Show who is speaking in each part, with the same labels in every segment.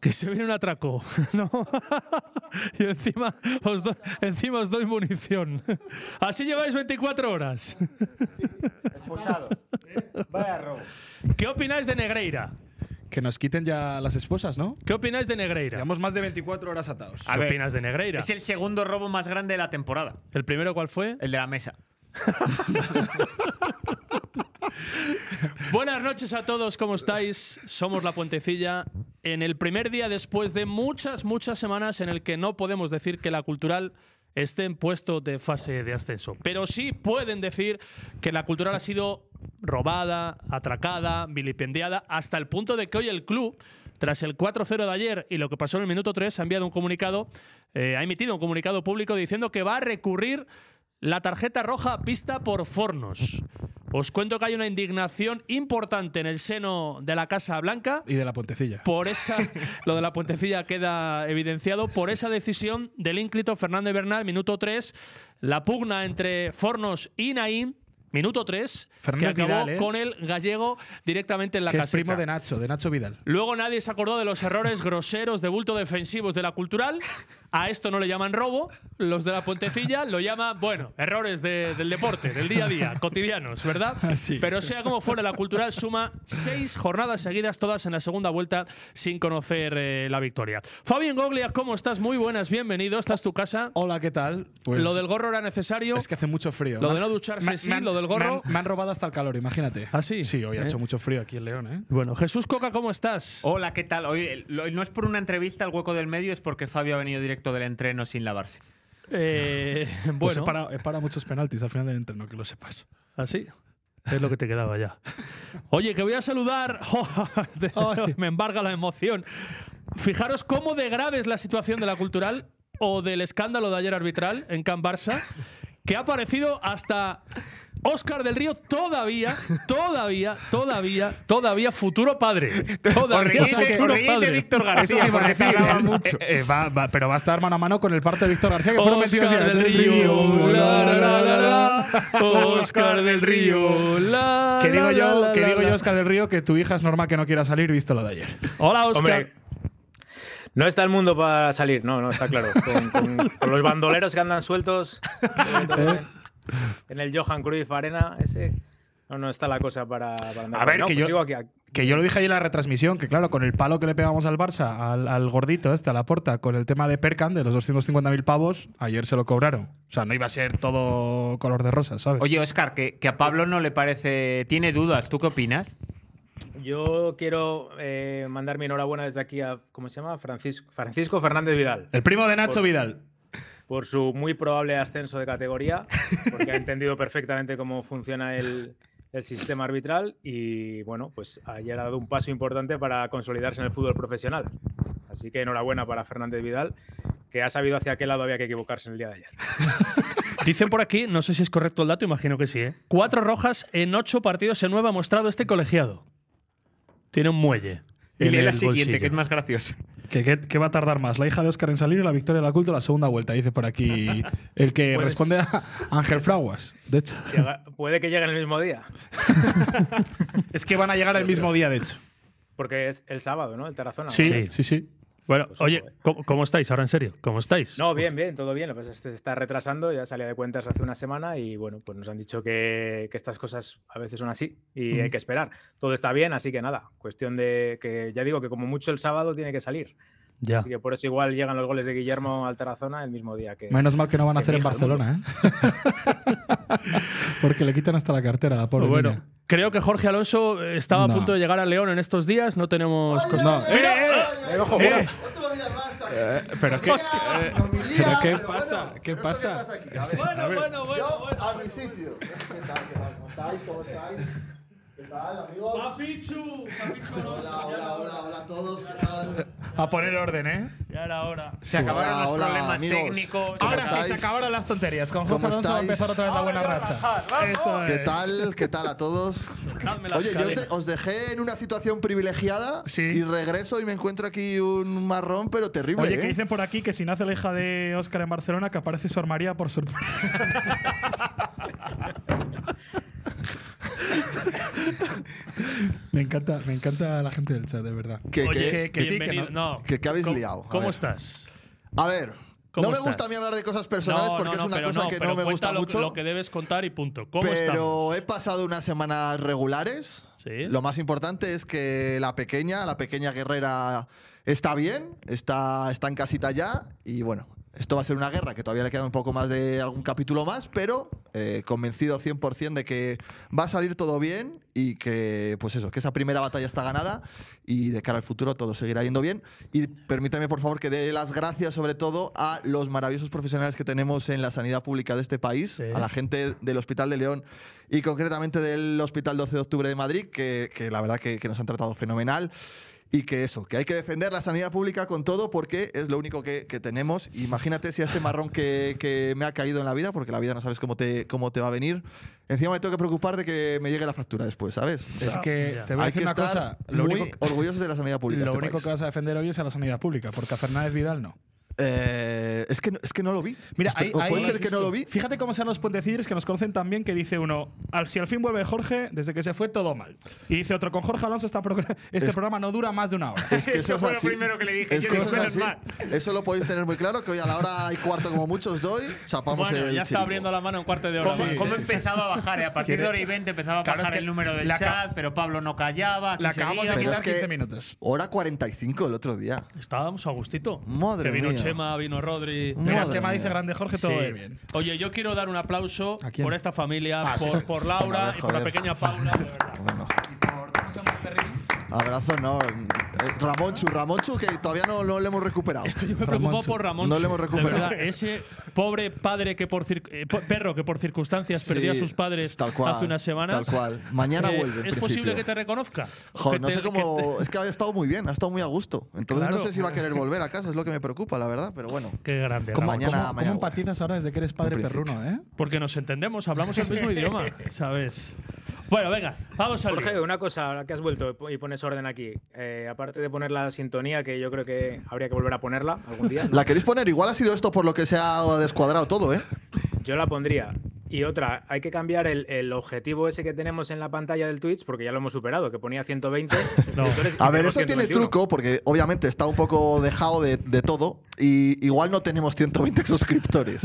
Speaker 1: Que se viene un atraco. ¿no? y encima os, do- encima os doy munición. Así lleváis 24 horas.
Speaker 2: Esposado. Vaya robo.
Speaker 1: ¿Qué opináis de Negreira?
Speaker 3: Que nos quiten ya las esposas, ¿no?
Speaker 1: ¿Qué opináis de Negreira?
Speaker 3: Llevamos más de 24 horas atados.
Speaker 1: ¿Qué opinas de Negreira?
Speaker 2: Es el segundo robo más grande de la temporada.
Speaker 1: ¿El primero cuál fue?
Speaker 2: El de la mesa.
Speaker 1: Buenas noches a todos, ¿cómo estáis? Somos La Puentecilla. En el primer día después de muchas, muchas semanas en el que no podemos decir que la cultural esté en puesto de fase de ascenso. Pero sí pueden decir que la cultural ha sido robada, atracada, vilipendiada, hasta el punto de que hoy el club, tras el 4-0 de ayer y lo que pasó en el minuto 3, ha enviado un comunicado, eh, ha emitido un comunicado público diciendo que va a recurrir la tarjeta roja vista por Fornos. Os cuento que hay una indignación importante en el seno de la Casa Blanca.
Speaker 3: Y de la puentecilla.
Speaker 1: Por esa, lo de la puentecilla queda evidenciado por esa decisión del ínclito Fernández Bernal, minuto 3, la pugna entre Fornos y Naim, minuto 3, que
Speaker 3: Fernández
Speaker 1: acabó
Speaker 3: Vidal, ¿eh?
Speaker 1: con el gallego directamente en la
Speaker 3: que
Speaker 1: casa.
Speaker 3: es primo de Nacho, de Nacho Vidal.
Speaker 1: Luego nadie se acordó de los errores groseros de bulto defensivos de la cultural. A esto no le llaman robo, los de la Pontecilla lo llaman, bueno, errores de- del deporte, del día a día, cotidianos, ¿verdad?
Speaker 3: Sí.
Speaker 1: Pero sea como fuera, la cultural suma seis jornadas seguidas, todas en la segunda vuelta, sin conocer eh, la victoria. Fabián Goglia, ¿cómo estás? Muy buenas, bienvenido. ¿Estás tu casa?
Speaker 3: Hola, ¿qué tal? Pues
Speaker 1: lo del gorro era necesario.
Speaker 3: es que hace mucho frío.
Speaker 1: Lo
Speaker 3: Me-
Speaker 1: de no ducharse,
Speaker 3: me-
Speaker 1: sí,
Speaker 3: me han-
Speaker 1: lo del gorro.
Speaker 3: Me han, me han robado hasta el calor, imagínate.
Speaker 1: ¿Ah, sí?
Speaker 3: Sí, hoy
Speaker 1: ¿Eh?
Speaker 3: ha hecho Oh. mucho frío aquí en León, ¿eh?
Speaker 1: Bueno, Jesús Coca, ¿cómo estás?
Speaker 2: Hola, ¿qué tal? Hoy, el- lo- no es por una entrevista al hueco del medio, es porque Fabio ha venido directo del entreno sin lavarse.
Speaker 1: Eh,
Speaker 3: Pues
Speaker 1: bueno,
Speaker 3: he, parado, he parado muchos penaltis al final del entreno, que lo sepas.
Speaker 1: Así. ¿Ah, Es lo que te quedaba ya. Oye, que voy a saludar. Oh, Me embarga la emoción. Fijaros cómo de grave es la situación de la cultural o del escándalo de ayer arbitral en Can Barça, que ha aparecido hasta Óscar del Río todavía, todavía, todavía, todavía futuro padre. Todavía
Speaker 2: Os reíais de- os
Speaker 1: futuro
Speaker 2: reíais de
Speaker 1: padre.
Speaker 2: Víctor García,
Speaker 3: iba a
Speaker 2: porque
Speaker 3: decir,
Speaker 2: tardaba
Speaker 3: eh,
Speaker 2: mucho.
Speaker 3: eh, eh, va- va- pero va a estar mano a mano con el parte de Víctor García, que
Speaker 4: Oh,
Speaker 3: fueron metidos
Speaker 1: Óscar
Speaker 3: en
Speaker 1: del
Speaker 3: el
Speaker 1: Río, la, la, la, la, la.
Speaker 3: Óscar
Speaker 1: Óscar del Río, la,
Speaker 3: Que digo
Speaker 1: la, la,
Speaker 3: yo,
Speaker 1: la,
Speaker 3: que
Speaker 1: la,
Speaker 3: digo
Speaker 1: la.
Speaker 3: yo, Óscar del Río, que tu hija es normal que no quiera salir, visto lo de ayer.
Speaker 1: Hola, Óscar.
Speaker 4: Hombre, No está el mundo para salir, no, no, está claro. Con, con- con los bandoleros que andan sueltos en el
Speaker 1: ¿Eh?
Speaker 4: Johan Cruyff Arena, ese. No, no está la cosa para, para andar.
Speaker 3: A ver,
Speaker 4: No,
Speaker 3: que
Speaker 4: pues
Speaker 3: yo-
Speaker 4: sigo aquí, aquí.
Speaker 3: Que yo lo dije ayer en la retransmisión, que claro, con el palo que le pegamos al Barça, al, al gordito este, a la porta, con el tema de Perkan, de los 250.000 pavos, ayer se lo cobraron. O sea, no iba a ser todo color de rosas, ¿sabes?
Speaker 2: Oye, Oscar, que, que a Pablo no le parece. Tiene dudas. ¿Tú qué opinas?
Speaker 4: Yo quiero eh, mandar mi enhorabuena desde aquí a, ¿cómo se llama? Francisco, Francisco Fernández Vidal.
Speaker 3: el primo de Nacho
Speaker 5: pues,
Speaker 4: Por-
Speaker 3: Vidal.
Speaker 4: por su muy probable ascenso de categoría, porque ha entendido perfectamente cómo funciona el, el sistema arbitral y bueno, pues ayer ha dado un paso importante para consolidarse en el fútbol profesional. Así que enhorabuena para Fernández Vidal,
Speaker 5: que ha sabido hacia qué lado había que equivocarse en el día de ayer.
Speaker 1: Dicen por aquí, no sé si es correcto el dato, imagino que sí, ¿eh? Cuatro rojas en ocho partidos en nueva ha mostrado este colegiado. Tiene un muelle.
Speaker 6: Y
Speaker 1: en
Speaker 6: lee la
Speaker 1: el
Speaker 6: siguiente,
Speaker 1: bolsillo.
Speaker 6: que es más graciosa.
Speaker 3: ¿Qué, qué, qué va a tardar más? ¿La hija de Oscar en salir o la victoria de la culto la segunda vuelta? Dice por aquí el que
Speaker 5: Pues-
Speaker 3: responde a Ángel Fraguas. De hecho,
Speaker 5: Llega- puede que llegue en el mismo día,
Speaker 3: es que van a llegar el mismo día, de hecho.
Speaker 5: porque es el sábado, ¿no? El Tarazona.
Speaker 1: Sí.
Speaker 3: Sí, sí, sí.
Speaker 1: Bueno, oye, ¿cómo, cómo estáis ahora en serio? ¿Cómo estáis?
Speaker 5: Pues eh. No, bien, bien, todo bien. Lo que pasa es que se está retrasando, ya salía de cuentas hace una semana y bueno, pues nos han dicho que, que estas cosas a veces son así y hay que esperar. Todo está bien, así que nada, cuestión de que ya digo que como mucho el sábado tiene que salir.
Speaker 1: ya.
Speaker 5: Así que por eso igual llegan los goles de Guillermo al Tarazona el mismo día que...
Speaker 3: Menos mal que no van a
Speaker 5: que
Speaker 3: hacer
Speaker 5: mi
Speaker 3: en
Speaker 5: hija del
Speaker 3: Barcelona, ¿eh? Porque le quitan hasta la cartera a la pobre.
Speaker 1: Pues bueno,
Speaker 3: niña.
Speaker 1: creo que Jorge Alonso estaba a
Speaker 3: No.
Speaker 1: punto de llegar a León en estos días. No tenemos. cos-
Speaker 3: Pues No,
Speaker 5: ¡Eh, eh! ¡Eh, ojo, ojo!
Speaker 3: pero ¿qué,
Speaker 2: eh,
Speaker 3: pero ¿qué pasa? ¿Qué pasa?
Speaker 1: Bueno, bueno, bueno. bueno.
Speaker 2: a mi sitio. ¿Qué tal? ¿Qué tal? ¿Cómo estáis? ¿Cómo estáis? ¿Qué tal, amigos?
Speaker 1: Papichu, Papichu Alonso,
Speaker 2: Hola,
Speaker 1: ya
Speaker 2: hola,
Speaker 1: era
Speaker 2: hola,
Speaker 1: hora,
Speaker 2: hola a todos. ¿Qué tal?
Speaker 3: A poner orden, ¿eh?
Speaker 1: ya era hora.
Speaker 6: Se acabaron
Speaker 2: Hola,
Speaker 6: los
Speaker 2: hola,
Speaker 6: problemas
Speaker 2: amigos.
Speaker 6: técnicos.
Speaker 2: ¿Cómo
Speaker 3: Ahora sí, se
Speaker 2: estáis?
Speaker 3: acabaron las tonterías. Con Jorge
Speaker 2: ¿Cómo
Speaker 3: Alonso va a
Speaker 2: estáis?
Speaker 3: empezar otra vez la buena racha. Eso es.
Speaker 2: ¿Qué tal? ¿Qué tal a todos?
Speaker 1: Dadme las
Speaker 2: Oye, yo os, de-
Speaker 1: cadenas.
Speaker 2: os dejé en una situación privilegiada
Speaker 3: Sí.
Speaker 2: y regreso y me encuentro aquí un marrón, pero terrible.
Speaker 3: Oye,
Speaker 2: ¿eh?
Speaker 3: que dicen por aquí que si nace la hija de Óscar en Barcelona, que aparece su armaría por sorpresa. me encanta, me encanta la gente del chat, de verdad.
Speaker 2: Que-
Speaker 1: Oye,
Speaker 2: que-
Speaker 1: que sí, que no.
Speaker 3: bienvenido.
Speaker 1: no.
Speaker 2: que- que habéis
Speaker 1: ¿Cómo-
Speaker 2: liado. A
Speaker 1: ¿Cómo
Speaker 2: ver.
Speaker 1: estás?
Speaker 2: A ver,
Speaker 1: ¿Cómo
Speaker 2: no me gusta
Speaker 1: estás?
Speaker 2: a mí hablar de cosas personales porque es una
Speaker 1: pero
Speaker 2: cosa que
Speaker 1: pero
Speaker 2: no me
Speaker 1: cuenta
Speaker 2: gusta
Speaker 1: lo,
Speaker 2: mucho.
Speaker 1: Lo que debes contar y punto. ¿Cómo
Speaker 2: Pero
Speaker 1: estamos?
Speaker 2: he pasado unas semanas regulares.
Speaker 1: Sí.
Speaker 2: Lo más importante es que la pequeña, la pequeña guerrera está bien, está, está en casita ya y bueno. Esto va a ser una guerra que todavía le queda un poco más de algún capítulo más, pero eh, convencido 100% de que va a salir todo bien y que, pues eso, que esa primera batalla está ganada y de cara al futuro todo seguirá yendo bien. Y permíteme, por favor, que dé las gracias sobre todo a los maravillosos profesionales que tenemos en la sanidad pública de este país,
Speaker 1: Sí.
Speaker 2: a la gente del Hospital de León y concretamente del Hospital 12 de Octubre de Madrid, que, que la verdad que, que nos han tratado fenomenal. Y que eso, que hay que defender la sanidad pública con todo porque es lo único que, que tenemos. Imagínate si a este marrón que, que me ha caído en la vida, porque la vida no sabes cómo te, cómo te va a venir, encima me tengo que preocupar de que me llegue la factura después, ¿sabes? O sea,
Speaker 3: Es que te voy a
Speaker 2: hay
Speaker 3: decir
Speaker 2: que
Speaker 3: una
Speaker 2: estar
Speaker 3: cosa. Lo
Speaker 2: muy
Speaker 3: único, que-
Speaker 2: orgullosos de la sanidad pública. de
Speaker 3: lo
Speaker 2: este
Speaker 3: único
Speaker 2: país.
Speaker 3: que vas a defender hoy es a la sanidad pública, porque a Fernández Vidal no.
Speaker 2: Eh, es, que, no- es que no lo vi.
Speaker 3: Mira,
Speaker 2: Es que-
Speaker 3: ahí,
Speaker 2: ¿o
Speaker 3: ahí-
Speaker 2: ¿Puede ser que no lo vi?
Speaker 3: Fíjate cómo sean los puentecillos que nos conocen también, que dice uno, al, si al fin vuelve Jorge, desde que se fue todo mal. Y dice otro, con Jorge Alonso esta progr- este
Speaker 2: Es-
Speaker 3: programa no dura más de una hora.
Speaker 2: Es que eso,
Speaker 5: fue
Speaker 2: es
Speaker 5: lo
Speaker 2: así.
Speaker 5: primero que le dije,
Speaker 2: Es
Speaker 5: yo
Speaker 2: que
Speaker 5: digo,
Speaker 2: eso, es
Speaker 5: menos
Speaker 2: así. eso lo podéis tener muy claro, que hoy a la hora y cuarto como muchos doy, chapamos
Speaker 1: bueno, ya
Speaker 2: el
Speaker 1: está
Speaker 2: chiringo.
Speaker 1: abriendo la mano un cuarto de hora.
Speaker 6: ¿Cómo,
Speaker 1: más.
Speaker 6: cómo empezaba a bajar? eh? A partir de hora y 20 empezaba a
Speaker 3: Claro,
Speaker 6: bajar
Speaker 3: es que
Speaker 6: el número del
Speaker 3: la ca-
Speaker 6: chat, pero Pablo no callaba. aquí
Speaker 3: La acabamos
Speaker 6: seguía.
Speaker 3: de
Speaker 2: Pero
Speaker 3: quitar
Speaker 2: es que- oh,
Speaker 3: 15 minutos.
Speaker 2: Hora 45 el otro día.
Speaker 1: Estábamos a gustito.
Speaker 2: Madre
Speaker 1: Que vino
Speaker 2: mía.
Speaker 1: Chema, vino Rodri.
Speaker 2: Mm.
Speaker 3: Mira,
Speaker 2: Madre
Speaker 3: Chema
Speaker 2: mía.
Speaker 3: dice grande Jorge, todo
Speaker 1: Sí.
Speaker 3: va a ir bien.
Speaker 1: Oye, yo quiero dar un aplauso
Speaker 3: ¿A quién?
Speaker 1: por esta familia,
Speaker 2: Ah, sí,
Speaker 1: por,
Speaker 2: sí.
Speaker 1: por Laura
Speaker 2: Joder,
Speaker 1: y por la
Speaker 2: joder.
Speaker 1: pequeña Paula. de verdad.
Speaker 2: Bueno. Abrazo, no. Eh, Ramonchu, Ramonchu, que todavía no, no lo hemos recuperado.
Speaker 1: Yo me preocupo por Ramón.
Speaker 2: No lo hemos
Speaker 1: de
Speaker 2: recuperado.
Speaker 1: verdad, ese pobre padre que por cir- eh, po- perro que por circunstancias
Speaker 2: Sí,
Speaker 1: perdió a sus padres
Speaker 2: tal cual,
Speaker 1: hace unas semanas. eh,
Speaker 2: tal cual. Mañana vuelve, en
Speaker 1: ¿Es posible
Speaker 2: principio.
Speaker 1: que te reconozca?
Speaker 2: Jo,
Speaker 1: Que
Speaker 2: no
Speaker 1: te-
Speaker 2: sé
Speaker 1: que
Speaker 2: cómo. Es que ha estado muy bien, ha estado muy a gusto. Entonces no
Speaker 1: Claro.
Speaker 2: sé si va a querer volver a casa, es lo que me preocupa, la verdad, pero bueno.
Speaker 1: te- Qué grande.
Speaker 2: ¿Cómo
Speaker 1: Ramón.
Speaker 2: mañana-
Speaker 3: ¿Cómo, cómo
Speaker 2: mañana.
Speaker 3: empatizas ahora desde que eres padre
Speaker 2: En principio.
Speaker 3: perruno, eh?
Speaker 1: Porque nos entendemos, hablamos el mismo idioma, ¿sabes? Bueno, venga, vamos al
Speaker 5: Jorge,
Speaker 1: lío.
Speaker 5: una cosa, ahora que has vuelto y pones orden aquí, eh, aparte de poner la sintonía, que yo creo que habría que volver a ponerla algún día,
Speaker 2: La queréis poner, igual ha sido esto por lo que se ha descuadrado todo, ¿eh?
Speaker 5: yo la pondría. Y otra, hay que cambiar el, el objetivo ese que tenemos en la pantalla del Twitch, porque ya lo hemos superado, que ponía 120.
Speaker 1: No.
Speaker 5: suscriptores y
Speaker 2: A ver,
Speaker 5: tenemos
Speaker 2: eso tiene
Speaker 5: 121.
Speaker 2: truco, porque obviamente está un poco dejado de, de todo y igual no tenemos 120 suscriptores.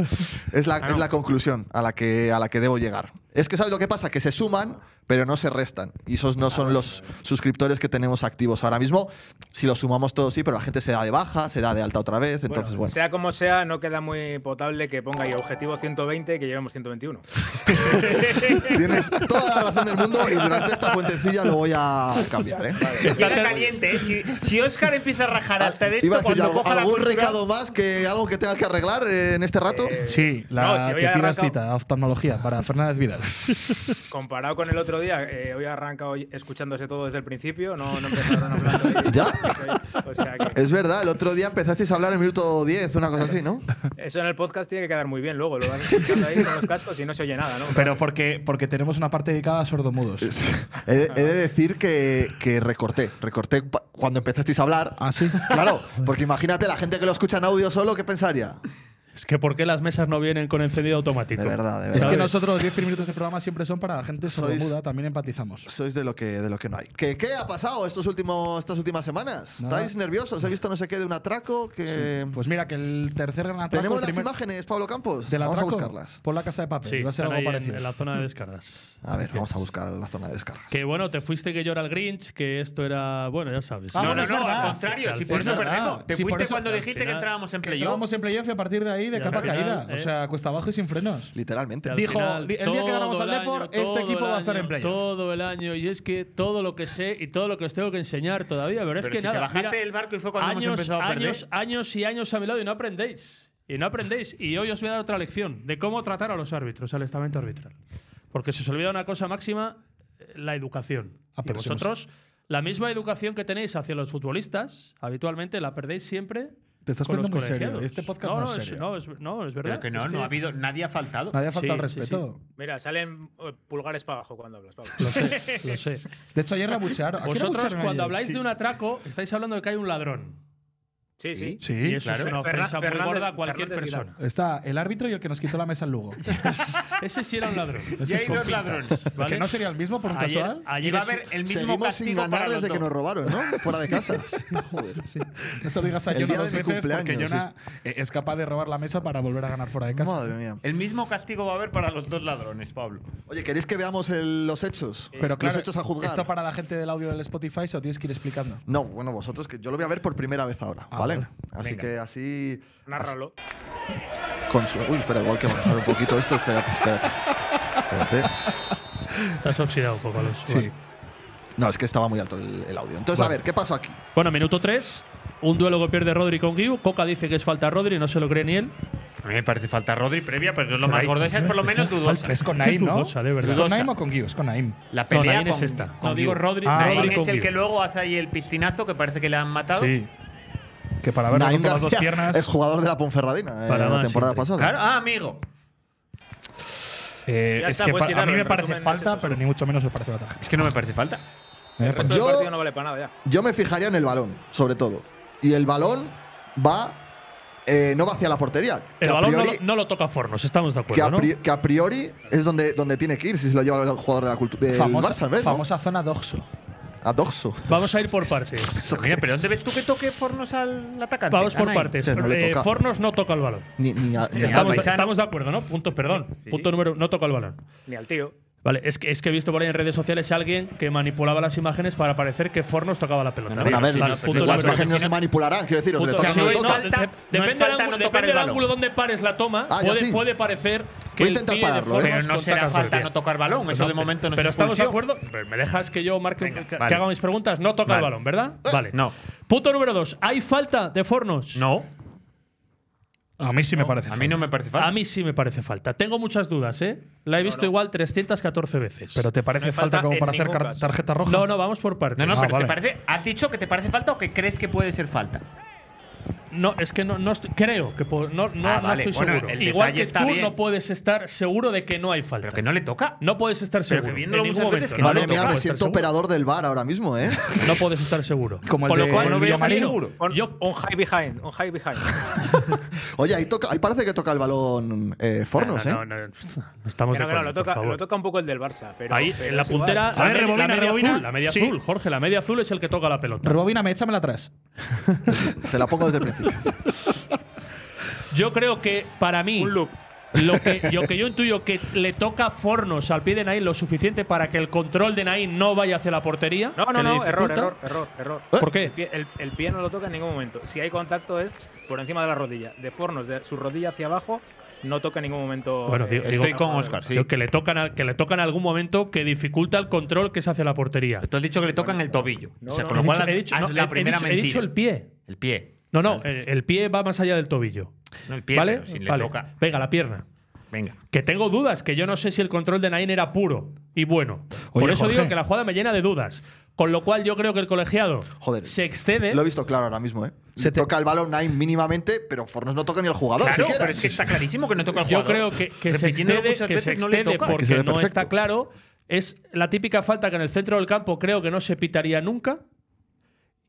Speaker 2: Es
Speaker 6: Ah,
Speaker 2: la, es la conclusión a la, que, a la que debo llegar. Es que, ¿sabes lo que pasa? Que se suman, pero no se restan. Y esos no son los suscriptores que tenemos activos ahora mismo. Si los sumamos todos, sí, pero la gente se da de baja, se da de alta otra vez. Entonces,
Speaker 5: Bueno,
Speaker 2: bueno.
Speaker 5: Sea como sea, no queda muy potable que ponga ahí objetivo 120 y que llevemos 121.
Speaker 2: Tienes toda la razón del mundo y durante esta puentecilla lo voy a cambiar, ¿eh?
Speaker 1: Está
Speaker 6: Llega
Speaker 1: ter-
Speaker 6: caliente, ¿eh? Si, si Oscar empieza a rajar hasta de esto,
Speaker 2: Iba a decir
Speaker 6: cuando
Speaker 2: algo-
Speaker 6: coja la
Speaker 2: algún
Speaker 6: cultura-
Speaker 2: recado más que algo que tenga que arreglar eh, en este rato.
Speaker 3: Sí,
Speaker 5: la
Speaker 3: la
Speaker 5: No, si hoy
Speaker 3: que
Speaker 5: que ha
Speaker 3: tiras
Speaker 5: tiras arrancado-
Speaker 3: cita,
Speaker 5: cita,
Speaker 3: oftalmología, para Fernández Vidal.
Speaker 5: Comparado con el otro día, eh, hoy arranca hoy escuchándose todo desde el principio, no, no empezaron hablando. ahí.
Speaker 3: ¿Ya?
Speaker 5: O sea que
Speaker 3: Es verdad, el otro día empezasteis a hablar en minuto 10, una cosa así, ¿no?
Speaker 5: eso en el podcast tiene que quedar muy bien luego. Lo van escuchando ahí con los cascos y no se oye nada, ¿no?
Speaker 7: Pero porque, porque tenemos una parte dedicada a sordomudos.
Speaker 3: He, de- he de decir que, que recorté, recorté pa- cuando empezasteis a hablar.
Speaker 7: ¿Ah, sí?
Speaker 3: Claro, porque imagínate la gente que lo escucha en audio solo, ¿qué pensaría?
Speaker 1: Es que ¿por qué las mesas no vienen con encendido automático?
Speaker 3: De verdad, de
Speaker 7: Es
Speaker 3: verdad.
Speaker 7: que nosotros los 10 primer minutos de programa siempre son para la gente
Speaker 3: Sois-
Speaker 7: sordomuda, también empatizamos.
Speaker 3: Sois de lo que de lo que no hay. ¿Qué, qué ha pasado estos últimos, estas últimas semanas?
Speaker 7: Nada.
Speaker 3: ¿Estáis nerviosos? ¿He visto no sé qué de un atraco? Que...
Speaker 7: Pues mira, que el tercer gran atraco.
Speaker 3: ¿Tenemos
Speaker 7: el
Speaker 3: las
Speaker 7: primer-
Speaker 3: imágenes, Pablo Campos?
Speaker 7: del
Speaker 3: Vamos a
Speaker 7: atraco,
Speaker 3: buscarlas.
Speaker 7: Por la casa de papel.
Speaker 1: Sí,
Speaker 7: va a ser
Speaker 1: están
Speaker 7: algo
Speaker 1: ahí en-
Speaker 7: parecido.
Speaker 1: en la zona de descargas.
Speaker 3: A ver, vamos a buscar la zona de descargas.
Speaker 1: Que bueno, te fuiste que llora el Grinch, que esto era. Bueno, ya sabes.
Speaker 7: Ah,
Speaker 2: No,
Speaker 7: bueno,
Speaker 2: no,
Speaker 7: es
Speaker 2: no,
Speaker 7: verdad.
Speaker 2: al contrario, si
Speaker 1: Es
Speaker 2: por eso
Speaker 1: verdad.
Speaker 2: perdemos. Te
Speaker 7: Si por
Speaker 2: fuiste
Speaker 7: eso-
Speaker 2: cuando
Speaker 1: al
Speaker 2: dijiste que
Speaker 1: final-
Speaker 2: entrábamos en playoff.
Speaker 7: Vamos en playoff y a partir de ahí de
Speaker 1: Y al
Speaker 7: capa
Speaker 1: final,
Speaker 7: caída. O
Speaker 1: eh.
Speaker 7: sea, cuesta abajo y sin frenos.
Speaker 3: Literalmente.
Speaker 1: Al
Speaker 7: Dijo, di- el día que ganamos
Speaker 1: todo
Speaker 7: al
Speaker 1: el año,
Speaker 7: Depor,
Speaker 1: todo
Speaker 7: este equipo
Speaker 1: el
Speaker 7: va a estar
Speaker 1: año,
Speaker 7: en playoff.
Speaker 1: Todo el año, y es que todo lo que sé y todo lo que os tengo que enseñar todavía, pero, es
Speaker 2: Pero
Speaker 1: que
Speaker 2: si te
Speaker 1: nada.
Speaker 2: bajaste
Speaker 1: mira,
Speaker 2: del barco y fue cuando hemos
Speaker 1: años,
Speaker 2: empezado a perder.
Speaker 1: años, años y años a mi lado y no aprendéis. Y no aprendéis. Y hoy os voy a dar otra lección de cómo tratar a los árbitros, al estamento arbitral. Porque se os olvida una cosa máxima, eh, la educación.
Speaker 7: Ah,
Speaker 1: y
Speaker 7: pero si no
Speaker 1: vosotros, la misma educación que tenéis hacia los futbolistas, habitualmente la perdéis siempre.
Speaker 7: Te estás
Speaker 1: con los
Speaker 7: poniendo muy serio.
Speaker 1: colegiados.
Speaker 7: Este podcast no es serio.
Speaker 1: no, es, no, es verdad.
Speaker 2: Pero que no,
Speaker 1: Es
Speaker 2: no ha habido, nadie ha faltado.
Speaker 7: Nadie ha faltado
Speaker 1: Sí,
Speaker 7: el
Speaker 1: sí,
Speaker 7: respeto.
Speaker 5: Mira, salen eh, pulgares para abajo cuando hablas. Pablo.
Speaker 1: Lo sé, lo sé.
Speaker 7: De hecho, ayer rebuchearon. ¿A quién
Speaker 1: Vosotros,
Speaker 7: rebuchearon ayer?
Speaker 1: cuando habláis de un atraco, estáis hablando de que hay un ladrón.
Speaker 5: Sí, sí.
Speaker 7: Sí,
Speaker 1: Y eso es
Speaker 5: claro.
Speaker 1: una ofensa
Speaker 5: Fernan-
Speaker 1: muy
Speaker 5: Fernández-
Speaker 1: gorda a cualquier
Speaker 5: Fernández Vidal.
Speaker 1: persona.
Speaker 7: Está el árbitro y el que nos quitó la mesa en Lugo.
Speaker 1: Ese sí era un ladrón.
Speaker 2: Y hay dos ladrones.
Speaker 1: ¿vale?
Speaker 7: Que no sería el mismo por un
Speaker 1: Ayer-
Speaker 7: casual.
Speaker 1: ayer
Speaker 2: Y va a
Speaker 1: es-
Speaker 2: haber el mismo
Speaker 3: Seguimos sin
Speaker 2: castigo para
Speaker 3: ganar
Speaker 2: los
Speaker 3: desde que
Speaker 2: dos.
Speaker 3: nos robaron, ¿no? Fuera de casa. Joder.
Speaker 7: No se lo digas a
Speaker 3: El
Speaker 7: Jonah
Speaker 3: día
Speaker 7: dos
Speaker 3: de mi
Speaker 7: veces porque
Speaker 3: cumpleaños,
Speaker 7: Jonah eh, es capaz de robar la mesa para volver a ganar fuera de casa. Eh,
Speaker 3: Madre mía.
Speaker 2: El mismo castigo va a haber para los dos ladrones, Pablo.
Speaker 3: Oye, ¿queréis que veamos el- los hechos?
Speaker 7: Eh, Pero claro,
Speaker 3: los hechos a juzgar.
Speaker 7: esto para la gente del audio del Spotify se lo tienes que ir explicando.
Speaker 3: No, bueno, vosotros, que yo lo voy a ver por primera vez ahora,
Speaker 7: Ah,
Speaker 3: ¿vale?
Speaker 7: vale.
Speaker 3: Así
Speaker 7: Venga.
Speaker 3: que así.
Speaker 5: Nárralo.
Speaker 3: as- con su- Uy, espera, igual que bajar un poquito esto. Espérate, espérate. Espérate.
Speaker 1: Te has oxidado un poco, Alonso. Vale.
Speaker 3: No, es que estaba muy alto el, el audio. Entonces, a ver, ¿qué pasó aquí?
Speaker 1: Bueno, minuto 3. Un duelo que pierde Rodri con Guiu. Coca dice que es falta a Rodri, no se lo cree ni él.
Speaker 2: A mí me parece falta Rodri previa, pero es lo más gordo. Esa es por lo menos dudosa.
Speaker 7: Es con
Speaker 1: Qué
Speaker 7: Naim, ¿no?
Speaker 1: dudosa, de verdad.
Speaker 7: ¿Es con
Speaker 2: Dudosa.
Speaker 7: Naim o con Guiu? Es con Naim.
Speaker 2: La
Speaker 1: No,
Speaker 2: pelea
Speaker 1: Nain es
Speaker 2: con-
Speaker 1: esta. No,
Speaker 2: con
Speaker 1: digo
Speaker 2: Guiu.
Speaker 1: Rodri.
Speaker 7: Ah,
Speaker 2: Nain
Speaker 1: Rodri
Speaker 7: vale.
Speaker 1: con
Speaker 2: es el
Speaker 1: Guiu.
Speaker 2: que luego hace ahí el piscinazo que parece que le han matado.
Speaker 7: Sí. Que para verlo
Speaker 3: Naim
Speaker 7: con las dos
Speaker 3: García
Speaker 7: piernas.
Speaker 3: Es jugador de la Ponferradina eh,
Speaker 1: Para
Speaker 3: la
Speaker 1: más,
Speaker 3: temporada
Speaker 1: siempre.
Speaker 3: pasada.
Speaker 2: Claro, ah, amigo.
Speaker 7: eh,
Speaker 5: Ya
Speaker 7: es
Speaker 5: está,
Speaker 7: que pa-
Speaker 5: puedes
Speaker 7: a
Speaker 5: quitarlo,
Speaker 7: mí me
Speaker 5: el
Speaker 7: parece
Speaker 5: resumen es
Speaker 7: falta,
Speaker 5: eso.
Speaker 7: pero ni mucho menos me parece la tarjeta.
Speaker 2: Es que no me parece falta.
Speaker 7: Eh,
Speaker 5: El resto
Speaker 3: Yo-
Speaker 5: del partido no vale para nada ya.
Speaker 3: Yo me fijaría en el balón, sobre todo. Y el balón va. eh, no va hacia la portería. que
Speaker 1: El
Speaker 3: a
Speaker 1: balón no
Speaker 3: priori-
Speaker 1: lo, no lo toca Fornos, estamos de
Speaker 3: que,
Speaker 1: acuerdo,
Speaker 3: a
Speaker 1: ¿no?
Speaker 3: pri- que a priori es donde, donde tiene que ir si se lo lleva el jugador de la cultura del
Speaker 7: famosa
Speaker 3: Barça, ¿ves? no?
Speaker 7: famosa zona doxo.
Speaker 3: A Doxo.
Speaker 1: Vamos a ir por partes.
Speaker 2: Mira, pero ¿dónde ves tú que toque Fornos al atacante?
Speaker 1: Vamos por
Speaker 2: Anay.
Speaker 1: partes.
Speaker 3: Sí, no le
Speaker 1: Eh,
Speaker 3: toca.
Speaker 1: Fornos no toca el balón.
Speaker 3: Ni, ni a- ni a-
Speaker 1: Estamos,
Speaker 2: paisano.
Speaker 1: estamos de acuerdo, ¿no? Punto, perdón.
Speaker 2: sí.
Speaker 1: Punto número, no toca el balón.
Speaker 5: Ni al tío.
Speaker 1: Vale, es que, es que he visto por ahí en redes sociales a alguien que manipulaba las imágenes para parecer que Fornos tocaba la pelota.
Speaker 2: No,
Speaker 3: Bueno, a ver,
Speaker 1: Vale,
Speaker 2: no,
Speaker 1: punto
Speaker 3: las
Speaker 1: número tres.
Speaker 3: imágenes no se manipularán, quiero decir, os le
Speaker 1: Punto-
Speaker 3: toca o
Speaker 1: no,
Speaker 3: no le
Speaker 1: no,
Speaker 3: toca.
Speaker 1: de-
Speaker 2: falta- no es
Speaker 1: Depende del ángulo-
Speaker 2: falta no tocar el
Speaker 1: depende del
Speaker 2: balón.
Speaker 1: ángulo donde pares la toma,
Speaker 3: Ah, ya
Speaker 1: puede,
Speaker 3: sí.
Speaker 1: puede parecer que
Speaker 3: Voy a
Speaker 1: el
Speaker 3: intentar
Speaker 1: pie de
Speaker 3: pararlo, ¿eh?
Speaker 1: Fornos
Speaker 2: Pero no
Speaker 1: contaca
Speaker 2: será
Speaker 1: con
Speaker 2: falta
Speaker 1: el
Speaker 2: no
Speaker 1: pie.
Speaker 2: tocar balón. Eso de momento no
Speaker 1: Pero
Speaker 2: es
Speaker 1: estamos de
Speaker 2: expulsión.
Speaker 1: acuerdo. Me dejas que yo marque un-
Speaker 2: Venga,
Speaker 1: que,
Speaker 2: vale.
Speaker 1: que haga mis preguntas. No toca el
Speaker 2: Vale. Eh,
Speaker 1: balón, ¿verdad? Vale.
Speaker 2: No.
Speaker 1: Punto número dos. ¿Hay falta de Fornos?
Speaker 2: No,
Speaker 7: A mí sí me parece
Speaker 2: a mí no
Speaker 7: falta.
Speaker 2: me parece falta.
Speaker 1: A mí sí me parece falta. Tengo muchas dudas, ¿eh? La he visto igual 314 veces.
Speaker 7: Pero te parece
Speaker 5: No hay
Speaker 7: falta
Speaker 5: falta
Speaker 7: como
Speaker 5: en
Speaker 7: para ser
Speaker 5: ningún
Speaker 7: car-
Speaker 3: ¿eh?
Speaker 5: caso.
Speaker 7: tarjeta roja.
Speaker 1: no, no, vamos por partes.
Speaker 2: No, no,
Speaker 7: Ah,
Speaker 2: pero
Speaker 7: vale.
Speaker 2: ¿te parece? ¿Has dicho que te parece falta o que crees que puede ser falta?
Speaker 1: No, es que no, no estoy- creo que po- no, no,
Speaker 2: Ah,
Speaker 1: no
Speaker 2: vale.
Speaker 1: estoy
Speaker 2: Bueno,
Speaker 1: seguro.
Speaker 2: el
Speaker 1: Igual
Speaker 2: detalle
Speaker 1: que
Speaker 2: está
Speaker 1: tú
Speaker 2: bien.
Speaker 1: no puedes estar seguro de que no hay falta.
Speaker 2: Pero que no le toca.
Speaker 1: No puedes estar
Speaker 2: Pero que
Speaker 1: seguro.
Speaker 2: viéndolo
Speaker 1: en ningún
Speaker 2: muchas
Speaker 1: momento.
Speaker 2: veces que
Speaker 1: No,
Speaker 3: Madre
Speaker 1: no
Speaker 3: mía,
Speaker 1: puedes
Speaker 3: me
Speaker 1: estar
Speaker 3: siento
Speaker 1: seguro.
Speaker 3: operador del bar ahora mismo, ¿eh?
Speaker 1: No puedes estar seguro.
Speaker 7: Como el
Speaker 1: Con lo
Speaker 7: de
Speaker 1: cual,
Speaker 7: Bueno,
Speaker 5: voy
Speaker 7: Villa
Speaker 5: a estar
Speaker 7: Marino.
Speaker 5: seguro. Un,
Speaker 1: Yo,
Speaker 5: un high behind. Un high behind.
Speaker 3: Oye, ahí, toca, ahí parece que toca el balón eh, Fornos, ¿eh?
Speaker 1: no, no, no, no estamos
Speaker 5: Que
Speaker 1: de
Speaker 5: no, que no, lo,
Speaker 1: acuerdo, por
Speaker 5: toca,
Speaker 1: favor.
Speaker 5: lo toca un poco el del Barça. Pero,
Speaker 1: Ahí,
Speaker 5: pero
Speaker 1: en la
Speaker 5: es igual.
Speaker 1: puntera.
Speaker 7: A ver,
Speaker 1: la media-
Speaker 7: rebobina,
Speaker 1: la media
Speaker 7: rebobina.
Speaker 1: azul, La media
Speaker 7: Sí.
Speaker 1: azul, Jorge, la media azul es el que toca la pelota.
Speaker 7: Rebobíname, échamela atrás.
Speaker 3: Te la pongo desde el principio.
Speaker 1: Yo creo que para mí.
Speaker 5: Un loop.
Speaker 1: Lo que, yo, que yo intuyo que le toca Fornos al pie de Nain lo suficiente para que el control de Nain no vaya hacia la portería.
Speaker 5: No,
Speaker 1: que
Speaker 5: no,
Speaker 1: le
Speaker 5: no, error,
Speaker 1: dificulta.
Speaker 5: error, error, error.
Speaker 2: ¿Eh?
Speaker 1: ¿Por
Speaker 5: El
Speaker 1: qué?
Speaker 5: pie, el- el pie no lo toca en ningún momento. Si hay contacto es por encima de la rodilla. De Fornos, de su rodilla hacia abajo, no toca en ningún momento. eh,
Speaker 1: Bueno, digo-
Speaker 2: Estoy
Speaker 1: digo-
Speaker 2: con
Speaker 3: Ah,
Speaker 2: Oscar, sí.
Speaker 1: Yo Que, le tocan al- que le tocan en algún momento que dificulta el control que es hacia la portería.
Speaker 2: Tú has dicho que le tocan el tobillo.
Speaker 5: No,
Speaker 2: o sea,
Speaker 5: no,
Speaker 2: con lo
Speaker 1: He
Speaker 2: cual
Speaker 1: dicho-
Speaker 2: has-
Speaker 1: he dicho-
Speaker 2: has
Speaker 1: no,
Speaker 2: la
Speaker 1: he- he
Speaker 2: primera
Speaker 1: dicho- he
Speaker 2: mentira.
Speaker 1: dicho el pie.
Speaker 2: El pie.
Speaker 1: No, no, el, el pie va más allá del tobillo.
Speaker 2: No, el pie,
Speaker 1: ¿Vale?
Speaker 2: pero si le
Speaker 1: Vale.
Speaker 2: toca.
Speaker 1: Venga, la pierna.
Speaker 2: Venga.
Speaker 1: Que tengo dudas, que yo no sé si el control de Nain era puro y bueno.
Speaker 7: Oye,
Speaker 1: Por eso
Speaker 7: Jorge.
Speaker 1: digo que la jugada me llena de dudas. Con lo cual yo creo que el colegiado
Speaker 3: Joder.
Speaker 1: se excede.
Speaker 3: Lo he visto claro ahora mismo, ¿eh?
Speaker 7: Se
Speaker 3: Se
Speaker 7: te-
Speaker 3: toca el balón Nine mínimamente, pero Fornos no toca ni al jugador
Speaker 2: Claro,
Speaker 3: siquiera.
Speaker 2: pero es que está clarísimo que no toca al
Speaker 1: Yo creo
Speaker 2: jugador.
Speaker 1: que, que se
Speaker 2: Repitiéndolo
Speaker 1: excede,
Speaker 2: muchas
Speaker 1: que se
Speaker 2: veces, no le
Speaker 1: excede
Speaker 2: toca.
Speaker 3: por-
Speaker 1: porque
Speaker 3: Que se ve
Speaker 1: no
Speaker 3: perfecto.
Speaker 1: está claro. Es la típica falta que en el centro del campo creo que no se pitaría nunca.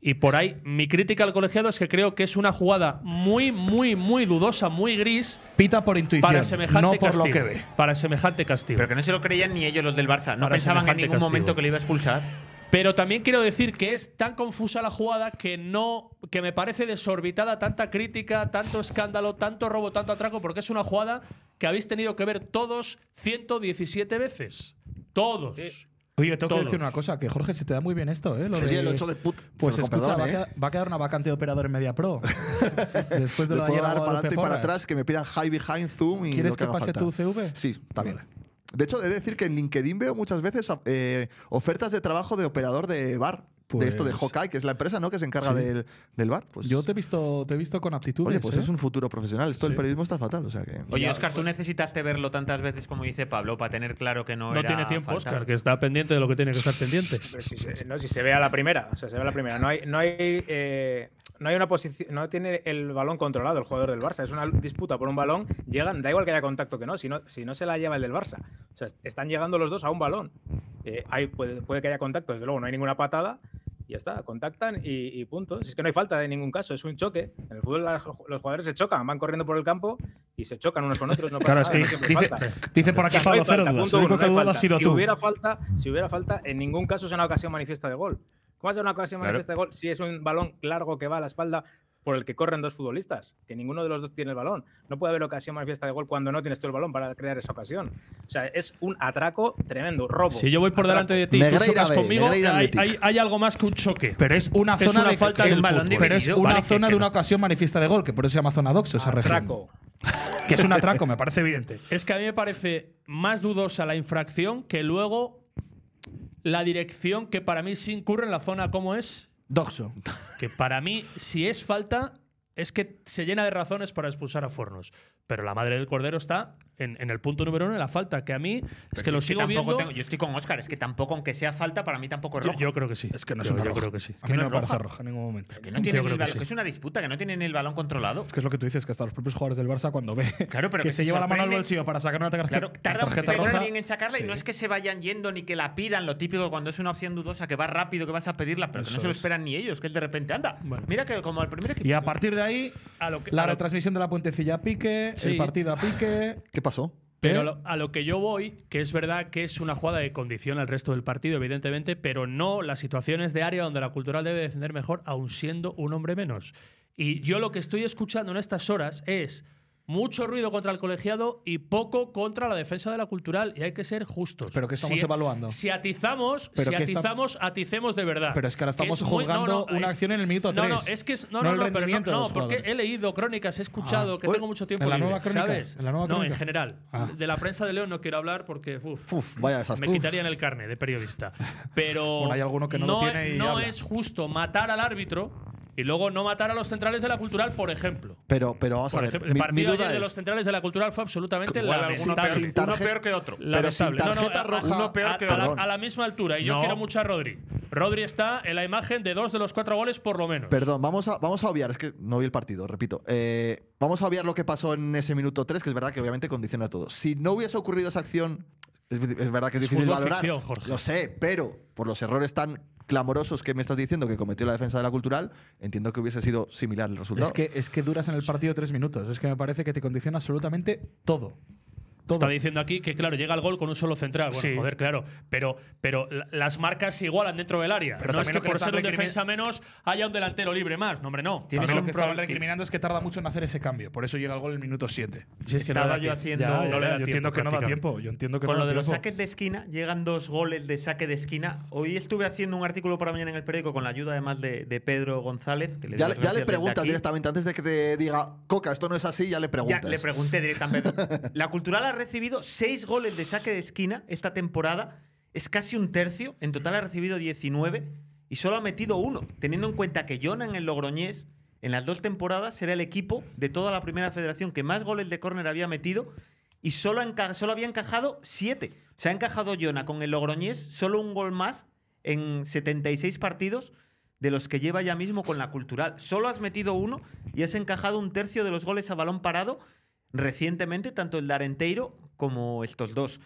Speaker 1: Y por ahí mi crítica al colegiado es que creo que es una jugada muy, muy, muy dudosa, muy gris
Speaker 7: Pita por intuición,
Speaker 1: para semejante
Speaker 7: no por
Speaker 1: castigo.
Speaker 7: lo que ve.
Speaker 1: Para semejante castigo.
Speaker 2: Pero que no se lo creían ni ellos los del Barça. No
Speaker 1: Para
Speaker 2: pensaban en
Speaker 1: semejante
Speaker 2: ningún
Speaker 1: castigo.
Speaker 2: momento que le iba a expulsar.
Speaker 1: Pero también quiero decir que es tan confusa la jugada que no, que me parece desorbitada tanta crítica, tanto escándalo, tanto robo, tanto atraco, porque es una jugada que habéis tenido que ver todos 117 veces. Todos.
Speaker 7: Oye, tengo que decir
Speaker 1: Todos.
Speaker 7: una cosa, que Jorge, se te da muy bien esto, ¿eh? Lo
Speaker 3: Sería
Speaker 7: de-
Speaker 3: el ocho de puta.
Speaker 7: Pues
Speaker 3: Bueno,
Speaker 7: escucha,
Speaker 3: perdón,
Speaker 7: va, a
Speaker 3: ¿eh?
Speaker 7: queda- va a quedar una vacante de operador en Media Pro. Después de
Speaker 3: Le
Speaker 7: lo de
Speaker 3: puedo
Speaker 7: ayer
Speaker 3: dar
Speaker 7: hago
Speaker 3: para
Speaker 7: López
Speaker 3: adelante y para
Speaker 7: Porras.
Speaker 3: atrás, que me pidan high behind zoom y
Speaker 7: ¿Quieres
Speaker 3: lo que,
Speaker 7: que
Speaker 3: haga
Speaker 7: pase
Speaker 3: falta.
Speaker 7: tu CV?
Speaker 3: Sí, está bien. De hecho, he de decir que en LinkedIn veo muchas veces eh, ofertas de trabajo de operador de bar.
Speaker 7: Pues-
Speaker 3: de esto de Hawkeye, que es la empresa ¿no? que se encarga del, del bar. Pues,
Speaker 7: Yo te he visto, te he visto con aptitudes.
Speaker 3: oye, pues
Speaker 7: ¿eh?
Speaker 3: es un futuro profesional. Esto del periodismo está fatal. O sea que,
Speaker 2: Oye, Oscar, tú necesitaste verlo tantas veces como dice Pablo para tener claro que no,
Speaker 1: No
Speaker 2: era
Speaker 1: tiene tiempo,
Speaker 2: falta.
Speaker 1: Oscar, que está pendiente de lo que tiene que estar pendiente.
Speaker 5: Pero si se, no, si se ve a la primera. O sea, se ve a la primera. No hay, no hay, eh, no hay una posición. No tiene el balón controlado el jugador del Barça. Es una disputa por un balón. Llegan, da igual que haya contacto que no. Si no, si no se la lleva el del Barça. O sea, están llegando los dos a un balón. Eh, hay, puede, puede que haya contacto, desde luego, no hay ninguna patada. Y ya está, contactan y, y punto. Si es que no hay falta en ningún caso, es un choque. En el fútbol la- los jugadores se chocan, van corriendo por el campo y se chocan unos con otros. No
Speaker 7: Claro,
Speaker 5: pasa
Speaker 7: es
Speaker 5: nada,
Speaker 7: que
Speaker 5: no siempre hay
Speaker 7: dice-
Speaker 5: falta.
Speaker 7: dicen por aquí
Speaker 5: No hay
Speaker 7: Pablo
Speaker 5: falta,
Speaker 7: cero dudas.
Speaker 5: punto
Speaker 7: El
Speaker 5: uno,
Speaker 7: único que
Speaker 5: no hay
Speaker 7: duda ha
Speaker 5: falta.
Speaker 7: sido
Speaker 5: si
Speaker 7: tú.
Speaker 5: Hubiera falta, si hubiera falta, en ningún caso es una ocasión manifiesta de gol. ¿Cómo va a ser una ocasión
Speaker 2: Claro.
Speaker 5: manifiesta de gol si es un balón largo que va a la espalda por el que corren dos futbolistas? Que ninguno de los dos tiene el balón. No puede haber ocasión manifiesta de gol cuando no tienes tú el balón para crear esa ocasión. O sea, es un atraco tremendo, robo.
Speaker 1: Si yo voy por delante de ti y tú
Speaker 3: Negreira
Speaker 1: chocas
Speaker 3: B,
Speaker 1: conmigo, hay,
Speaker 3: Negreira Athletic.
Speaker 1: hay- hay algo más que un choque.
Speaker 7: Pero es una
Speaker 1: Es
Speaker 7: zona
Speaker 1: una
Speaker 7: de
Speaker 1: falta
Speaker 7: que-
Speaker 1: del
Speaker 7: pero
Speaker 2: fútbol.
Speaker 7: es
Speaker 2: Dividido,
Speaker 7: una
Speaker 2: vale, que-
Speaker 7: zona
Speaker 2: que
Speaker 7: de
Speaker 2: no.
Speaker 7: una ocasión manifiesta de gol, que por eso se llama zona doxa esa región.
Speaker 5: atraco.
Speaker 7: Que es un atraco, me parece evidente.
Speaker 1: Es que a mí me parece más dudosa la infracción que luego la dirección que para mí sí incurre en la zona como es.
Speaker 7: Doxo.
Speaker 1: Que para mí, si es falta, es que se llena de razones para expulsar a Fornos. Pero la madre del cordero está en, en el punto número uno de la falta, que a mí es que
Speaker 2: Pero si
Speaker 1: lo
Speaker 2: es
Speaker 1: sigo
Speaker 2: tampoco
Speaker 1: viendo.
Speaker 2: tengo- yo estoy con Oscar, es que tampoco, aunque sea falta, para mí tampoco es
Speaker 1: yo,
Speaker 2: rojo.
Speaker 1: yo creo que sí.
Speaker 7: Es que no es
Speaker 1: Yo-
Speaker 7: una
Speaker 1: yo
Speaker 7: roja.
Speaker 1: creo que sí.
Speaker 7: A mí
Speaker 2: no
Speaker 7: no me
Speaker 2: es
Speaker 7: parece
Speaker 2: roja.
Speaker 7: roja en ningún momento.
Speaker 2: que no tienen
Speaker 1: creo
Speaker 2: el
Speaker 1: que
Speaker 2: balón,
Speaker 1: sí.
Speaker 2: que es una disputa, que no tienen el balón controlado.
Speaker 7: Es que es lo que tú dices, que hasta los propios jugadores del Barça, cuando ve
Speaker 2: Claro, pero
Speaker 7: que,
Speaker 2: que
Speaker 7: se
Speaker 2: se
Speaker 7: lleva la mano al
Speaker 2: sorprenden-
Speaker 7: bolsillo para sacar una tarjeta,
Speaker 2: Claro, tarda un
Speaker 7: tarjeta
Speaker 2: poquito
Speaker 7: roja.
Speaker 2: alguien en sacarla y no es que se vayan yendo ni que la pidan, lo típico cuando es una opción dudosa que va rápido, que vas a pedirla, pero que no se lo esperan ni ellos, que es de repente, anda, mira que como el primer equipo.
Speaker 7: Y a partir de ahí,
Speaker 1: A lo que-
Speaker 7: la
Speaker 1: a lo-
Speaker 7: retransmisión de la puentecilla a pique,
Speaker 1: Sí.
Speaker 7: el partido a pique.
Speaker 3: ¿Qué pasó?
Speaker 1: Pero
Speaker 7: ¿Eh?
Speaker 1: a lo, a lo que yo voy, que es verdad que es una jugada que condiciona el resto del partido, evidentemente, pero no las situaciones de área donde la cultural debe defender mejor, aun siendo un hombre menos. Y yo lo que estoy escuchando en estas horas es mucho ruido contra el colegiado y poco contra la defensa de la cultural, y hay que ser justos.
Speaker 7: ¿Pero qué estamos
Speaker 1: Si-
Speaker 7: evaluando?
Speaker 1: Si atizamos,
Speaker 7: ¿Pero
Speaker 1: si
Speaker 7: qué está-
Speaker 1: aticemos, aticemos de verdad.
Speaker 7: Pero es que ahora estamos
Speaker 1: Es muy- no,
Speaker 7: juzgando
Speaker 1: no,
Speaker 7: una
Speaker 1: es-
Speaker 7: acción en el minuto
Speaker 1: No, no,
Speaker 7: 3,
Speaker 1: es que es- no,
Speaker 7: no
Speaker 1: no,
Speaker 7: el
Speaker 1: no, pero no,
Speaker 7: rendimiento de
Speaker 1: no,
Speaker 7: los
Speaker 1: porque
Speaker 7: jugadores. Ah.
Speaker 1: he leído crónicas, he escuchado que
Speaker 3: Uy,
Speaker 1: tengo mucho tiempo
Speaker 7: ¿en la
Speaker 1: libre,
Speaker 7: nueva crónica?
Speaker 1: ¿sabes?
Speaker 7: ¿En la nueva
Speaker 1: no,
Speaker 7: crónica?
Speaker 1: en general.
Speaker 7: Ah.
Speaker 1: De la prensa de León no quiero hablar porque uf,
Speaker 3: Uf, vaya desastre.
Speaker 1: me quitarían el carne de periodista. Pero
Speaker 7: Bueno, hay alguno que no lo tiene y
Speaker 1: no
Speaker 7: habla.
Speaker 1: es justo matar al árbitro y luego no matar a los centrales de la cultural, por ejemplo.
Speaker 3: Pero, pero vamos
Speaker 1: Por
Speaker 3: a ver.
Speaker 1: ejemplo, el
Speaker 3: mi- mi
Speaker 1: partido ayer
Speaker 3: duda
Speaker 1: de
Speaker 3: es-
Speaker 1: los centrales de la cultural fue absolutamente
Speaker 2: Igual alguno
Speaker 1: lamentable.
Speaker 2: peor, que-
Speaker 3: Sin tarje-
Speaker 2: uno peor que otro.
Speaker 3: Pero sin
Speaker 1: Lamentable.
Speaker 3: tarjeta roja- ah,
Speaker 1: a-
Speaker 3: Uno peor
Speaker 1: a-
Speaker 3: que
Speaker 1: a, la,
Speaker 3: otro.
Speaker 1: a la misma altura. Y yo
Speaker 2: No.
Speaker 1: quiero mucho a Rodri. Rodri está en la imagen de dos de los cuatro goles, por lo menos.
Speaker 3: Perdón, vamos a, vamos a obviar, es que no vi el partido, repito. Eh, vamos a obviar lo que pasó en ese minuto 3, que es verdad que obviamente condiciona todo. Si no hubiese ocurrido esa acción, es, es verdad que es,
Speaker 1: Es
Speaker 3: difícil
Speaker 1: fútbol
Speaker 3: valorar.
Speaker 1: ficción, Jorge.
Speaker 3: Lo sé, pero por los errores tan clamorosos que me estás diciendo que cometió la defensa de la cultural, entiendo que hubiese sido similar el resultado.
Speaker 7: Es que, es que duras en el partido tres minutos. Es que me parece que te condiciona absolutamente todo. Todo.
Speaker 1: Está diciendo aquí que, claro, llega el gol con un solo central. Bueno,
Speaker 7: Sí.
Speaker 1: joder, claro. Pero, pero la- las marcas se igualan dentro del área.
Speaker 7: Pero
Speaker 1: no es
Speaker 7: también
Speaker 1: que
Speaker 7: lo que le
Speaker 1: por
Speaker 7: están
Speaker 1: ser un
Speaker 7: recrimi-
Speaker 1: defensa menos haya un delantero libre más. No, hombre, no.
Speaker 2: Tienes
Speaker 7: También lo
Speaker 2: un
Speaker 7: que estaban
Speaker 2: problema-
Speaker 7: recriminando es que tarda mucho en hacer ese cambio. Por eso llega el gol en el minuto 7.
Speaker 1: Si es que
Speaker 2: Estaba
Speaker 1: da
Speaker 2: yo
Speaker 1: tiempo.
Speaker 2: haciendo-
Speaker 1: Ya, ya, ya,
Speaker 2: No le da
Speaker 7: yo entiendo que no da tiempo. Yo entiendo que
Speaker 2: Con
Speaker 7: no
Speaker 2: lo
Speaker 7: da
Speaker 2: de los
Speaker 7: tiempo.
Speaker 2: saques de esquina, llegan dos goles de saque de esquina. Hoy estuve haciendo un artículo para mañana en el periódico con la ayuda además de, de Pedro González. que le doy
Speaker 3: ya, le-
Speaker 2: las
Speaker 3: ya
Speaker 2: gracias
Speaker 3: le
Speaker 2: desde
Speaker 3: preguntas
Speaker 2: aquí.
Speaker 3: directamente antes de que te diga, Coca, esto no es así, ya le
Speaker 2: Ya
Speaker 3: preguntas.
Speaker 2: le pregunté directamente. la Cultural ha recibido seis goles de saque de esquina esta temporada. Es casi un tercio. En total ha recibido 19 y solo ha metido uno, teniendo en cuenta que Jona en el Logroñés, en las dos temporadas, era el equipo de toda la primera federación que más goles de córner había metido y solo, ha enca- solo había encajado 7. O sea, ha encajado Jona con el Logroñés solo un gol más en 76 partidos de los que lleva ya mismo con la cultural. Solo has metido uno y has encajado un tercio de los goles a balón parado recientemente, tanto el de Arenteiro como estos dos.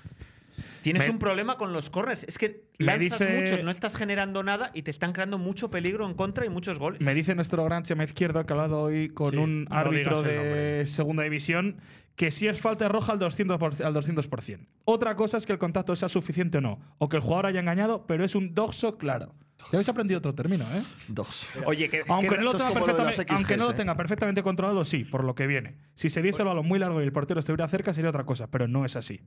Speaker 2: Tienes
Speaker 7: Me-
Speaker 2: un problema con los corners. Es que
Speaker 7: Me
Speaker 2: lanzas
Speaker 7: dice-
Speaker 2: muchos, no estás generando nada y te están creando mucho peligro en contra y muchos goles.
Speaker 7: Me dice nuestro gran chema izquierdo que ha hablado hoy con
Speaker 1: Sí,
Speaker 7: un
Speaker 1: no
Speaker 7: árbitro
Speaker 1: digas el
Speaker 7: de
Speaker 1: nombre.
Speaker 7: segunda división que si es falta roja al 200%, al 200%. Otra cosa es que el contacto sea suficiente o no, o que el jugador haya engañado, pero es un doxo claro. Ya habéis aprendido otro término, ¿eh?
Speaker 3: Dos.
Speaker 2: Oye, que,
Speaker 7: Aunque
Speaker 2: que-
Speaker 7: no, lo
Speaker 3: eso es
Speaker 7: tenga
Speaker 3: como lo de las
Speaker 7: perfectamente- aunque no lo
Speaker 3: XGs, ¿eh?
Speaker 7: tenga perfectamente controlado, sí, por lo que viene. Si se diese el balón muy largo y el portero estuviera cerca, sería otra cosa, pero no es así.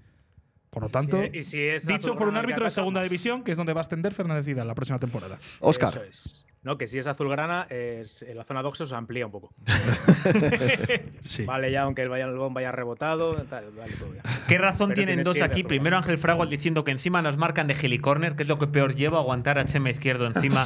Speaker 7: Por lo tanto,
Speaker 5: y si es
Speaker 7: dicho
Speaker 5: azulgrana
Speaker 7: por un
Speaker 5: el que
Speaker 7: árbitro de
Speaker 5: ataca,
Speaker 7: segunda
Speaker 5: más.
Speaker 7: división, que es donde va a ascender Fernández Vidal la próxima temporada.
Speaker 5: Eso
Speaker 3: Oscar,
Speaker 5: es. No, que si es azulgrana, es- en la zona doxo se amplía un poco.
Speaker 7: Sí.
Speaker 5: Vale, ya, aunque el balón vaya rebotado. tal, vale, todo bien.
Speaker 2: ¿Qué razón
Speaker 5: Pero
Speaker 2: tienen
Speaker 5: tienes
Speaker 2: dos
Speaker 5: que ir de
Speaker 2: aquí?
Speaker 5: acuerdo.
Speaker 2: Primero Ángel Fragual diciendo que encima nos marcan de helicórner, que es lo que peor lleva aguantar a Chema Izquierdo encima,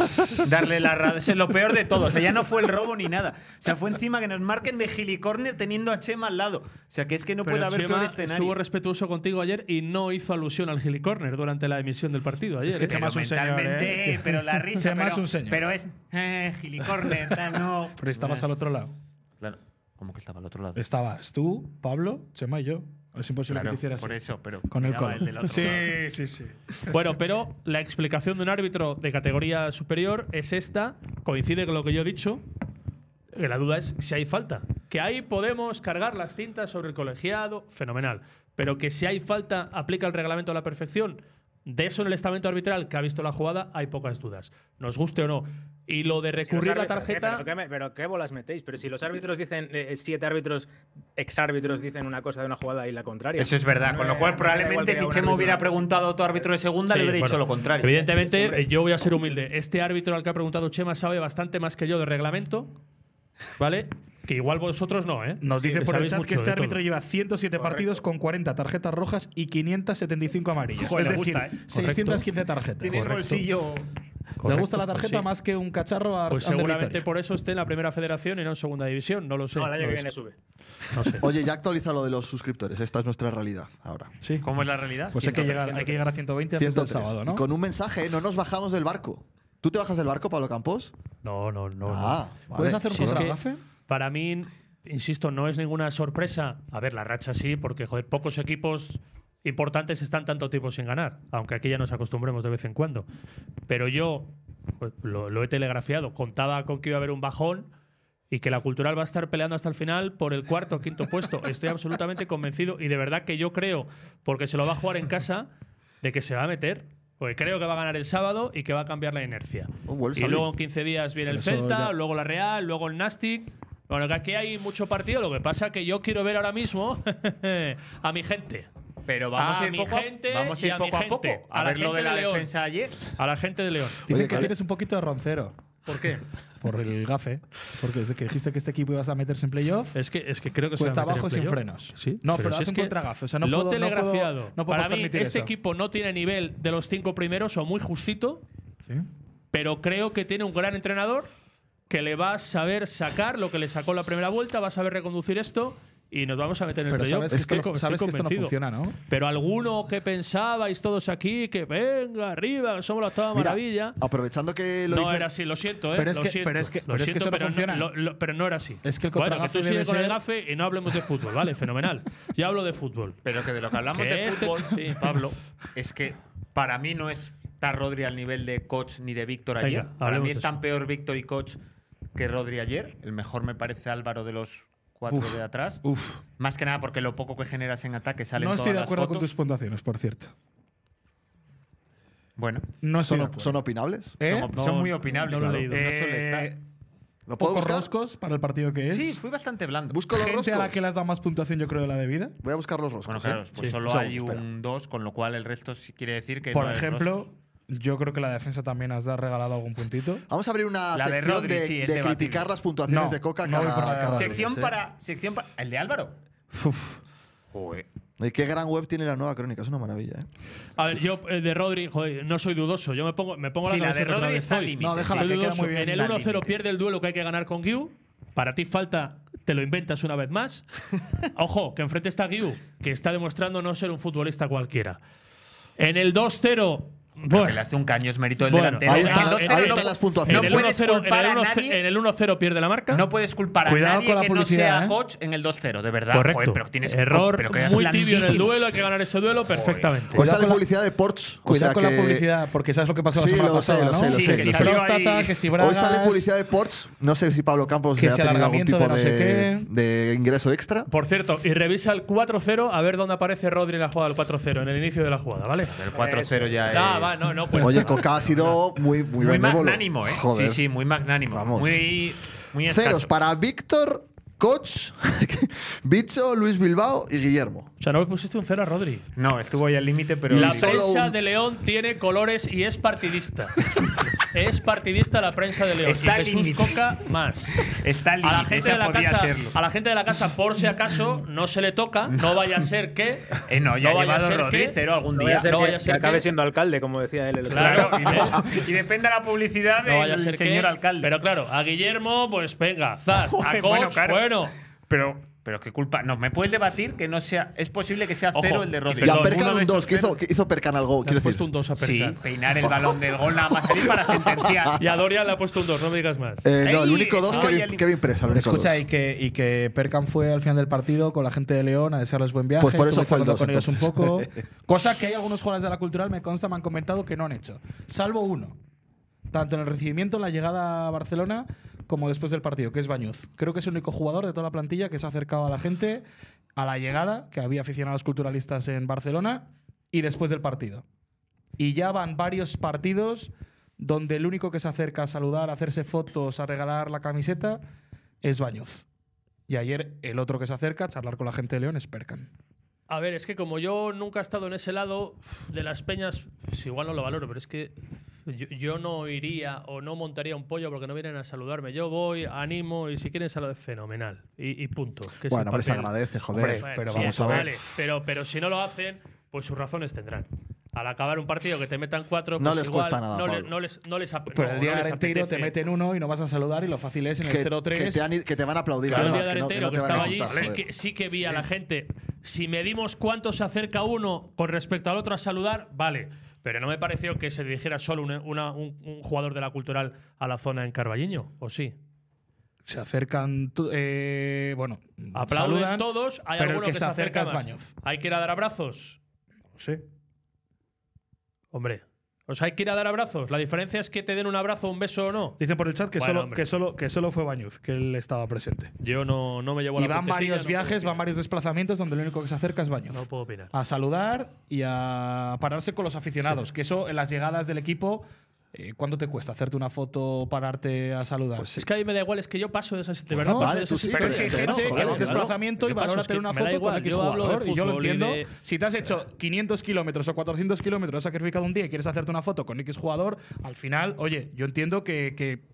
Speaker 2: darle la radio. Eso es lo peor de todo. O sea, ya no fue el robo ni nada. O sea, fue encima que nos marquen de helicórner teniendo a Chema al lado. O sea, que es que no
Speaker 1: Pero
Speaker 2: puede haber
Speaker 1: Chema
Speaker 2: peor escenario.
Speaker 1: estuvo respetuoso contigo ayer y no hizo alusión al helicórner durante la emisión del partido ayer.
Speaker 7: Es que
Speaker 1: ¿eh?
Speaker 7: Chema es un señor,
Speaker 2: Mentalmente,
Speaker 7: ¿eh?
Speaker 2: pero la risa.
Speaker 7: Chema
Speaker 2: pero,
Speaker 7: es un señor.
Speaker 2: Pero es. Eh, helicórner, tal, no.
Speaker 7: Pero estabas al otro lado.
Speaker 2: Claro, como que estaba al otro lado.
Speaker 7: Estabas tú, Pablo, Chema y yo. Es imposible
Speaker 2: Claro,
Speaker 7: que te hicieras
Speaker 2: por
Speaker 7: así.
Speaker 2: eso, pero.
Speaker 7: Con el
Speaker 2: miraba
Speaker 7: codo.
Speaker 2: el del otro
Speaker 7: sí,
Speaker 2: lado.
Speaker 7: sí, sí.
Speaker 1: Bueno, pero la explicación de un árbitro de categoría superior es esta, coincide con lo que yo he dicho. Eh, La duda es si hay falta. Que ahí podemos cargar las tintas sobre el colegiado, fenomenal. Pero que si hay falta, aplica el reglamento a la perfección. De eso en el estamento arbitral que ha visto la jugada hay pocas dudas. Nos guste o no. Y lo de
Speaker 5: Si los
Speaker 1: recurrir la
Speaker 5: árbitros- eh,
Speaker 1: tarjeta...
Speaker 5: Pero qué, me- pero qué bolas metéis. Pero si los árbitros dicen, eh, siete árbitros, exárbitros dicen una cosa de una jugada y la contraria.
Speaker 2: Eso es verdad, con lo cual
Speaker 5: Eh, igual
Speaker 2: probablemente
Speaker 5: que
Speaker 2: si
Speaker 5: haya un
Speaker 2: Chema
Speaker 5: árbitro
Speaker 2: hubiera
Speaker 5: más.
Speaker 2: preguntado a otro árbitro de segunda,
Speaker 1: Sí,
Speaker 2: le hubiera dicho
Speaker 1: bueno,
Speaker 2: lo contrario.
Speaker 5: Sí,
Speaker 1: Evidentemente,
Speaker 5: hombre.
Speaker 1: eh, yo voy a ser humilde. Este árbitro al que ha preguntado Chema sabe bastante más que yo de reglamento, ¿vale? Que igual vosotros no, ¿eh?
Speaker 7: Nos dice
Speaker 1: Que
Speaker 7: por el
Speaker 1: sabéis
Speaker 7: chat que este
Speaker 1: mucho de todo. Pues
Speaker 7: árbitro lleva 107 partidos con 40 tarjetas rojas y 575 amarillas.
Speaker 2: Joder,
Speaker 7: es
Speaker 2: le
Speaker 7: decir,
Speaker 2: gusta, ¿eh?
Speaker 7: 615 tarjetas.
Speaker 2: Tiene el bolsillo.
Speaker 7: Le
Speaker 1: Correcto,
Speaker 7: gusta la tarjeta
Speaker 1: pues sí.
Speaker 7: más que un cacharro a
Speaker 1: Pues
Speaker 7: Ander
Speaker 1: seguramente
Speaker 7: Vitoria.
Speaker 1: por eso esté en la primera federación y no en segunda división. No lo sé.
Speaker 5: No, el año
Speaker 1: no
Speaker 5: que
Speaker 1: lo
Speaker 5: viene
Speaker 1: sé.
Speaker 5: sube.
Speaker 1: No sé.
Speaker 3: oye, ya actualiza lo de los suscriptores. Esta es nuestra realidad ahora.
Speaker 7: Sí.
Speaker 2: ¿Cómo es la realidad?
Speaker 7: Pues hay que, llegar, hay que llegar a 120 antes del
Speaker 3: 103.
Speaker 7: sábado, ¿no?
Speaker 3: Y con un mensaje, ¿eh? no nos bajamos del barco. ¿Tú te bajas del barco, Pablo Campos?
Speaker 1: No, no,
Speaker 2: Oh,
Speaker 1: no. no.
Speaker 3: ah, vale.
Speaker 7: ¿Puedes hacer un
Speaker 1: Si es que
Speaker 7: contragafe?
Speaker 1: para mí, insisto, no es ninguna sorpresa. A ver, la racha sí, porque joder, pocos equipos importantes están tanto tiempo sin ganar, aunque aquí ya nos acostumbremos de vez en cuando. Pero yo pues, lo, lo he telegrafiado, contaba con que iba a haber un bajón y que la cultural va a estar peleando hasta el final por el cuarto o quinto puesto. Estoy absolutamente convencido y de verdad que yo creo, porque se lo va a jugar en casa, de que se va a meter. Porque creo que va a ganar el sábado y que va a cambiar la inercia.
Speaker 3: Oh, well,
Speaker 1: y
Speaker 3: Xavi.
Speaker 1: luego en 15 días viene el
Speaker 7: Eso
Speaker 1: Celta,
Speaker 7: ya-
Speaker 1: luego la Real, luego el Nastic. Bueno, que aquí hay mucho partido, lo que pasa que yo quiero ver ahora mismo a mi gente.
Speaker 2: Pero vamos
Speaker 1: A
Speaker 2: a ir
Speaker 1: mi
Speaker 2: poco a,
Speaker 1: gente
Speaker 2: vamos a,
Speaker 1: y
Speaker 2: ir
Speaker 1: a mi
Speaker 2: poco, a poco.
Speaker 1: gente.
Speaker 2: A,
Speaker 1: A la
Speaker 2: ver lo
Speaker 1: gente
Speaker 2: de
Speaker 1: de
Speaker 2: la
Speaker 1: León.
Speaker 2: defensa ayer.
Speaker 1: A la gente de León.
Speaker 7: Dicen
Speaker 3: Oye,
Speaker 7: que
Speaker 3: Cal-
Speaker 7: tienes un poquito de roncero
Speaker 1: ¿Por qué?
Speaker 7: por el gafe, porque desde que dijiste que este equipo ibas a meterse en playoff,
Speaker 1: Es que, es que creo que se
Speaker 7: Cuesta
Speaker 1: va a meter
Speaker 7: abajo
Speaker 1: en
Speaker 7: sin
Speaker 1: playoff.
Speaker 7: frenos.
Speaker 1: Sí,
Speaker 7: No, pero
Speaker 1: si
Speaker 7: haz
Speaker 1: es
Speaker 7: un
Speaker 1: que
Speaker 7: contragafe, o sea, no
Speaker 1: lo
Speaker 7: puedo- no puedo-
Speaker 1: telegrafiado.
Speaker 7: no podemos
Speaker 1: Para mí,
Speaker 7: permitir
Speaker 1: este
Speaker 7: eso.
Speaker 1: equipo no tiene nivel de los cinco primeros o muy justito,
Speaker 7: ¿sí?
Speaker 1: pero creo que tiene un gran entrenador que le va a saber sacar lo que le sacó la primera vuelta, va a saber reconducir esto y nos vamos a meter en el
Speaker 7: pero
Speaker 1: playoff.
Speaker 7: sabes, que,
Speaker 1: Estoy
Speaker 7: esto,
Speaker 1: co-
Speaker 7: no-
Speaker 1: estoy
Speaker 7: sabes que esto no
Speaker 1: convencido.
Speaker 7: funciona, ¿no?
Speaker 1: Pero alguno que pensabais todos aquí que venga arriba, que somos la octava
Speaker 3: Mira,
Speaker 1: maravilla.
Speaker 3: Aprovechando que lo
Speaker 1: No
Speaker 3: dicen-
Speaker 1: era así, lo siento, ¿eh?
Speaker 7: Pero es
Speaker 1: lo
Speaker 7: que-
Speaker 1: siento,
Speaker 7: pero es que-
Speaker 1: lo
Speaker 7: pero es que
Speaker 1: siento,
Speaker 7: eso no
Speaker 1: pero
Speaker 7: funciona.
Speaker 1: lo- lo- pero no era así.
Speaker 7: Es que el
Speaker 1: bueno, que
Speaker 7: contragafe
Speaker 1: tú sigues
Speaker 7: debe
Speaker 1: con el
Speaker 7: ser-
Speaker 1: gafe y no hablemos de fútbol, ¿vale? Fenomenal. Yo hablo de fútbol.
Speaker 2: Pero que de lo que hablamos
Speaker 1: Que
Speaker 2: de
Speaker 1: este-
Speaker 2: fútbol,
Speaker 1: sí.
Speaker 2: Pablo, es que para mí no está Rodri al nivel de coach ni de Víctor ayer.
Speaker 1: Venga,
Speaker 2: para
Speaker 1: hablemos
Speaker 2: mí
Speaker 1: de
Speaker 2: están
Speaker 1: eso.
Speaker 2: peor Víctor y coach que Rodri ayer. El mejor me parece Álvaro de los cuatro de atrás.
Speaker 7: Uf.
Speaker 2: Más que nada porque lo poco que generas en ataque sale
Speaker 7: No
Speaker 2: en
Speaker 7: estoy
Speaker 2: todas
Speaker 7: de
Speaker 2: las
Speaker 7: acuerdo con
Speaker 2: fotos.
Speaker 7: tus puntuaciones, por cierto.
Speaker 2: Bueno,
Speaker 7: No estoy
Speaker 3: ¿Son,
Speaker 7: de
Speaker 3: op-
Speaker 7: acuerdo.
Speaker 3: son opinables?
Speaker 7: ¿Eh?
Speaker 2: son, son muy opinables.
Speaker 1: no lo he
Speaker 2: claro.
Speaker 1: leído.
Speaker 2: No suele estar.
Speaker 7: Eh,
Speaker 3: ¿Lo puedo
Speaker 7: pocos
Speaker 3: buscar?
Speaker 7: roscos para el partido que es.
Speaker 2: Sí, fui bastante blando.
Speaker 3: Busco los
Speaker 7: Gente
Speaker 3: roscos.
Speaker 7: a la que le has dado más puntuación, yo creo, de la debida.
Speaker 3: Voy a buscar los roscos.
Speaker 2: Bueno, claro,
Speaker 3: ¿eh?
Speaker 2: pues
Speaker 3: Sí.
Speaker 2: solo
Speaker 3: Un
Speaker 2: hay
Speaker 3: segundo, espera.
Speaker 2: un 2, con lo cual el resto sí quiere decir que.
Speaker 7: Por
Speaker 2: no es
Speaker 7: ejemplo,
Speaker 2: rostro.
Speaker 7: yo creo que la defensa también has da- regalado algún puntito.
Speaker 3: Vamos a abrir una
Speaker 2: La de
Speaker 3: sección de,
Speaker 2: Rodri, sí, es
Speaker 3: de
Speaker 2: debatible.
Speaker 3: criticar las puntuaciones
Speaker 7: No,
Speaker 3: de Coca
Speaker 7: no voy
Speaker 3: cada,
Speaker 7: por la de
Speaker 3: cada
Speaker 7: Rodri.
Speaker 3: lunes,
Speaker 2: Sección
Speaker 3: ¿eh?
Speaker 2: para. Sección para. ¿El de Álvaro? Joder.
Speaker 3: Y qué gran web tiene la nueva crónica, es una maravilla. ¿eh?
Speaker 1: A ver, yo eh, de Rodri, joder, no soy dudoso. Yo me pongo, me pongo
Speaker 2: Sí,
Speaker 1: la
Speaker 2: la de
Speaker 1: camiseta
Speaker 2: Rodri
Speaker 1: vez
Speaker 2: está al
Speaker 1: hoy.
Speaker 2: límite, No,
Speaker 7: déjala,
Speaker 1: Soy
Speaker 7: que queda
Speaker 1: dudoso.
Speaker 7: muy bien.
Speaker 1: En el
Speaker 2: Está al
Speaker 1: 1-0
Speaker 2: límite.
Speaker 1: pierde el duelo que hay que ganar con Giu. Para ti falta te lo inventas una vez más. Ojo, que enfrente está Guiu, que está demostrando no ser un futbolista cualquiera. En el 2-0.
Speaker 2: Pero
Speaker 1: bueno,
Speaker 2: que le hace un caño, es mérito del
Speaker 1: Bueno,
Speaker 2: delantero.
Speaker 3: ahí
Speaker 2: En el
Speaker 3: está-
Speaker 2: 2-0
Speaker 3: ahí
Speaker 2: no-
Speaker 3: están las
Speaker 2: No
Speaker 3: puntuaciones.
Speaker 1: en el
Speaker 2: puedes
Speaker 1: 1-0
Speaker 2: culpar a
Speaker 1: en el 1-0
Speaker 2: nadie.
Speaker 1: en el 1-0 pierde la marca.
Speaker 2: No puedes culpar a
Speaker 7: Cuidado
Speaker 2: nadie
Speaker 7: con la
Speaker 2: que no
Speaker 7: publicidad,
Speaker 2: sea
Speaker 7: ¿eh?
Speaker 2: coach en el 2-0, de verdad.
Speaker 1: Correcto.
Speaker 2: Joder, pero tienes
Speaker 1: Error
Speaker 2: pero que
Speaker 1: muy tibio en
Speaker 2: eras
Speaker 1: el
Speaker 2: blandísimo.
Speaker 1: duelo, hay que ganar ese duelo perfectamente.
Speaker 3: Hoy
Speaker 7: Cuidado
Speaker 3: sale
Speaker 7: con la-
Speaker 3: publicidad de Ports.
Speaker 7: Cuidado
Speaker 3: o sea
Speaker 7: con
Speaker 3: que-
Speaker 7: la publicidad, porque sabes lo que pasó la
Speaker 3: Sí,
Speaker 7: semana
Speaker 3: lo
Speaker 7: pasada,
Speaker 3: sé, lo
Speaker 7: ¿no?
Speaker 3: sé, lo
Speaker 7: que
Speaker 3: Sí, sé,
Speaker 7: si
Speaker 3: lo sé.
Speaker 7: Próstata,
Speaker 1: ahí-
Speaker 7: que si
Speaker 3: Hoy
Speaker 7: Bragas,
Speaker 3: sale publicidad de Ports. No sé si Pablo Campos
Speaker 7: Que
Speaker 3: le ha
Speaker 7: si
Speaker 3: tenido algún
Speaker 7: alargamiento
Speaker 3: tipo
Speaker 7: de
Speaker 3: de,
Speaker 7: no sé
Speaker 3: de ingreso extra.
Speaker 1: Por cierto, y revisa el 4-0 a ver dónde aparece Rodri en la jugada del 4-0, en el inicio de la jugada, ¿vale?
Speaker 2: El 4-0 ya es.
Speaker 1: Ah, va, no, no, pues.
Speaker 3: Oye, Coca ha sido muy,
Speaker 2: Muy
Speaker 3: muy, benévolo.
Speaker 2: magnánimo, ¿eh?
Speaker 3: Joder.
Speaker 2: Sí, sí, muy magnánimo.
Speaker 3: Vamos.
Speaker 2: Muy, muy escaso.
Speaker 3: Ceros para Víctor, Coach, Bicho, Luis Bilbao y Guillermo.
Speaker 1: O sea, no le pusiste un cero a Rodri.
Speaker 2: No, estuvo ahí al límite, pero.
Speaker 1: la
Speaker 3: solo
Speaker 1: prensa
Speaker 3: un-
Speaker 1: de León tiene colores y es partidista. es partidista la prensa de León.
Speaker 2: Está
Speaker 1: y
Speaker 2: al
Speaker 1: Jesús
Speaker 2: límite.
Speaker 1: Coca más.
Speaker 2: Está al
Speaker 1: a la
Speaker 2: límite,
Speaker 1: gente
Speaker 2: esa
Speaker 1: de la
Speaker 2: podía
Speaker 1: casa,
Speaker 2: serlo.
Speaker 1: a la gente de la casa por si acaso no se le toca, no vaya a ser que
Speaker 2: Eh, no, ya ha
Speaker 1: vaya a
Speaker 2: llevado
Speaker 1: ser
Speaker 2: Rodri
Speaker 1: que-
Speaker 2: cero algún
Speaker 1: no vaya
Speaker 2: día.
Speaker 1: a ser
Speaker 2: No
Speaker 1: que-
Speaker 2: vaya a
Speaker 1: ser
Speaker 5: que acabe siendo alcalde, como decía él el otro día.
Speaker 1: Claro,
Speaker 2: Claro, y, de- y depende de la publicidad del
Speaker 1: no vaya a ser que-
Speaker 2: señor alcalde.
Speaker 1: Pero claro, a Guillermo pues venga, zas, a Coach,
Speaker 2: Joder,
Speaker 1: bueno,
Speaker 2: bueno, claro. Pero, pero qué culpa. No, me puedes debatir que no sea. Es posible que sea
Speaker 1: Ojo,
Speaker 2: cero el de Rodri.
Speaker 1: y
Speaker 3: Y a
Speaker 1: Perdón,
Speaker 3: Percan
Speaker 2: Uno de
Speaker 3: un
Speaker 2: esos
Speaker 3: 2, que
Speaker 2: cero.
Speaker 3: hizo, que hizo Percan algo.
Speaker 1: le
Speaker 3: Quiero
Speaker 1: has puesto
Speaker 3: decir.
Speaker 1: un 2 a
Speaker 2: Sí,
Speaker 1: Perkan.
Speaker 2: peinar el balón del gol nada más salir para sentenciar.
Speaker 1: Y a Dorian le ha puesto un 2, no me digas más.
Speaker 3: Eh, no, el
Speaker 2: Ey,
Speaker 3: único 2,
Speaker 2: no, y
Speaker 3: Kevin,
Speaker 2: el-
Speaker 3: Kevin Presa. El único
Speaker 7: Escucha,
Speaker 3: dos.
Speaker 7: y que, y que Perkan fue al final del partido con la gente de León a desearles buen viaje.
Speaker 3: Pues por eso
Speaker 7: estuve charlando
Speaker 3: fue el dos,
Speaker 7: con ellos un poco.
Speaker 3: entonces.
Speaker 7: Cosa que hay algunos jugadores de la cultural, me consta, me han comentado que no han hecho. Salvo uno. Tanto en el recibimiento, en la llegada a Barcelona, como después del partido, que es Bañuz. Creo que es el único jugador de toda la plantilla que se ha acercado a la gente a la llegada, que había aficionados culturalistas en Barcelona, y después del partido. Y ya van varios partidos donde el único que se acerca a saludar, a hacerse fotos, a regalar la camiseta, es Bañuz. Y ayer el otro que se acerca a charlar con la gente de León es Perkan.
Speaker 1: A ver, es que como yo nunca he estado en ese lado de las peñas, pues igual no lo valoro, pero es que yo, yo no iría o no montaría un pollo porque no vienen a saludarme. Yo voy, animo y si quieren saludar, fenomenal. Y, y punto. que es
Speaker 3: Bueno,
Speaker 1: el
Speaker 3: pero se
Speaker 1: papel.
Speaker 3: agradece,
Speaker 7: Hombre,
Speaker 3: joder.
Speaker 1: Bueno,
Speaker 7: pero
Speaker 1: sí,
Speaker 3: vamos
Speaker 1: eso
Speaker 3: a ver.
Speaker 1: vale, pero, pero si no lo hacen, pues sus razones tendrán. Al acabar un partido que te metan cuatro,
Speaker 3: No
Speaker 1: pues
Speaker 3: les
Speaker 1: igual
Speaker 3: cuesta nada,
Speaker 1: No, le-
Speaker 3: Pablo.
Speaker 1: no les, no les ap-
Speaker 7: Pero
Speaker 1: no,
Speaker 7: el día
Speaker 1: no
Speaker 7: de
Speaker 1: les
Speaker 7: Arenteiro te
Speaker 1: apetece.
Speaker 7: meten uno y no vas a saludar y lo fácil es en el
Speaker 3: Que, que
Speaker 7: 0-3.
Speaker 3: te, han- que te van a aplaudir,
Speaker 1: Claro,
Speaker 3: además.
Speaker 1: el día
Speaker 3: Que no,
Speaker 1: del
Speaker 3: que
Speaker 1: Arenteiro,
Speaker 3: no
Speaker 1: que
Speaker 3: te van a eh.
Speaker 1: estaba allí,
Speaker 3: insultar,
Speaker 1: sí
Speaker 3: joder.
Speaker 1: que, sí que vi a la gente. Si medimos cuánto se acerca uno con respecto al otro a saludar, vale. Pero no me pareció que se dirigiera solo una- una- un, un jugador de la cultural a la zona en Carballiño, ¿o sí?
Speaker 7: Se acercan. tu- eh, bueno,
Speaker 1: Aplauden
Speaker 7: saludan,
Speaker 1: todos, hay
Speaker 7: pero el
Speaker 1: alguno
Speaker 7: que, se acerca, es
Speaker 1: más.
Speaker 7: Bañuz.
Speaker 1: Hay que ir a dar abrazos.
Speaker 7: Sí.
Speaker 1: Hombre, o sea, hay que ir a dar abrazos. La diferencia es que te den un abrazo, un beso o no.
Speaker 7: Dicen por el chat que,
Speaker 1: Bueno,
Speaker 7: solo,
Speaker 1: hombre.
Speaker 7: que, solo, que solo fue Bañuz, que él estaba presente.
Speaker 1: Yo no, no me llevo a la
Speaker 7: Y van
Speaker 1: puentecilla,
Speaker 7: varios
Speaker 1: no
Speaker 7: viajes,
Speaker 1: puedo
Speaker 7: van
Speaker 1: opinar.
Speaker 7: varios desplazamientos donde lo único que se acerca es Bañuz.
Speaker 1: No puedo opinar.
Speaker 7: a saludar y a pararse con los aficionados. Que eso en las llegadas del equipo, eh, ¿cuánto te cuesta hacerte una foto, pararte a saludar?
Speaker 3: Pues sí.
Speaker 1: Es que a mí me da igual, es que yo paso de esas. De verdad,
Speaker 7: Bueno,
Speaker 1: paso
Speaker 3: vale,
Speaker 1: de
Speaker 3: tú
Speaker 1: esas
Speaker 3: sí,
Speaker 7: Pero es que hay
Speaker 3: Pero
Speaker 1: situaciones.
Speaker 3: no,
Speaker 7: gente
Speaker 3: joder,
Speaker 7: en
Speaker 3: no,
Speaker 7: el
Speaker 3: que es
Speaker 7: desplazamiento y
Speaker 1: Lo que pasa
Speaker 7: valora
Speaker 1: es que
Speaker 7: tener una
Speaker 1: me da
Speaker 7: foto
Speaker 1: igual,
Speaker 7: con X
Speaker 1: yo hablo de
Speaker 7: jugador. Y yo lo
Speaker 1: fútbol y
Speaker 7: entiendo.
Speaker 1: de-
Speaker 7: Si te has hecho 500 kilómetros o 400 kilómetros, has sacrificado un día y quieres hacerte una foto con X jugador, al final, oye, yo entiendo que, que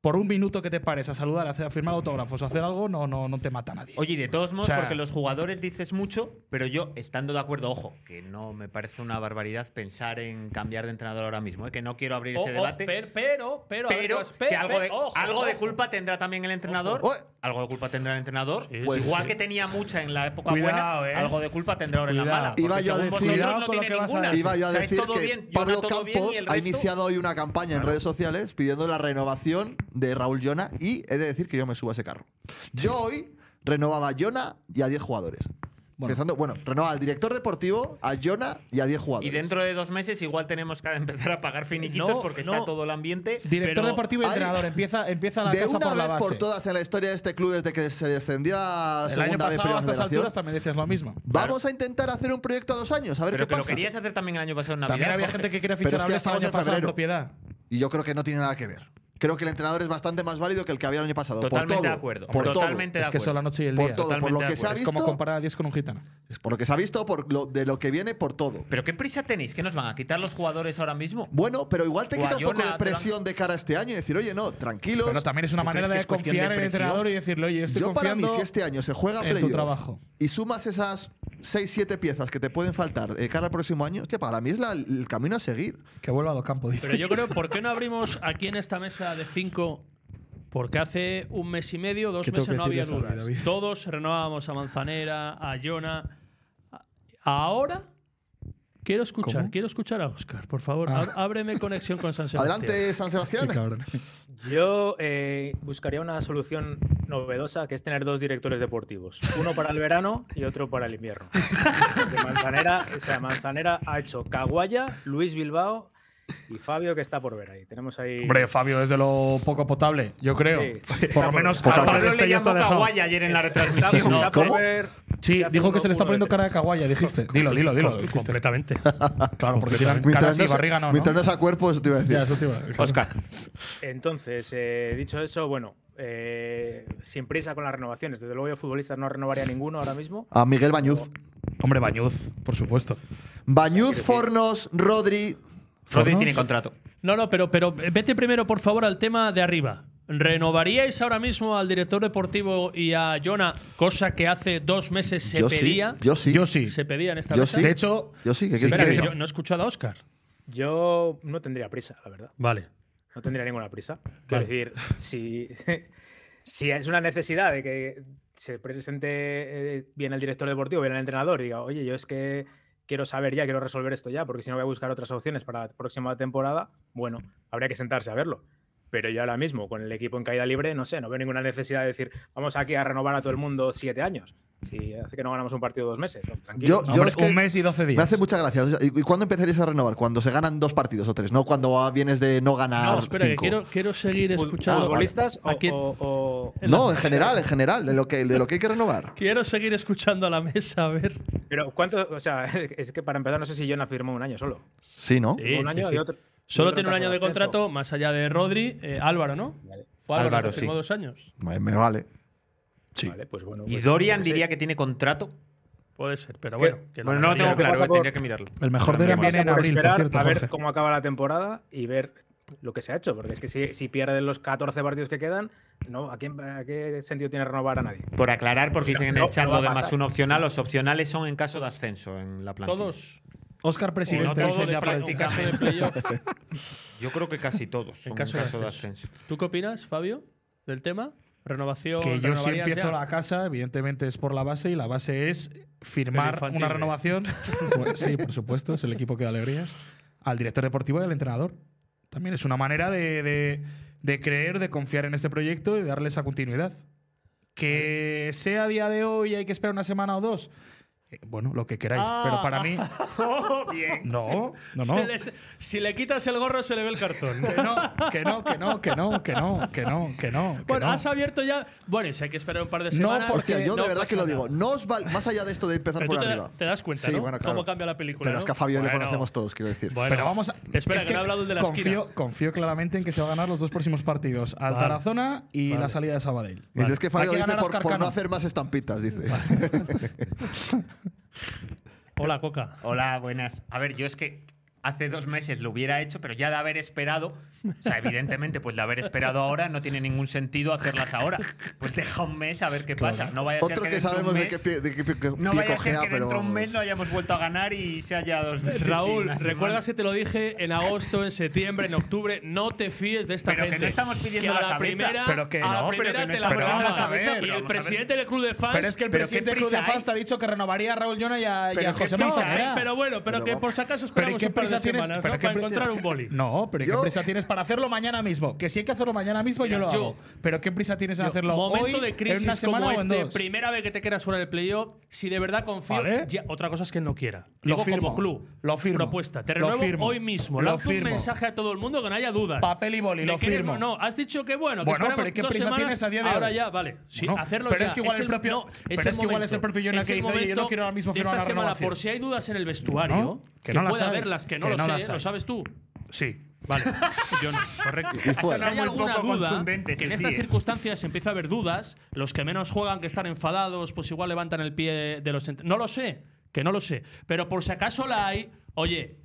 Speaker 7: por un minuto que te pares a saludar, a hacer- a firmar autógrafos, a hacer algo, no, no, no te mata a nadie.
Speaker 2: Oye, y de todos modos,
Speaker 7: O sea-
Speaker 2: porque los jugadores dices mucho, pero yo, estando de acuerdo, ojo, que no me parece una barbaridad pensar en cambiar de entrenador ahora mismo, ¿eh? que no quiero abrir
Speaker 1: O-
Speaker 2: ese
Speaker 1: o-
Speaker 2: debate.
Speaker 1: per- pero, pero, a ver,
Speaker 2: pero
Speaker 1: vas-
Speaker 2: que
Speaker 1: per-
Speaker 2: algo de,
Speaker 1: per- ojo,
Speaker 2: algo de
Speaker 1: ojo.
Speaker 2: culpa tendrá también el entrenador.
Speaker 3: Ojo.
Speaker 2: Algo de culpa tendrá el entrenador.
Speaker 1: Sí,
Speaker 2: pues
Speaker 3: sí,
Speaker 2: igual
Speaker 3: sí.
Speaker 2: que tenía mucha en la época
Speaker 7: Cuidado,
Speaker 2: buena,
Speaker 7: eh.
Speaker 2: algo de culpa tendrá ahora en la
Speaker 7: Cuidado.
Speaker 2: mala.
Speaker 3: Iba
Speaker 2: porque
Speaker 3: yo
Speaker 2: según
Speaker 3: a decir-
Speaker 2: vosotros
Speaker 7: Cuidado
Speaker 2: no
Speaker 7: con lo
Speaker 2: tiene
Speaker 7: que vas a
Speaker 2: ninguna.
Speaker 7: decir.
Speaker 3: Iba yo a
Speaker 2: Sabéis
Speaker 3: decir
Speaker 2: todo
Speaker 3: que
Speaker 2: bien, Jonah
Speaker 3: Pablo
Speaker 2: todo bien
Speaker 3: Campos
Speaker 2: y el
Speaker 3: ha
Speaker 2: resto-
Speaker 3: iniciado hoy una campaña en redes sociales pidiendo la renovación de Raúl Llona y he de decir que yo me subo a ese carro. Yo hoy renovaba a Llona y a 10 jugadores. Bueno. Empezando, bueno, renovaba al director deportivo, a Llona y a 10
Speaker 2: Y
Speaker 3: jugadores.
Speaker 2: dentro de dos meses igual tenemos que empezar a pagar finiquitos
Speaker 1: No,
Speaker 2: porque
Speaker 1: no.
Speaker 2: está todo el ambiente.
Speaker 7: Director
Speaker 1: pero-
Speaker 7: deportivo y
Speaker 3: Ay.
Speaker 7: entrenador, empieza, empieza la
Speaker 3: de
Speaker 7: casa
Speaker 3: una
Speaker 7: por
Speaker 3: vez
Speaker 7: la base.
Speaker 3: por todas en la historia de este club desde que se descendió a
Speaker 7: El año
Speaker 3: segunda vez
Speaker 7: pasado,
Speaker 3: primera
Speaker 7: a estas
Speaker 3: federación.
Speaker 7: alturas, también decías lo mismo.
Speaker 3: Vamos a intentar hacer un proyecto a dos años, a ver
Speaker 2: Pero
Speaker 3: qué
Speaker 2: que lo
Speaker 3: pasa.
Speaker 2: querías hacer también el año pasado en Navidad.
Speaker 7: También había
Speaker 2: Jorge.
Speaker 7: gente que quería
Speaker 3: Pero
Speaker 7: fichar
Speaker 3: es
Speaker 7: a
Speaker 3: que
Speaker 7: Blesa el
Speaker 3: estamos
Speaker 7: año
Speaker 3: en
Speaker 7: pasado en
Speaker 3: febrero.
Speaker 7: propiedad.
Speaker 3: Y yo creo que no tiene nada que ver. Creo que el entrenador es bastante más válido que el que había el año pasado.
Speaker 2: Totalmente
Speaker 3: por todo,
Speaker 2: de acuerdo.
Speaker 3: Por
Speaker 2: totalmente
Speaker 7: Es
Speaker 2: de
Speaker 7: que
Speaker 2: acuerdo.
Speaker 7: son la noche y el
Speaker 3: todo.
Speaker 7: día.
Speaker 3: Por todo. Por lo
Speaker 2: Totalmente
Speaker 3: que
Speaker 2: de
Speaker 3: se ha
Speaker 2: acuerdo.
Speaker 7: Es como
Speaker 3: visto.
Speaker 7: comparar a 10 con un gitano.
Speaker 3: Es por lo que se ha visto, por lo, de lo que viene, por todo.
Speaker 2: Pero qué prisa tenéis, que nos van a quitar los jugadores ahora mismo.
Speaker 3: Bueno, pero igual te
Speaker 2: O
Speaker 3: quita
Speaker 2: a
Speaker 3: un poco
Speaker 2: Jonah,
Speaker 3: de
Speaker 2: te lo han-
Speaker 3: presión de cara a este año y decir, oye, no, tranquilos.
Speaker 7: Pero también es una
Speaker 2: ¿Tú
Speaker 7: manera
Speaker 2: crees que
Speaker 7: de
Speaker 2: es cuestión
Speaker 7: confiar
Speaker 2: de
Speaker 7: en el
Speaker 2: presión?
Speaker 7: entrenador y decirle, oye, estoy
Speaker 3: yo para mí,
Speaker 7: confiando.
Speaker 3: si este año se juega
Speaker 7: en tu
Speaker 3: playoff
Speaker 7: trabajo.
Speaker 3: y sumas esas 6-7 piezas que te pueden faltar eh, cara al próximo año, hostia, para mí es la- el camino a seguir.
Speaker 7: Que vuelva a Docampo, dice.
Speaker 1: Pero yo creo, ¿por qué no abrimos aquí en esta mesa de cinco? Porque hace un mes y medio, dos
Speaker 8: ¿Qué tengo
Speaker 1: meses
Speaker 8: que
Speaker 1: no
Speaker 8: decir
Speaker 1: había
Speaker 8: de Salvi,
Speaker 1: dudas.
Speaker 8: David?
Speaker 1: Todos renovábamos a Manzanera, a Jona. Ahora quiero escuchar,
Speaker 8: ¿Cómo?
Speaker 1: quiero escuchar a Oscar, por favor.
Speaker 8: Ah.
Speaker 1: Ab- Ábreme conexión con San Sebastián.
Speaker 3: Adelante, San
Speaker 8: Qué
Speaker 3: Sebastián.
Speaker 8: cabrón.
Speaker 5: Yo eh, buscaría una solución novedosa, que es tener dos directores deportivos. Uno para el verano y otro para el invierno. De Manzanera, o sea, Manzanera ha hecho Caguaya, Luis Bilbao y Fabio, que está por ver ahí. Tenemos ahí...
Speaker 8: Hombre, Fabio desde lo poco potable, yo creo.
Speaker 5: Sí,
Speaker 8: Por lo menos
Speaker 3: Poco
Speaker 8: al
Speaker 3: potable.
Speaker 8: parecer este ya está dejado.
Speaker 2: Caguaya ayer en la
Speaker 5: Está-
Speaker 2: retransmisión.
Speaker 5: está por
Speaker 3: ¿Cómo?
Speaker 5: ver,
Speaker 8: Sí,
Speaker 5: hace
Speaker 8: dijo
Speaker 5: uno-
Speaker 8: que se le está
Speaker 5: uno de
Speaker 8: poniendo cara de
Speaker 5: tres.
Speaker 8: caguaya, dijiste. Dilo, dilo, dilo. dijiste.
Speaker 1: Completamente.
Speaker 8: Claro, porque tiran
Speaker 3: Mientras
Speaker 8: caras
Speaker 3: no,
Speaker 8: y
Speaker 3: sea-
Speaker 8: barriga no, ¿no?
Speaker 3: mientras no sea cuerpo, eso te iba a decir.
Speaker 8: Ya, eso te iba a- claro.
Speaker 3: Oscar.
Speaker 5: Entonces, eh, dicho eso, bueno, eh, sin prisa con las renovaciones. Desde luego yo futbolistas no renovaría ninguno ahora mismo.
Speaker 3: A Miguel Bañuz.
Speaker 8: Hombre, Bañuz, por supuesto.
Speaker 3: Bañuz, Fornos, Rodri.
Speaker 2: Rodri tiene contrato.
Speaker 1: No, no, pero, pero vete primero, por favor, al tema de arriba. ¿Renovaríais ahora mismo al director deportivo y a Jona, cosa que hace dos meses se
Speaker 3: yo
Speaker 1: pedía?
Speaker 3: sí. Yo sí.
Speaker 8: Yo sí.
Speaker 1: Se pedía en esta
Speaker 3: Yo
Speaker 1: mesa.
Speaker 3: sí.
Speaker 8: De hecho,
Speaker 3: Yo sí. ¿Qué
Speaker 8: Sí,
Speaker 3: quieres
Speaker 1: Espera,
Speaker 3: que
Speaker 8: Pero
Speaker 1: que
Speaker 3: diga?
Speaker 1: yo no he escuchado a Oscar.
Speaker 5: Yo no tendría prisa, la verdad.
Speaker 1: Vale.
Speaker 5: No tendría ninguna prisa. Quiero
Speaker 1: Vale.
Speaker 5: decir, si, si es una necesidad de que se presente eh, bien el director deportivo, bien el entrenador, y diga, oye, yo es que quiero saber ya, quiero resolver esto ya, porque si no voy a buscar otras opciones para la próxima temporada, bueno, habría que sentarse a verlo. Pero yo ahora mismo, con el equipo en caída libre, no sé, no veo ninguna necesidad de decir, vamos aquí a renovar a todo el mundo siete años. Si hace que no ganamos un partido dos meses, pues, tranquilo.
Speaker 3: Yo
Speaker 8: hombre,
Speaker 3: es que
Speaker 8: un mes y 12 días.
Speaker 3: Me hace mucha gracia. O sea, ¿Y y cuándo empezaréis a renovar? Cuando se ganan dos partidos o tres, no cuando ah, vienes de no ganar
Speaker 1: No, espera, que
Speaker 3: cinco.
Speaker 1: quiero, quiero seguir
Speaker 5: Fut-
Speaker 1: escuchando.
Speaker 5: ¿Futbolistas o-
Speaker 1: ¿A quién?
Speaker 5: o- o,
Speaker 3: No, en general, en general, de lo que, de lo que hay que renovar.
Speaker 1: Quiero seguir escuchando a la mesa, a ver.
Speaker 5: Pero ¿cuánto? O sea, es que para empezar no sé si Jonah firmó un año solo.
Speaker 3: Sí, ¿no?
Speaker 1: Sí,
Speaker 5: un
Speaker 1: sí,
Speaker 5: año y
Speaker 1: sí.
Speaker 5: otro- y
Speaker 1: Solo
Speaker 5: otro
Speaker 1: tiene un
Speaker 5: caso
Speaker 1: año de
Speaker 5: ascenso.
Speaker 1: contrato, más allá de Rodri, eh, Álvaro, ¿no? Fue Álvaro,
Speaker 2: Álvaro,
Speaker 1: que firmó
Speaker 2: sí.
Speaker 1: dos años.
Speaker 3: Me, me vale.
Speaker 5: Vale, pues bueno,
Speaker 2: Y
Speaker 5: pues,
Speaker 2: Dorian
Speaker 5: no sé.
Speaker 2: diría que tiene contrato.
Speaker 1: Puede ser, pero bueno. que la
Speaker 2: Bueno, no lo
Speaker 1: mayoría-
Speaker 2: tengo claro,
Speaker 5: pasa
Speaker 2: eh,
Speaker 5: por-
Speaker 2: tendría que mirarlo.
Speaker 8: El mejor de
Speaker 5: También
Speaker 8: Irán
Speaker 5: pasa
Speaker 8: viene en
Speaker 5: por
Speaker 8: abril, por
Speaker 5: esperar
Speaker 8: cierto,
Speaker 5: a ver
Speaker 8: Jorge.
Speaker 5: cómo acaba la temporada y ver lo que se ha hecho, porque es que si, si pierden los 14 partidos que quedan, no, ¿a, quién- a qué sentido tiene renovar a nadie?
Speaker 2: Por aclarar, porque dicen en
Speaker 5: No,
Speaker 2: el chat
Speaker 5: no va
Speaker 2: lo de
Speaker 5: a pasar.
Speaker 2: más uno opcional, los opcionales son en caso de ascenso en la plantilla.
Speaker 1: Todos.
Speaker 8: Oscar presidente.
Speaker 2: todo
Speaker 8: dice
Speaker 2: de
Speaker 8: ya para el
Speaker 2: práctica.
Speaker 8: chat.
Speaker 1: Caso de playoff.
Speaker 2: Yo creo que casi todos son en caso, de, ascenso.
Speaker 1: ¿Tú qué opinas, Fabio, del tema? Renovación.
Speaker 8: Que yo si
Speaker 1: ¿renovarías
Speaker 8: empiezo
Speaker 1: ya?
Speaker 8: la casa, evidentemente es por la base y la base es
Speaker 1: El
Speaker 8: firmar
Speaker 1: infantil
Speaker 8: una
Speaker 1: B.
Speaker 8: renovación. Pues sí, por supuesto, es el equipo que da alegrías. Al director deportivo y al entrenador. También es una manera de, de- de creer, de confiar en este proyecto y de darle esa continuidad. Que sea a día de hoy y hay que esperar una semana o dos. Ah. eh, Bueno, lo que queráis, pero para mí. Oh, No, no, no.
Speaker 1: Se les- si le quitas el gorro, se le ve el cartón.
Speaker 8: Que no, que no, que no, que no, que no, que no, que no. que
Speaker 1: Bueno,
Speaker 8: no.
Speaker 1: has abierto ya. Bueno, y si hay que esperar un par de
Speaker 8: No,
Speaker 1: semanas.
Speaker 8: porque
Speaker 3: Hostia, yo
Speaker 1: no
Speaker 3: de verdad
Speaker 1: pasa
Speaker 3: que lo
Speaker 1: nada.
Speaker 3: digo. No os vale, más allá de esto de empezar
Speaker 1: Pero
Speaker 3: por
Speaker 1: tú te,
Speaker 3: arriba.
Speaker 1: te das cuenta,
Speaker 3: Sí,
Speaker 1: ¿no?
Speaker 3: bueno, claro.
Speaker 1: Cómo cambia la película.
Speaker 3: Pero
Speaker 1: ¿no?
Speaker 3: es que a Fabio
Speaker 1: Bueno,
Speaker 3: le conocemos todos, quiero decir.
Speaker 1: bueno.
Speaker 8: Pero vamos a.
Speaker 1: Espera,
Speaker 8: es
Speaker 1: que, no he hablado de la
Speaker 8: confío,
Speaker 1: esquina.
Speaker 8: confío claramente en que se va a ganar los dos próximos partidos: al Tarazona y la salida de Sabadell.
Speaker 3: Dices que
Speaker 8: Hay
Speaker 3: Fabio
Speaker 8: que
Speaker 3: dice
Speaker 8: ganar a
Speaker 3: por,
Speaker 8: Oscar
Speaker 3: por no
Speaker 8: Cano.
Speaker 3: hacer más estampitas, dice.
Speaker 1: Hola, Coca.
Speaker 2: Hola, buenas. A ver, yo es que hace dos meses lo hubiera hecho, pero ya de haber esperado, o sea, evidentemente, pues de haber esperado ahora no tiene ningún sentido hacerlas ahora. Pues deja un mes a ver qué pasa. No vaya a ser
Speaker 3: Otro que,
Speaker 2: dentro de un
Speaker 3: sabemos de
Speaker 2: mes-
Speaker 3: qué pie, de qué pie-
Speaker 2: No
Speaker 3: pie
Speaker 2: vaya a ser
Speaker 3: cojea,
Speaker 2: que
Speaker 3: pero.
Speaker 2: dentro de un
Speaker 3: vamos.
Speaker 2: mes no hayamos vuelto a ganar y se haya dos meses. sin
Speaker 1: Raúl,
Speaker 2: la semana.
Speaker 1: ¿recuerdas que te lo dije en agosto, en septiembre, en octubre? No te fíes de esta
Speaker 2: Pero que
Speaker 1: gente.
Speaker 2: no estamos pidiendo
Speaker 1: a
Speaker 2: la
Speaker 1: la
Speaker 2: cabeza.
Speaker 1: primera,
Speaker 8: Pero que
Speaker 1: a la
Speaker 8: no,
Speaker 2: pero
Speaker 1: primera
Speaker 2: que no
Speaker 1: te la
Speaker 8: estamos
Speaker 1: mandan
Speaker 8: pidiendo la
Speaker 1: a la
Speaker 8: cabeza,
Speaker 1: cabeza. Y
Speaker 8: pero
Speaker 1: el
Speaker 2: vamos a ver.
Speaker 1: presidente del club de fans.
Speaker 8: Pero es que el
Speaker 2: Pero qué
Speaker 8: presidente del Club de
Speaker 2: prisa hay.
Speaker 8: Fans te ha dicho que renovaría a Raúl Llona y a, y a
Speaker 3: Pero qué
Speaker 8: José
Speaker 3: prisa
Speaker 1: No,
Speaker 8: Manzanera.
Speaker 1: ¿eh? pero bueno, pero, que por si acaso
Speaker 8: ¿eh? Pero ¿y
Speaker 1: esperamos
Speaker 8: qué
Speaker 1: un par de
Speaker 8: prisa tienes?
Speaker 1: semanas,
Speaker 8: pero
Speaker 1: ¿no?
Speaker 8: qué
Speaker 1: Para
Speaker 8: prisa-
Speaker 1: encontrar un boli.
Speaker 8: No, pero ¿y
Speaker 3: Yo-
Speaker 8: ¿qué prisa tienes para hacerlo mañana mismo? Que si hay que hacerlo mañana mismo, yo lo
Speaker 1: yo-
Speaker 8: hago. Pero ¿qué prisa tienes en hacerlo
Speaker 1: Momento
Speaker 8: hoy,
Speaker 1: de
Speaker 8: en una
Speaker 1: crisis
Speaker 8: semana
Speaker 1: como
Speaker 8: o en
Speaker 1: este,
Speaker 8: dos?
Speaker 1: primera vez que te quedas fuera del playoff, si de verdad confío,
Speaker 8: Vale.
Speaker 1: ya- otra cosa es que él no quiera.
Speaker 8: Lo
Speaker 1: Digo, como
Speaker 8: firmo,
Speaker 1: club,
Speaker 8: lo firmo,
Speaker 1: propuesta. Te
Speaker 8: lo
Speaker 1: renuevo
Speaker 8: firmo,
Speaker 1: hoy mismo.
Speaker 8: lo
Speaker 1: Lanzo un
Speaker 8: firmo.
Speaker 1: mensaje a todo el mundo que no haya dudas.
Speaker 8: Papel y boli,
Speaker 1: De
Speaker 8: lo
Speaker 1: que eres-
Speaker 8: firmo.
Speaker 1: No, has dicho que bueno, que
Speaker 8: Bueno,
Speaker 1: esperamos
Speaker 8: pero ¿qué
Speaker 1: dos
Speaker 8: prisa
Speaker 1: semanas,
Speaker 8: tienes a día de
Speaker 1: Ahora
Speaker 8: hoy?
Speaker 1: ya, vale. Sí,
Speaker 8: Bueno,
Speaker 1: hacerlo
Speaker 8: pero
Speaker 1: ya.
Speaker 8: es que igual el propio-
Speaker 1: no,
Speaker 8: pero es que igual es el propio Jonah
Speaker 1: Es
Speaker 8: que
Speaker 1: el
Speaker 8: dice, "Oye, yo no
Speaker 1: momento
Speaker 8: quiero ahora mismo
Speaker 1: de
Speaker 8: firmar
Speaker 1: esta
Speaker 8: una
Speaker 1: semana,
Speaker 8: renovación".
Speaker 1: Por si hay dudas en el vestuario,
Speaker 8: No, que no las
Speaker 1: puede
Speaker 8: hay,
Speaker 1: haberlas, que no
Speaker 8: que
Speaker 1: lo
Speaker 8: no las
Speaker 1: sé, ¿eh? lo
Speaker 8: hay.
Speaker 1: sabes tú.
Speaker 8: Sí.
Speaker 1: Vale, yo no, correcto.
Speaker 3: Y fuera.
Speaker 1: Si hay
Speaker 2: Muy
Speaker 1: alguna
Speaker 2: poco
Speaker 1: duda,
Speaker 2: contundente,
Speaker 1: que en
Speaker 2: sí,
Speaker 1: estas
Speaker 2: sí, eh.
Speaker 1: circunstancias empieza a haber dudas, los que menos juegan, que están enfadados, pues igual levantan el pie de los... ent- No lo sé, que no lo sé. Pero por si acaso la hay, oye,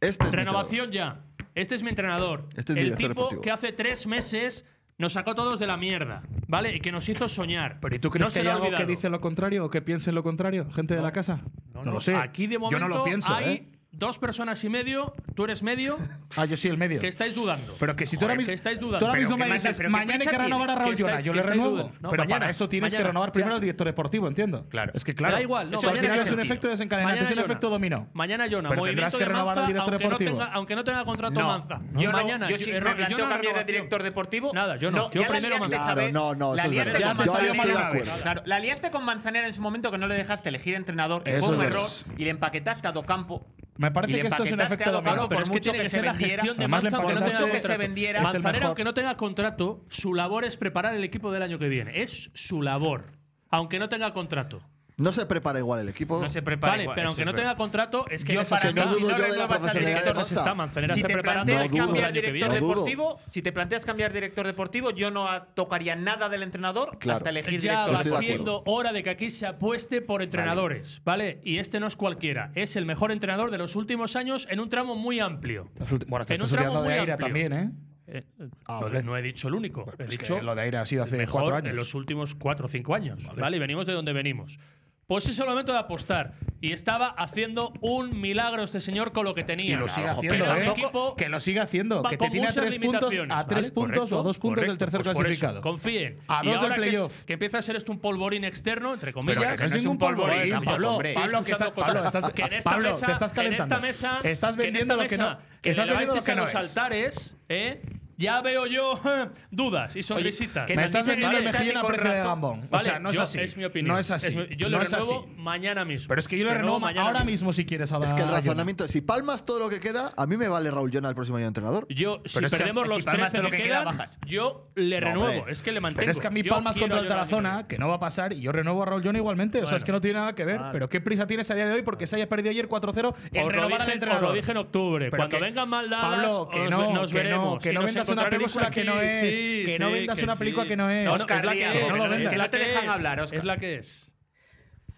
Speaker 3: Este es mi
Speaker 1: renovación ya. Este es mi entrenador.
Speaker 3: Este es mi
Speaker 1: el
Speaker 3: director
Speaker 1: tipo
Speaker 3: deportivo.
Speaker 1: que hace tres meses nos sacó todos de la mierda, ¿vale? Y que nos hizo soñar.
Speaker 8: ¿Pero y tú
Speaker 1: No
Speaker 8: crees
Speaker 1: se
Speaker 8: que hay
Speaker 1: le ha
Speaker 8: algo que
Speaker 1: olvidado.
Speaker 8: dice lo contrario o que piense en lo contrario? ¿Gente de la casa? No, lo sé.
Speaker 1: Aquí de momento
Speaker 8: Yo no lo pienso,
Speaker 1: hay
Speaker 8: ¿eh?
Speaker 1: dos personas y medio, tú eres medio,
Speaker 8: Ah, yo soy el medio.
Speaker 1: que estáis dudando.
Speaker 8: Pero que si tú ahora
Speaker 1: Joder,
Speaker 8: mismo,
Speaker 1: que estáis dudando.
Speaker 8: tú ahora
Speaker 1: Pero
Speaker 8: mismo
Speaker 1: qué
Speaker 8: me
Speaker 1: más-
Speaker 8: dices,
Speaker 1: pero qué
Speaker 8: mañana hay que
Speaker 1: pensáis
Speaker 8: renovar a
Speaker 1: que
Speaker 8: Raúl
Speaker 1: estáis-
Speaker 8: Llora, yo
Speaker 1: que
Speaker 8: le
Speaker 1: estáis
Speaker 8: renuevo.
Speaker 1: dudando. No,
Speaker 8: pero
Speaker 1: mañana,
Speaker 8: para eso tienes
Speaker 1: mañana,
Speaker 8: que renovar primero
Speaker 1: ya.
Speaker 8: al director deportivo, entiendo.
Speaker 2: Claro.
Speaker 8: Es que claro.
Speaker 1: Da igual, no,
Speaker 8: eso al
Speaker 1: mañana
Speaker 8: final es un
Speaker 1: Jonah.
Speaker 8: efecto desencadenante,
Speaker 1: Mañana
Speaker 8: es el
Speaker 1: Jonah.
Speaker 8: efecto dominó.
Speaker 1: Mañana Jonah,
Speaker 8: Pero
Speaker 1: movimiento
Speaker 8: tendrás que
Speaker 1: de
Speaker 8: renovar
Speaker 1: Manza,
Speaker 8: al director
Speaker 1: aunque,
Speaker 8: deportivo.
Speaker 1: No tenga, aunque no tenga contrato
Speaker 2: No,
Speaker 1: Manza.
Speaker 2: yo no,
Speaker 1: mañana,
Speaker 2: yo sí
Speaker 1: eh,
Speaker 2: me planteo
Speaker 1: Jonah
Speaker 2: cambiar de
Speaker 1: renovación.
Speaker 2: director deportivo.
Speaker 1: Nada, yo no. Yo
Speaker 2: ya la
Speaker 1: primero
Speaker 2: liaste,
Speaker 1: Manzanera.
Speaker 3: Claro,
Speaker 2: Isabel,
Speaker 3: no, no,
Speaker 2: La
Speaker 3: eso es
Speaker 2: liaste
Speaker 3: verdad.
Speaker 2: con
Speaker 8: Ya te
Speaker 2: Manzanera.
Speaker 8: sabíamos de la
Speaker 2: Claro,
Speaker 8: vez.
Speaker 2: Claro, la liaste con Manzanera en su momento que no le dejaste elegir entrenador. y
Speaker 3: Eso
Speaker 2: fue un
Speaker 3: es.
Speaker 2: error y le empaquetaste a Docampo.
Speaker 8: Me parece
Speaker 2: Y le
Speaker 8: que esto es un
Speaker 2: empaquetaste
Speaker 8: efecto
Speaker 2: a
Speaker 8: dominó,
Speaker 2: Docampo
Speaker 1: Pero
Speaker 2: por
Speaker 1: es que
Speaker 2: mucho
Speaker 1: tiene que ser la gestión de
Speaker 8: Además, le
Speaker 1: Manza aunque no
Speaker 8: empaquetaste mucho
Speaker 1: tenga
Speaker 8: que se
Speaker 1: contrato.
Speaker 2: vendiera.
Speaker 8: Es el
Speaker 1: Manzanera,
Speaker 8: mejor.
Speaker 1: aunque no tenga contrato, su labor es preparar el equipo del año que viene. Es su labor. Aunque no tenga contrato.
Speaker 3: No se prepara igual el equipo.
Speaker 2: No se prepara.
Speaker 1: Vale,
Speaker 2: igual,
Speaker 1: pero
Speaker 2: eso
Speaker 1: aunque
Speaker 2: es
Speaker 1: no
Speaker 2: verdad.
Speaker 1: tenga contrato, es que
Speaker 2: Yo
Speaker 1: esas
Speaker 2: para
Speaker 3: si no
Speaker 2: nada,
Speaker 1: están-
Speaker 2: si
Speaker 3: dudo yo de la
Speaker 2: renuevas al
Speaker 3: profesionalidad
Speaker 2: director
Speaker 3: de
Speaker 1: se
Speaker 3: Manza.
Speaker 1: está, Manzanera
Speaker 2: Si
Speaker 1: está
Speaker 2: te
Speaker 1: preparando
Speaker 2: planteas
Speaker 3: No dudo.
Speaker 1: el
Speaker 2: cambiar
Speaker 1: año que
Speaker 2: director
Speaker 1: viene.
Speaker 3: No dudo.
Speaker 2: deportivo, si te planteas cambiar director deportivo, yo no ah, tocaría nada del entrenador
Speaker 3: Claro.
Speaker 2: hasta
Speaker 1: Ya
Speaker 2: elegir
Speaker 1: va
Speaker 2: director.
Speaker 3: Estoy de acuerdo.
Speaker 1: siendo hora de que aquí se apueste por entrenadores, ¿vale? Y este no es cualquiera, es el mejor entrenador de los últimos años en un tramo muy amplio.
Speaker 8: Los ulti- Bueno, te
Speaker 1: En un
Speaker 8: estás
Speaker 1: tramo
Speaker 8: olvidando de
Speaker 1: muy
Speaker 8: Aira
Speaker 1: amplio.
Speaker 8: también, ¿eh?
Speaker 1: Eh, eh,
Speaker 8: Ah,
Speaker 1: no,
Speaker 8: vale.
Speaker 1: no he dicho el único, he
Speaker 8: Es que
Speaker 1: dicho
Speaker 8: lo de Aira ha sido hace
Speaker 1: mejor
Speaker 8: cuatro años.
Speaker 1: en los últimos cuatro o cinco años, ¿vale? Y venimos de donde venimos. Pues es el momento de apostar. Y estaba haciendo un milagro este señor con lo que tenía.
Speaker 8: Y lo sigue haciendo,
Speaker 1: pero
Speaker 8: ¿eh?
Speaker 1: el equipo
Speaker 8: que lo sigue haciendo.
Speaker 1: va
Speaker 8: Que te
Speaker 1: con
Speaker 8: tiene a
Speaker 1: muchas
Speaker 8: tres puntos,
Speaker 1: limitaciones,
Speaker 8: a tres
Speaker 1: ¿vale?
Speaker 8: puntos o a dos
Speaker 1: Correcto,
Speaker 8: puntos del
Speaker 1: correcto.
Speaker 8: tercer
Speaker 1: Pues por eso,
Speaker 8: clasificado.
Speaker 1: confíen.
Speaker 8: A
Speaker 1: Y
Speaker 8: dos del
Speaker 1: ahora que es-
Speaker 8: playoff.
Speaker 1: Que, empieza a ser esto un polvorín externo, entre comillas.
Speaker 8: Pero que no es ningún polvorín,
Speaker 1: polvorín,
Speaker 8: Pablo,
Speaker 1: hombre.
Speaker 8: Pablo,
Speaker 1: Estoy
Speaker 8: que estás-
Speaker 1: escuchando cosas.
Speaker 8: Pablo, estás-
Speaker 1: que en esta
Speaker 8: Pablo,
Speaker 1: mesa,
Speaker 8: te estás calentando.
Speaker 1: En esta mesa,
Speaker 8: Estás
Speaker 1: que en esta
Speaker 8: vendiendo lo que
Speaker 1: mesa,
Speaker 8: no-
Speaker 1: Que
Speaker 8: estás
Speaker 1: le
Speaker 8: vendiendo lo
Speaker 1: vais
Speaker 8: que
Speaker 1: a
Speaker 8: no
Speaker 1: los
Speaker 8: es.
Speaker 1: altares, ¿eh? Ya veo yo dudas y sonrisitas.
Speaker 2: que
Speaker 8: Me
Speaker 2: nos
Speaker 8: estás
Speaker 2: dicen
Speaker 8: vendiendo el
Speaker 2: que Ancelotti
Speaker 8: mejillín a
Speaker 2: con
Speaker 8: precio de
Speaker 2: razón.
Speaker 8: gambón. O
Speaker 1: Vale,
Speaker 8: sea, no es
Speaker 1: yo-
Speaker 8: así.
Speaker 1: mi opinión.
Speaker 8: No es así.
Speaker 1: mi- yo
Speaker 8: No
Speaker 1: lo
Speaker 8: es
Speaker 1: renuevo
Speaker 8: así.
Speaker 1: mañana mismo.
Speaker 8: Pero es que yo le
Speaker 1: Renuevo
Speaker 8: renuevo
Speaker 1: mañana
Speaker 8: ahora mismo si quieres a
Speaker 3: Es que el
Speaker 8: Dana.
Speaker 3: razonamiento, si palmas todo lo que queda, a mí me vale Raúl Jonah el próximo año de entrenador.
Speaker 1: Yo, si
Speaker 8: Pero es que-
Speaker 1: perdemos
Speaker 8: si
Speaker 1: los
Speaker 8: palmas de
Speaker 1: 13 que,
Speaker 8: lo que queda,
Speaker 1: quedan,
Speaker 8: bajas.
Speaker 1: yo le
Speaker 3: No,
Speaker 1: renuevo.
Speaker 3: hombre.
Speaker 1: es que le mantengo.
Speaker 8: Pero es que a mí
Speaker 1: Yo
Speaker 8: palmas
Speaker 1: quiero
Speaker 8: contra el
Speaker 1: ayudar a mi
Speaker 8: Tarazona,
Speaker 1: equipo.
Speaker 8: que no va a pasar, y yo renuevo a Raúl Johnny igualmente. O sea, es
Speaker 1: Bueno.
Speaker 8: que no tiene nada que ver. Pero qué prisa tienes a día de hoy porque se haya perdido ayer 4-0 en
Speaker 1: Os lo,
Speaker 8: renovar al
Speaker 1: dije,
Speaker 8: entrenador.
Speaker 1: os lo dije en octubre.
Speaker 8: Pero
Speaker 1: Cuando
Speaker 8: que-
Speaker 1: vengan mal dadas,
Speaker 8: Pablo, que
Speaker 1: os-
Speaker 8: no,
Speaker 1: nos
Speaker 8: que no,
Speaker 1: veremos.
Speaker 8: que
Speaker 1: y
Speaker 8: no
Speaker 1: nos
Speaker 8: vendas una
Speaker 1: encontraremos
Speaker 8: película que no
Speaker 1: aquí.
Speaker 8: es,
Speaker 1: Sí,
Speaker 8: que no
Speaker 1: sí,
Speaker 8: vendas una
Speaker 1: sí.
Speaker 8: película que no es.
Speaker 1: Oscar,
Speaker 8: Es la que
Speaker 1: Díaz,
Speaker 8: es, no lo
Speaker 1: es la
Speaker 8: vendas.
Speaker 1: que
Speaker 2: No te
Speaker 1: es,
Speaker 2: dejan hablar, Oscar.
Speaker 1: Es la que es.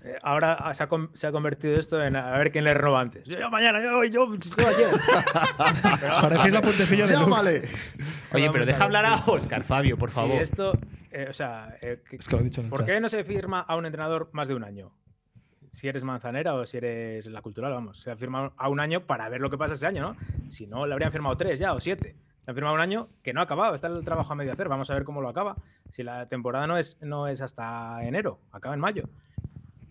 Speaker 5: Eh, Ahora ah, se ha, com- se ha convertido esto en a ver quién le roba antes. Yo, yo mañana, yo, yo, yo ayer.
Speaker 8: Parecéis la puntecilla de Lux.
Speaker 3: ¡Llámale!
Speaker 2: Oye,
Speaker 5: Vamos
Speaker 2: pero
Speaker 5: a
Speaker 2: deja
Speaker 5: ver.
Speaker 2: hablar a Oscar, Fabio, por
Speaker 5: Sí,
Speaker 2: favor.
Speaker 5: esto, eh, o sea, eh, que-
Speaker 8: Es que lo he dicho en el
Speaker 5: ¿por
Speaker 8: chat.
Speaker 5: qué no se firma a un entrenador más de un año? Si eres manzanera o si eres la cultural, vamos. Se ha firmado a un año para ver lo que pasa ese año, ¿no? Si no, le habrían firmado tres ya o siete. Le han firmado un año que no ha acabado, está el trabajo a medio hacer. Vamos a ver cómo lo acaba. Si la temporada no es, no es hasta enero, acaba en mayo.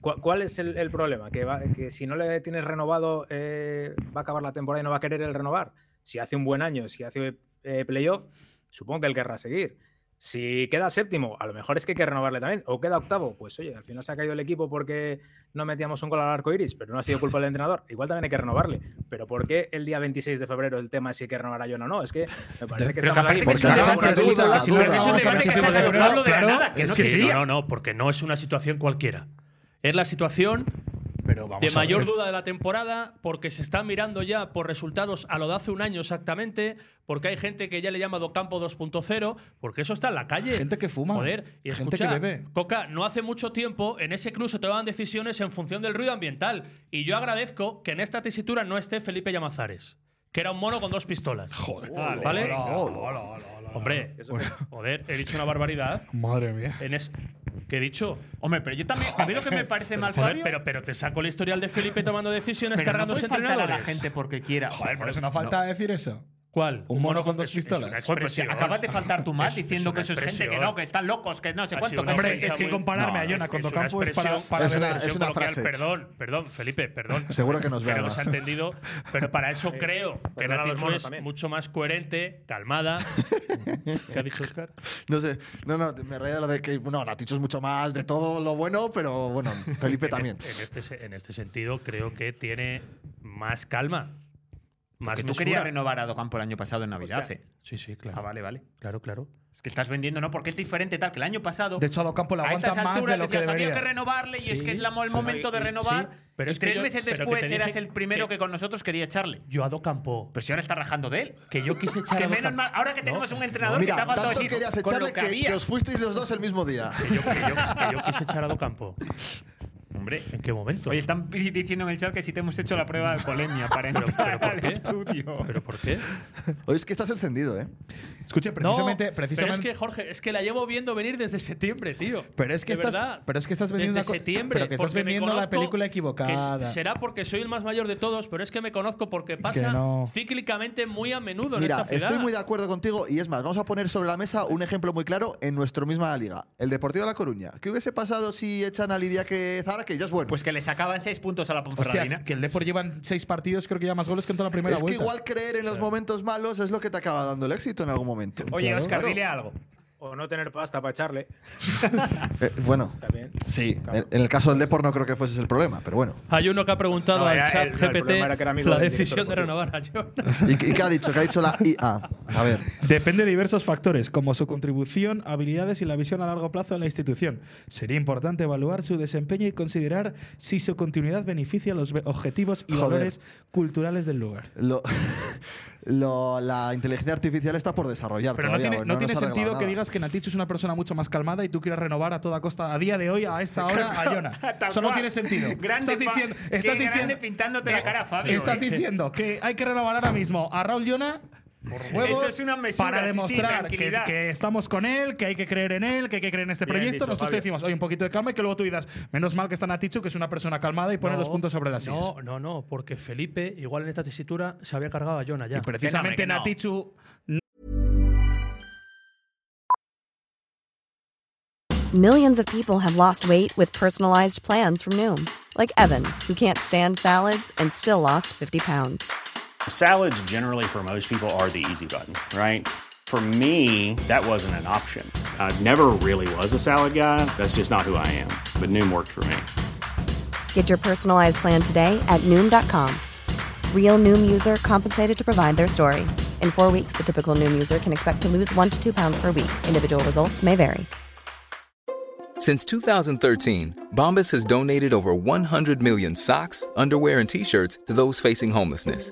Speaker 5: ¿Cuál, cuál es el, el problema? ¿Que, va- que si no le tienes renovado, eh, va a acabar la temporada y no va a querer el renovar. Si hace un buen año, si hace eh, playoff, supongo que él querrá seguir. Si queda séptimo, a lo mejor es que hay que renovarle también. O queda octavo, pues oye, al final se ha caído el equipo porque no metíamos un gol al arco iris, pero no ha sido culpa del entrenador. Igual también hay que renovarle. Pero ¿por qué el día 26 de febrero el tema es si hay que renovar a John o no? Es que me parece que
Speaker 8: Pero
Speaker 5: estamos
Speaker 8: Javi,
Speaker 5: aquí-
Speaker 3: porque la gente
Speaker 5: Pero
Speaker 3: duda,
Speaker 5: es un
Speaker 3: duda.
Speaker 5: debate
Speaker 3: Vamos a ver
Speaker 5: que
Speaker 3: si
Speaker 5: saca
Speaker 3: podemos
Speaker 5: el Pablo de la
Speaker 8: Claro,
Speaker 5: nada, que
Speaker 8: es
Speaker 5: no
Speaker 8: que
Speaker 5: se
Speaker 8: sí.
Speaker 5: diría.
Speaker 1: No, no, porque no es una situación cualquiera. Es la situación
Speaker 8: Pero vamos
Speaker 1: de
Speaker 8: a ver.
Speaker 1: mayor duda de la temporada, porque se está mirando ya por resultados a lo de hace un año exactamente, porque hay gente que ya le llama Docampo 2.0, porque eso está en la calle.
Speaker 8: Gente que fuma,
Speaker 1: Joder, y
Speaker 8: gente
Speaker 1: escucha,
Speaker 8: que bebe.
Speaker 1: Coca, no hace mucho tiempo en ese club se tomaban decisiones en función del ruido ambiental. Y yo agradezco que en esta tesitura no esté Felipe Llamazares, que era un mono con dos pistolas. Joder, ¿vale? Hombre, joder, he dicho una barbaridad.
Speaker 8: Madre mía.
Speaker 1: En es- ¿Qué he dicho?
Speaker 2: Hombre, pero yo también. A mí lo que me parece mal,
Speaker 1: Joder,
Speaker 2: Fabio.
Speaker 1: pero, pero te saco el historial de Felipe tomando decisiones,
Speaker 2: pero no
Speaker 1: cargándose
Speaker 2: puedes faltar a la
Speaker 1: entrenadores.
Speaker 2: gente porque quiera. Joder,
Speaker 8: Por eso no falta decir eso.
Speaker 1: ¿Cuál?
Speaker 8: Un mono con dos pistolas.
Speaker 1: una
Speaker 2: Joder, pero si
Speaker 1: expresión.
Speaker 2: acabas de faltar tú más
Speaker 1: Es-
Speaker 2: diciendo
Speaker 1: es
Speaker 2: que
Speaker 1: una
Speaker 2: eso es gente que
Speaker 1: expresión.
Speaker 2: no, que están locos, que no sé
Speaker 1: Ha
Speaker 2: cuánto.
Speaker 1: sido una
Speaker 8: Hombre,
Speaker 1: expresión
Speaker 8: es que
Speaker 1: muy-
Speaker 8: compararme
Speaker 1: No,
Speaker 8: a Jonah
Speaker 1: es-
Speaker 8: con
Speaker 1: es una
Speaker 8: Docampo es para,
Speaker 1: expresión-
Speaker 8: para
Speaker 3: Es una-
Speaker 8: beber.
Speaker 1: expresión
Speaker 3: es una
Speaker 1: coloquial.
Speaker 3: frase.
Speaker 1: Perdón, perdón, Felipe, perdón.
Speaker 3: Seguro que nos ve
Speaker 1: Pero
Speaker 3: ahora.
Speaker 1: nos ha entendido. Pero para eso
Speaker 2: Pues
Speaker 1: creo que
Speaker 5: Perdona a los
Speaker 1: Nacho
Speaker 5: monos
Speaker 1: es
Speaker 5: también.
Speaker 1: mucho más coherente, calmada. ¿Qué ha dicho Oscar?
Speaker 3: No sé, no, no, me reía de lo de que, no, Naticho es mucho más de todo lo bueno, pero bueno, Felipe
Speaker 1: En
Speaker 3: también.
Speaker 1: este- En este, se- en este sentido, creo que tiene más calma. Más
Speaker 2: Que tú
Speaker 1: mesura.
Speaker 2: querías renovar a Docampo el año pasado en Navidad. eh.
Speaker 1: Sí, sí,
Speaker 2: Ah,
Speaker 1: claro.
Speaker 2: vale, vale.
Speaker 1: Claro, claro.
Speaker 2: Es que estás vendiendo, ¿no? Porque es diferente tal que el año pasado.
Speaker 8: De hecho, a Docampo le
Speaker 2: a
Speaker 8: aguanta
Speaker 2: estas
Speaker 8: más de
Speaker 2: alturas
Speaker 8: lo que
Speaker 2: decías, había que
Speaker 8: debería.
Speaker 2: renovarle y es que es la- el
Speaker 1: sí.
Speaker 2: momento de
Speaker 1: Sí,
Speaker 2: renovar.
Speaker 1: pero
Speaker 2: y
Speaker 1: es que
Speaker 2: tres
Speaker 1: yo-
Speaker 2: meses
Speaker 1: pero que te
Speaker 2: después
Speaker 1: dije
Speaker 2: eras el primero
Speaker 1: que-
Speaker 2: que con nosotros quería echarle.
Speaker 1: Yo a Docampo,
Speaker 2: Pero si ahora está rajando de él.
Speaker 1: que yo quise echar
Speaker 2: Que
Speaker 1: a
Speaker 2: menos
Speaker 1: Docampo-
Speaker 2: mal, ahora que
Speaker 1: No,
Speaker 2: tenemos un entrenador que te
Speaker 3: Mira,
Speaker 2: ha faltado
Speaker 3: tanto
Speaker 2: decir,
Speaker 3: querías
Speaker 2: con lo
Speaker 3: echarle
Speaker 2: que
Speaker 3: que,
Speaker 2: había.
Speaker 3: que os fuisteis los dos el mismo día.
Speaker 1: que yo, que yo- que yo quise echar a Docampo. Hombre, ¿en qué momento?
Speaker 2: Oye, están pi- diciendo en el chat que si te hemos hecho la prueba de alcoholemia para entrar
Speaker 1: pero ¿por
Speaker 2: al
Speaker 1: qué?
Speaker 2: estudio.
Speaker 1: ¿Pero por qué?
Speaker 3: Hoy es que estás encendido, ¿eh?
Speaker 8: Escuche, precisamente. precisamente
Speaker 1: Pero es que, Jorge, es que la llevo viendo venir desde septiembre, tío.
Speaker 8: Pero es que
Speaker 1: De
Speaker 8: estás-
Speaker 1: verdad.
Speaker 8: pero es que estás vendiendo
Speaker 1: Desde
Speaker 8: la co-
Speaker 1: septiembre.
Speaker 8: pero que estás
Speaker 1: porque me
Speaker 8: vendiendo la
Speaker 1: conozco,
Speaker 8: película
Speaker 1: que s-
Speaker 8: equivocada.
Speaker 1: será porque soy el más mayor de todos, pero es que me conozco porque pasa
Speaker 8: no.
Speaker 1: cíclicamente muy a menudo en
Speaker 3: Mira,
Speaker 1: esta ciudad.
Speaker 3: estoy muy de acuerdo contigo y es más, vamos a poner sobre la mesa un ejemplo muy claro en nuestra misma liga, el Deportivo de La Coruña. ¿Qué hubiese pasado si echan a Lidia que Zara, que ya es bueno?
Speaker 2: Pues que le sacaban seis puntos a la Ponferradina.
Speaker 8: Hostia, que el Depor llevan seis partidos, creo que ya más goles que en toda la primera
Speaker 3: es que
Speaker 8: vuelta.
Speaker 3: igual creer en los momentos malos es lo que te acaba dando el éxito en algún momento.
Speaker 2: Oye,
Speaker 8: Claro.
Speaker 2: Oscar, dile algo.
Speaker 5: O no tener pasta para echarle.
Speaker 3: Eh, bueno,
Speaker 5: También.
Speaker 3: sí, en en el caso del Depor no creo que fuese el problema, pero bueno.
Speaker 1: Hay uno que ha preguntado
Speaker 5: No,
Speaker 1: al
Speaker 5: era
Speaker 1: chat
Speaker 5: él, no, el
Speaker 1: GPT
Speaker 5: problema era que era amigo
Speaker 1: la
Speaker 5: del
Speaker 1: decisión de
Speaker 5: director
Speaker 1: renovar a John.
Speaker 3: ¿Y, qué- y qué ha dicho? ¿Qué ha dicho la IA? A ver.
Speaker 8: Depende de diversos factores, como su contribución, habilidades y la visión a largo plazo de la institución. Sería importante evaluar su desempeño y considerar si su continuidad beneficia los ve- objetivos y
Speaker 3: Joder.
Speaker 8: valores culturales del lugar.
Speaker 3: Lo, lo- la inteligencia artificial está por desarrollar.
Speaker 8: Pero no
Speaker 3: todavía,
Speaker 8: tiene,
Speaker 3: bueno,
Speaker 8: no
Speaker 3: nos
Speaker 8: tiene
Speaker 3: ha arreglado
Speaker 8: sentido que
Speaker 3: nada.
Speaker 8: digas que Natichu es una persona mucho más calmada y tú quieras renovar a toda costa, a día de hoy, a esta hora, a Yona.
Speaker 2: Tal
Speaker 8: Eso no
Speaker 2: cual.
Speaker 8: tiene sentido.
Speaker 2: Grande
Speaker 8: estás
Speaker 2: fa-
Speaker 8: diciendo,
Speaker 2: qué
Speaker 8: estás
Speaker 2: grande
Speaker 8: diciendo-
Speaker 2: pintándote la cara, Fabio,
Speaker 8: Estás
Speaker 2: eh.
Speaker 8: diciendo que hay que renovar ahora mismo a Raúl Yona. Por huevos,
Speaker 2: Eso es una mesura,
Speaker 8: para
Speaker 2: sí, sí,
Speaker 8: demostrar que,
Speaker 2: tranquilidad.
Speaker 8: que estamos con él, que hay que creer en él, que hay que creer en este
Speaker 5: Bien
Speaker 8: proyecto.
Speaker 5: dicho,
Speaker 8: Nosotros te
Speaker 5: Fabio.
Speaker 8: decimos, oye, un poquito de calma y que luego tú digas, menos mal que está Natichu, que es una persona calmada y pone los puntos sobre las sillas.
Speaker 1: No, no, no, porque Felipe, igual en esta tesitura, se había cargado a Jonah ya.
Speaker 8: Precisamente
Speaker 2: que no.
Speaker 8: Natichu
Speaker 9: Millions of people have lost weight with personalized plans from Noom, like Evan, who can't stand salads and still lost 50 pounds.
Speaker 10: Salads, generally, for most people, are the easy button, right? For me, that wasn't an option. I never really was a salad guy. That's just not who I am. But Noom worked for me.
Speaker 9: Get your personalized plan today at Noom.com. Real Noom user compensated to provide their story. In four weeks, the typical Noom user can expect to lose one to two pounds per week. Individual results may vary.
Speaker 11: Since 2013, Bombas has donated over 100 million socks, underwear, and t shirts to those facing homelessness.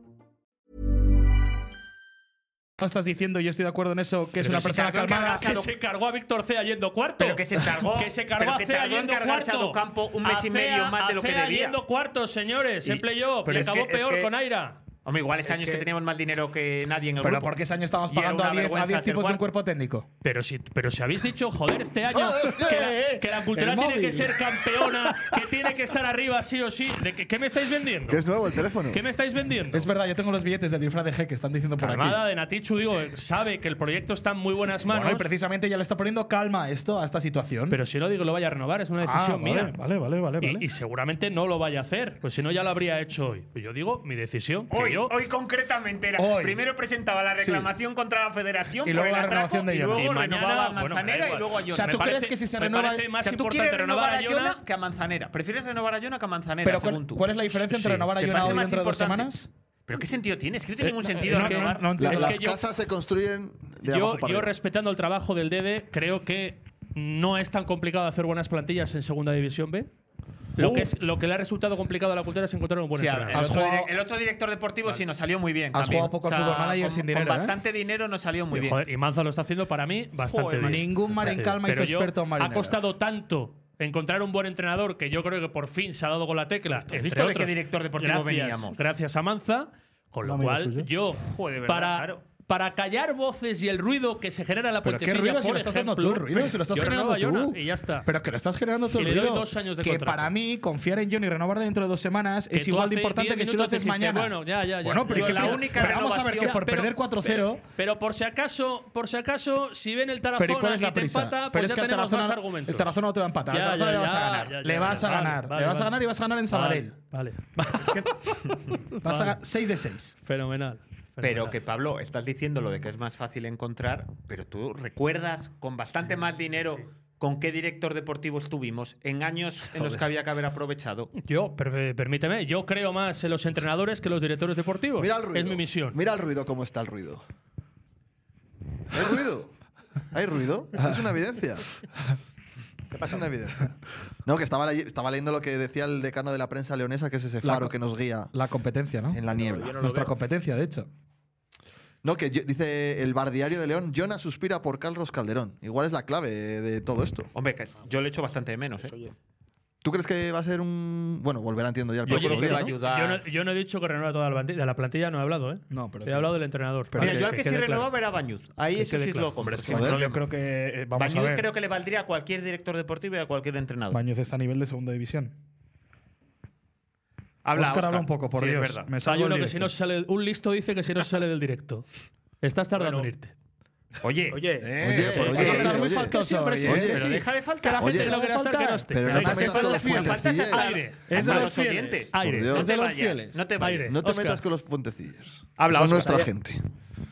Speaker 8: no estás diciendo, y yo estoy de acuerdo en eso, que es
Speaker 2: Pero
Speaker 8: una
Speaker 2: si
Speaker 8: persona
Speaker 2: te hago
Speaker 8: calmada.
Speaker 2: caso,
Speaker 1: Que se cargó a Víctor Cea yendo cuarto.
Speaker 2: Pero que se cargó-
Speaker 1: Que se cargó
Speaker 2: pero
Speaker 1: a
Speaker 2: que
Speaker 1: Cea
Speaker 2: tardó en
Speaker 1: yendo
Speaker 2: cargarse a
Speaker 1: cuarto.
Speaker 2: Docampo un mes y
Speaker 1: A
Speaker 2: medio
Speaker 1: Cea-
Speaker 2: más de
Speaker 1: a
Speaker 2: lo que
Speaker 1: Cea
Speaker 2: debía.
Speaker 1: yendo cuarto, señores.
Speaker 8: Y-
Speaker 1: en playoff.
Speaker 8: pero
Speaker 1: Y
Speaker 8: es
Speaker 1: acabó
Speaker 8: que- es
Speaker 1: peor
Speaker 8: que-
Speaker 1: con Aira.
Speaker 2: Hombre, igual es,
Speaker 8: Es
Speaker 2: años que,
Speaker 8: que-
Speaker 2: teníamos más dinero que nadie en el
Speaker 8: Pero
Speaker 2: grupo.
Speaker 8: porque ese año estamos
Speaker 2: Y era
Speaker 8: pagando
Speaker 2: una
Speaker 8: a 10
Speaker 2: vergüenza
Speaker 8: a 10
Speaker 2: hacer
Speaker 8: tipos de un
Speaker 2: cuarto.
Speaker 8: cuerpo técnico.
Speaker 1: Pero si, pero si habéis dicho, joder, este año
Speaker 3: ¡Hostia!
Speaker 1: que, la, que la cultura
Speaker 8: El
Speaker 1: tiene que
Speaker 8: móvil.
Speaker 1: ser campeona, que tiene que estar arriba sí o sí. ¿De qué, qué me estáis vendiendo?
Speaker 3: Que es nuevo el teléfono.
Speaker 1: ¿Qué me estáis vendiendo?
Speaker 8: Es verdad, yo tengo los billetes del disfraz de G que están diciendo por
Speaker 1: Armada
Speaker 8: aquí.
Speaker 1: de Natichu, digo, sabe que el proyecto está en muy buenas manos.
Speaker 8: Bueno, y precisamente ya le está poniendo calma a esto, a esta situación.
Speaker 1: Pero si no digo lo vaya a renovar, es una
Speaker 8: Ah,
Speaker 1: decisión
Speaker 8: vale,
Speaker 1: mía.
Speaker 8: Vale, vale, vale. vale.
Speaker 1: Y, y seguramente no lo vaya a hacer, pues si no ya lo habría hecho hoy. Pues Yo digo mi decisión. que
Speaker 2: Hoy,
Speaker 1: yo,
Speaker 2: hoy concretamente era.
Speaker 8: Hoy.
Speaker 2: Primero presentaba la
Speaker 8: Sí.
Speaker 2: reclamación contra la Federación
Speaker 8: Y
Speaker 2: por
Speaker 8: luego
Speaker 2: el
Speaker 8: la
Speaker 2: atraco,
Speaker 8: renovación de
Speaker 2: y
Speaker 8: Jonah.
Speaker 2: luego
Speaker 1: y
Speaker 2: renovaba a
Speaker 1: bueno, da
Speaker 2: Manzanera
Speaker 1: igual.
Speaker 2: y luego a Jonah.
Speaker 8: O sea,
Speaker 1: Me
Speaker 8: ¿tú crees
Speaker 1: parece-
Speaker 8: que si se
Speaker 1: me
Speaker 8: renova-
Speaker 1: parece más
Speaker 2: O sea, tú
Speaker 1: importante
Speaker 2: quieres
Speaker 1: renovar a Jonah?
Speaker 2: que a Manzanera. Prefieres renovar a Jonah que a Manzanera,
Speaker 8: Pero
Speaker 2: según
Speaker 8: ¿cuál,
Speaker 2: tú.
Speaker 8: cuál es la diferencia entre
Speaker 1: Sí.
Speaker 8: renovar a
Speaker 2: ¿Te
Speaker 8: Jonah
Speaker 2: parece
Speaker 8: hoy
Speaker 2: más
Speaker 8: dentro de dos
Speaker 2: importante?
Speaker 8: semanas?
Speaker 2: ¿Pero qué sentido tiene? Es que no tiene
Speaker 8: Eh,
Speaker 2: ningún
Speaker 8: no,
Speaker 2: sentido.
Speaker 1: es que
Speaker 2: renovar.
Speaker 8: no
Speaker 3: La-
Speaker 8: Es
Speaker 3: las
Speaker 1: que yo-
Speaker 3: casas se construyen de
Speaker 1: yo,
Speaker 3: abajo para
Speaker 1: yo
Speaker 3: arriba.
Speaker 1: respetando el trabajo del Dede, creo que no es tan complicado hacer buenas plantillas en Segunda División B. Lo, que, es, lo que le ha resultado complicado a la cultura es encontrar un buen
Speaker 2: Uh. Sí, a ver, el,
Speaker 1: entrenador.
Speaker 8: Has
Speaker 2: otro
Speaker 8: jugado-
Speaker 2: direc- el otro director deportivo sí nos salió muy bien.
Speaker 8: Has
Speaker 2: también.
Speaker 8: jugado poco al Football Manager
Speaker 2: con-
Speaker 8: sin dinero,
Speaker 2: Con
Speaker 8: ¿eh?
Speaker 2: bastante dinero nos salió muy
Speaker 1: Y,
Speaker 2: bien.
Speaker 1: joder, y Manza lo está haciendo para mí bastante
Speaker 2: Joder,
Speaker 1: bien.
Speaker 8: ningún mar en
Speaker 1: Bastante
Speaker 8: calma
Speaker 1: bien.
Speaker 8: hizo
Speaker 1: Pero yo-
Speaker 8: experto a un marinero.
Speaker 1: Ha costado tanto encontrar un buen entrenador que yo creo que por fin se ha dado con la tecla. entre
Speaker 2: visto de qué
Speaker 1: otros,
Speaker 2: director deportivo
Speaker 1: gracias-
Speaker 2: veníamos?
Speaker 1: Gracias a Manza, con lo
Speaker 8: Un amigo
Speaker 1: cual
Speaker 8: suyo.
Speaker 1: yo,
Speaker 2: Joder, de verdad,
Speaker 1: para,
Speaker 2: claro.
Speaker 1: para callar voces y el ruido que se genera en la
Speaker 8: Pero qué
Speaker 1: puentecilla,
Speaker 8: ruido si
Speaker 1: por
Speaker 8: lo estás
Speaker 1: ejemplo,
Speaker 8: dando tú, el ruido si lo estás
Speaker 1: yo
Speaker 8: generando
Speaker 1: renovo a
Speaker 8: tú.
Speaker 1: Jonah Y ya está.
Speaker 8: Pero que lo estás generando tú
Speaker 1: Y
Speaker 8: el
Speaker 1: le doy
Speaker 8: ruido.
Speaker 1: dos años de
Speaker 8: que
Speaker 1: contrato.
Speaker 8: para mí confiar en John y renovar dentro de dos semanas
Speaker 1: Que
Speaker 8: es
Speaker 1: tú
Speaker 8: igual de
Speaker 1: hace
Speaker 8: importante
Speaker 1: 10
Speaker 8: que si lo
Speaker 1: minutos
Speaker 8: haces
Speaker 1: dijiste,
Speaker 8: mañana.
Speaker 1: bueno, ya, ya, ya.
Speaker 8: Bueno, pero,
Speaker 2: Yo
Speaker 8: ¿qué
Speaker 2: la
Speaker 8: prisa?
Speaker 2: única
Speaker 8: Pero vamos a ver que
Speaker 2: renovación-
Speaker 8: por perder 4-0
Speaker 1: Pero, pero por si acaso, por si acaso, si ven el
Speaker 8: Pero ¿y
Speaker 1: Tarazona
Speaker 8: cuál es
Speaker 1: y
Speaker 8: la
Speaker 1: te
Speaker 8: prisa?
Speaker 1: empata,
Speaker 8: pero
Speaker 1: pues
Speaker 8: es
Speaker 1: ya
Speaker 8: que el
Speaker 1: tenemos
Speaker 8: Tarazona,
Speaker 1: más argumentos.
Speaker 8: el Tarazona no te va a empatar.
Speaker 1: Ya,
Speaker 8: el Tarazona
Speaker 1: ya,
Speaker 8: le vas a
Speaker 1: ya,
Speaker 8: ganar.
Speaker 1: ya, ya,
Speaker 8: le vas
Speaker 1: vale,
Speaker 8: a ganar.
Speaker 1: vale,
Speaker 8: le vas a
Speaker 1: vale.
Speaker 8: ganar y vas a ganar en Sabadell.
Speaker 1: Vale.
Speaker 8: Vas a ganar 6 de 6.
Speaker 1: Fenomenal.
Speaker 2: Pero
Speaker 1: fenomenal.
Speaker 2: que Pablo, estás diciendo lo de que es más fácil encontrar, pero tú recuerdas con bastante más dinero con qué director deportivo estuvimos en años en los que había que haber aprovechado.
Speaker 1: Yo, per- permíteme, yo creo más en los entrenadores que en los directores deportivos.
Speaker 3: Mira el ruido.
Speaker 1: Es mi misión.
Speaker 3: Mira el ruido, cómo está el ruido. Hay ruido. Hay ruido. Es una evidencia. ¿Qué pasa? Es una evidencia. No, que estaba, le- estaba leyendo lo que decía el decano de la prensa leonesa, que es ese
Speaker 8: La
Speaker 3: faro
Speaker 8: co-
Speaker 3: que nos guía
Speaker 8: La competencia, ¿no?
Speaker 3: en la niebla.
Speaker 8: Nuestra competencia, de hecho.
Speaker 3: No, que yo- dice el bardiario de León, Jonas suspira por Carlos Calderón. Igual es la clave de todo esto.
Speaker 2: Hombre, que yo le echo bastante de menos, ¿eh?
Speaker 3: ¿Tú crees que va a ser un...? Bueno, volverá, entiendo, ya el
Speaker 2: Yo
Speaker 3: próximo
Speaker 2: creo que
Speaker 3: día,
Speaker 2: va a
Speaker 3: ¿no?
Speaker 2: ayudar.
Speaker 1: Yo no, yo no he dicho que renueva toda la plantilla. De la plantilla no he hablado, ¿eh?
Speaker 8: No, pero.
Speaker 1: He hablado del entrenador. para
Speaker 2: Mira, yo al que sí
Speaker 1: quede claro.
Speaker 2: renueva verá a Bañuz. Ahí
Speaker 1: Que
Speaker 2: eso
Speaker 1: quede
Speaker 2: sí
Speaker 1: claro.
Speaker 2: lo compro.
Speaker 3: que Joder.
Speaker 8: Yo creo que. eh, vamos a
Speaker 2: Bañuz
Speaker 8: ver.
Speaker 2: creo que le valdría a cualquier director deportivo y a cualquier entrenador.
Speaker 8: Bañuz está a nivel de segunda división.
Speaker 2: Habla,
Speaker 8: Oscar,
Speaker 2: Óscar.
Speaker 8: habla un poco, por
Speaker 2: Sí, es
Speaker 8: Dios.
Speaker 2: verdad.
Speaker 8: Me
Speaker 1: Hay
Speaker 8: salgo
Speaker 1: uno
Speaker 8: del
Speaker 1: que si no
Speaker 8: directo.
Speaker 1: se sale, un listo dice que si no se sale del directo. Estás tardando
Speaker 5: Bueno.
Speaker 1: en irte.
Speaker 2: Oye,
Speaker 5: Oye,
Speaker 3: Oye,
Speaker 2: pero
Speaker 3: oye,
Speaker 2: que
Speaker 3: oye,
Speaker 2: estás
Speaker 1: muy
Speaker 3: oye.
Speaker 1: faltoso, Siempre sí,
Speaker 3: oye,
Speaker 1: ¿eh?
Speaker 3: sí.
Speaker 2: pero deja de
Speaker 1: Que la
Speaker 2: faltar.
Speaker 3: Oye,
Speaker 1: gente no quiera estar, que no esté.
Speaker 3: pero no
Speaker 1: Venga,
Speaker 3: te
Speaker 1: que
Speaker 3: metas
Speaker 1: falta
Speaker 3: con
Speaker 1: de
Speaker 3: los
Speaker 1: fuentes.
Speaker 3: fuentecillas.
Speaker 1: Falta Aire.
Speaker 8: Es de
Speaker 2: Para
Speaker 8: los
Speaker 2: los
Speaker 8: fieles.
Speaker 2: oyentes.
Speaker 1: Aire.
Speaker 3: Por Dios.
Speaker 1: Es de los
Speaker 2: vayas,
Speaker 1: fieles.
Speaker 2: no te vayas.
Speaker 1: Aire.
Speaker 3: No te
Speaker 1: Óscar.
Speaker 3: metas con los puentecillos.
Speaker 2: Habla,
Speaker 3: Son
Speaker 2: Óscar.
Speaker 3: nuestra
Speaker 5: Oye.
Speaker 3: gente.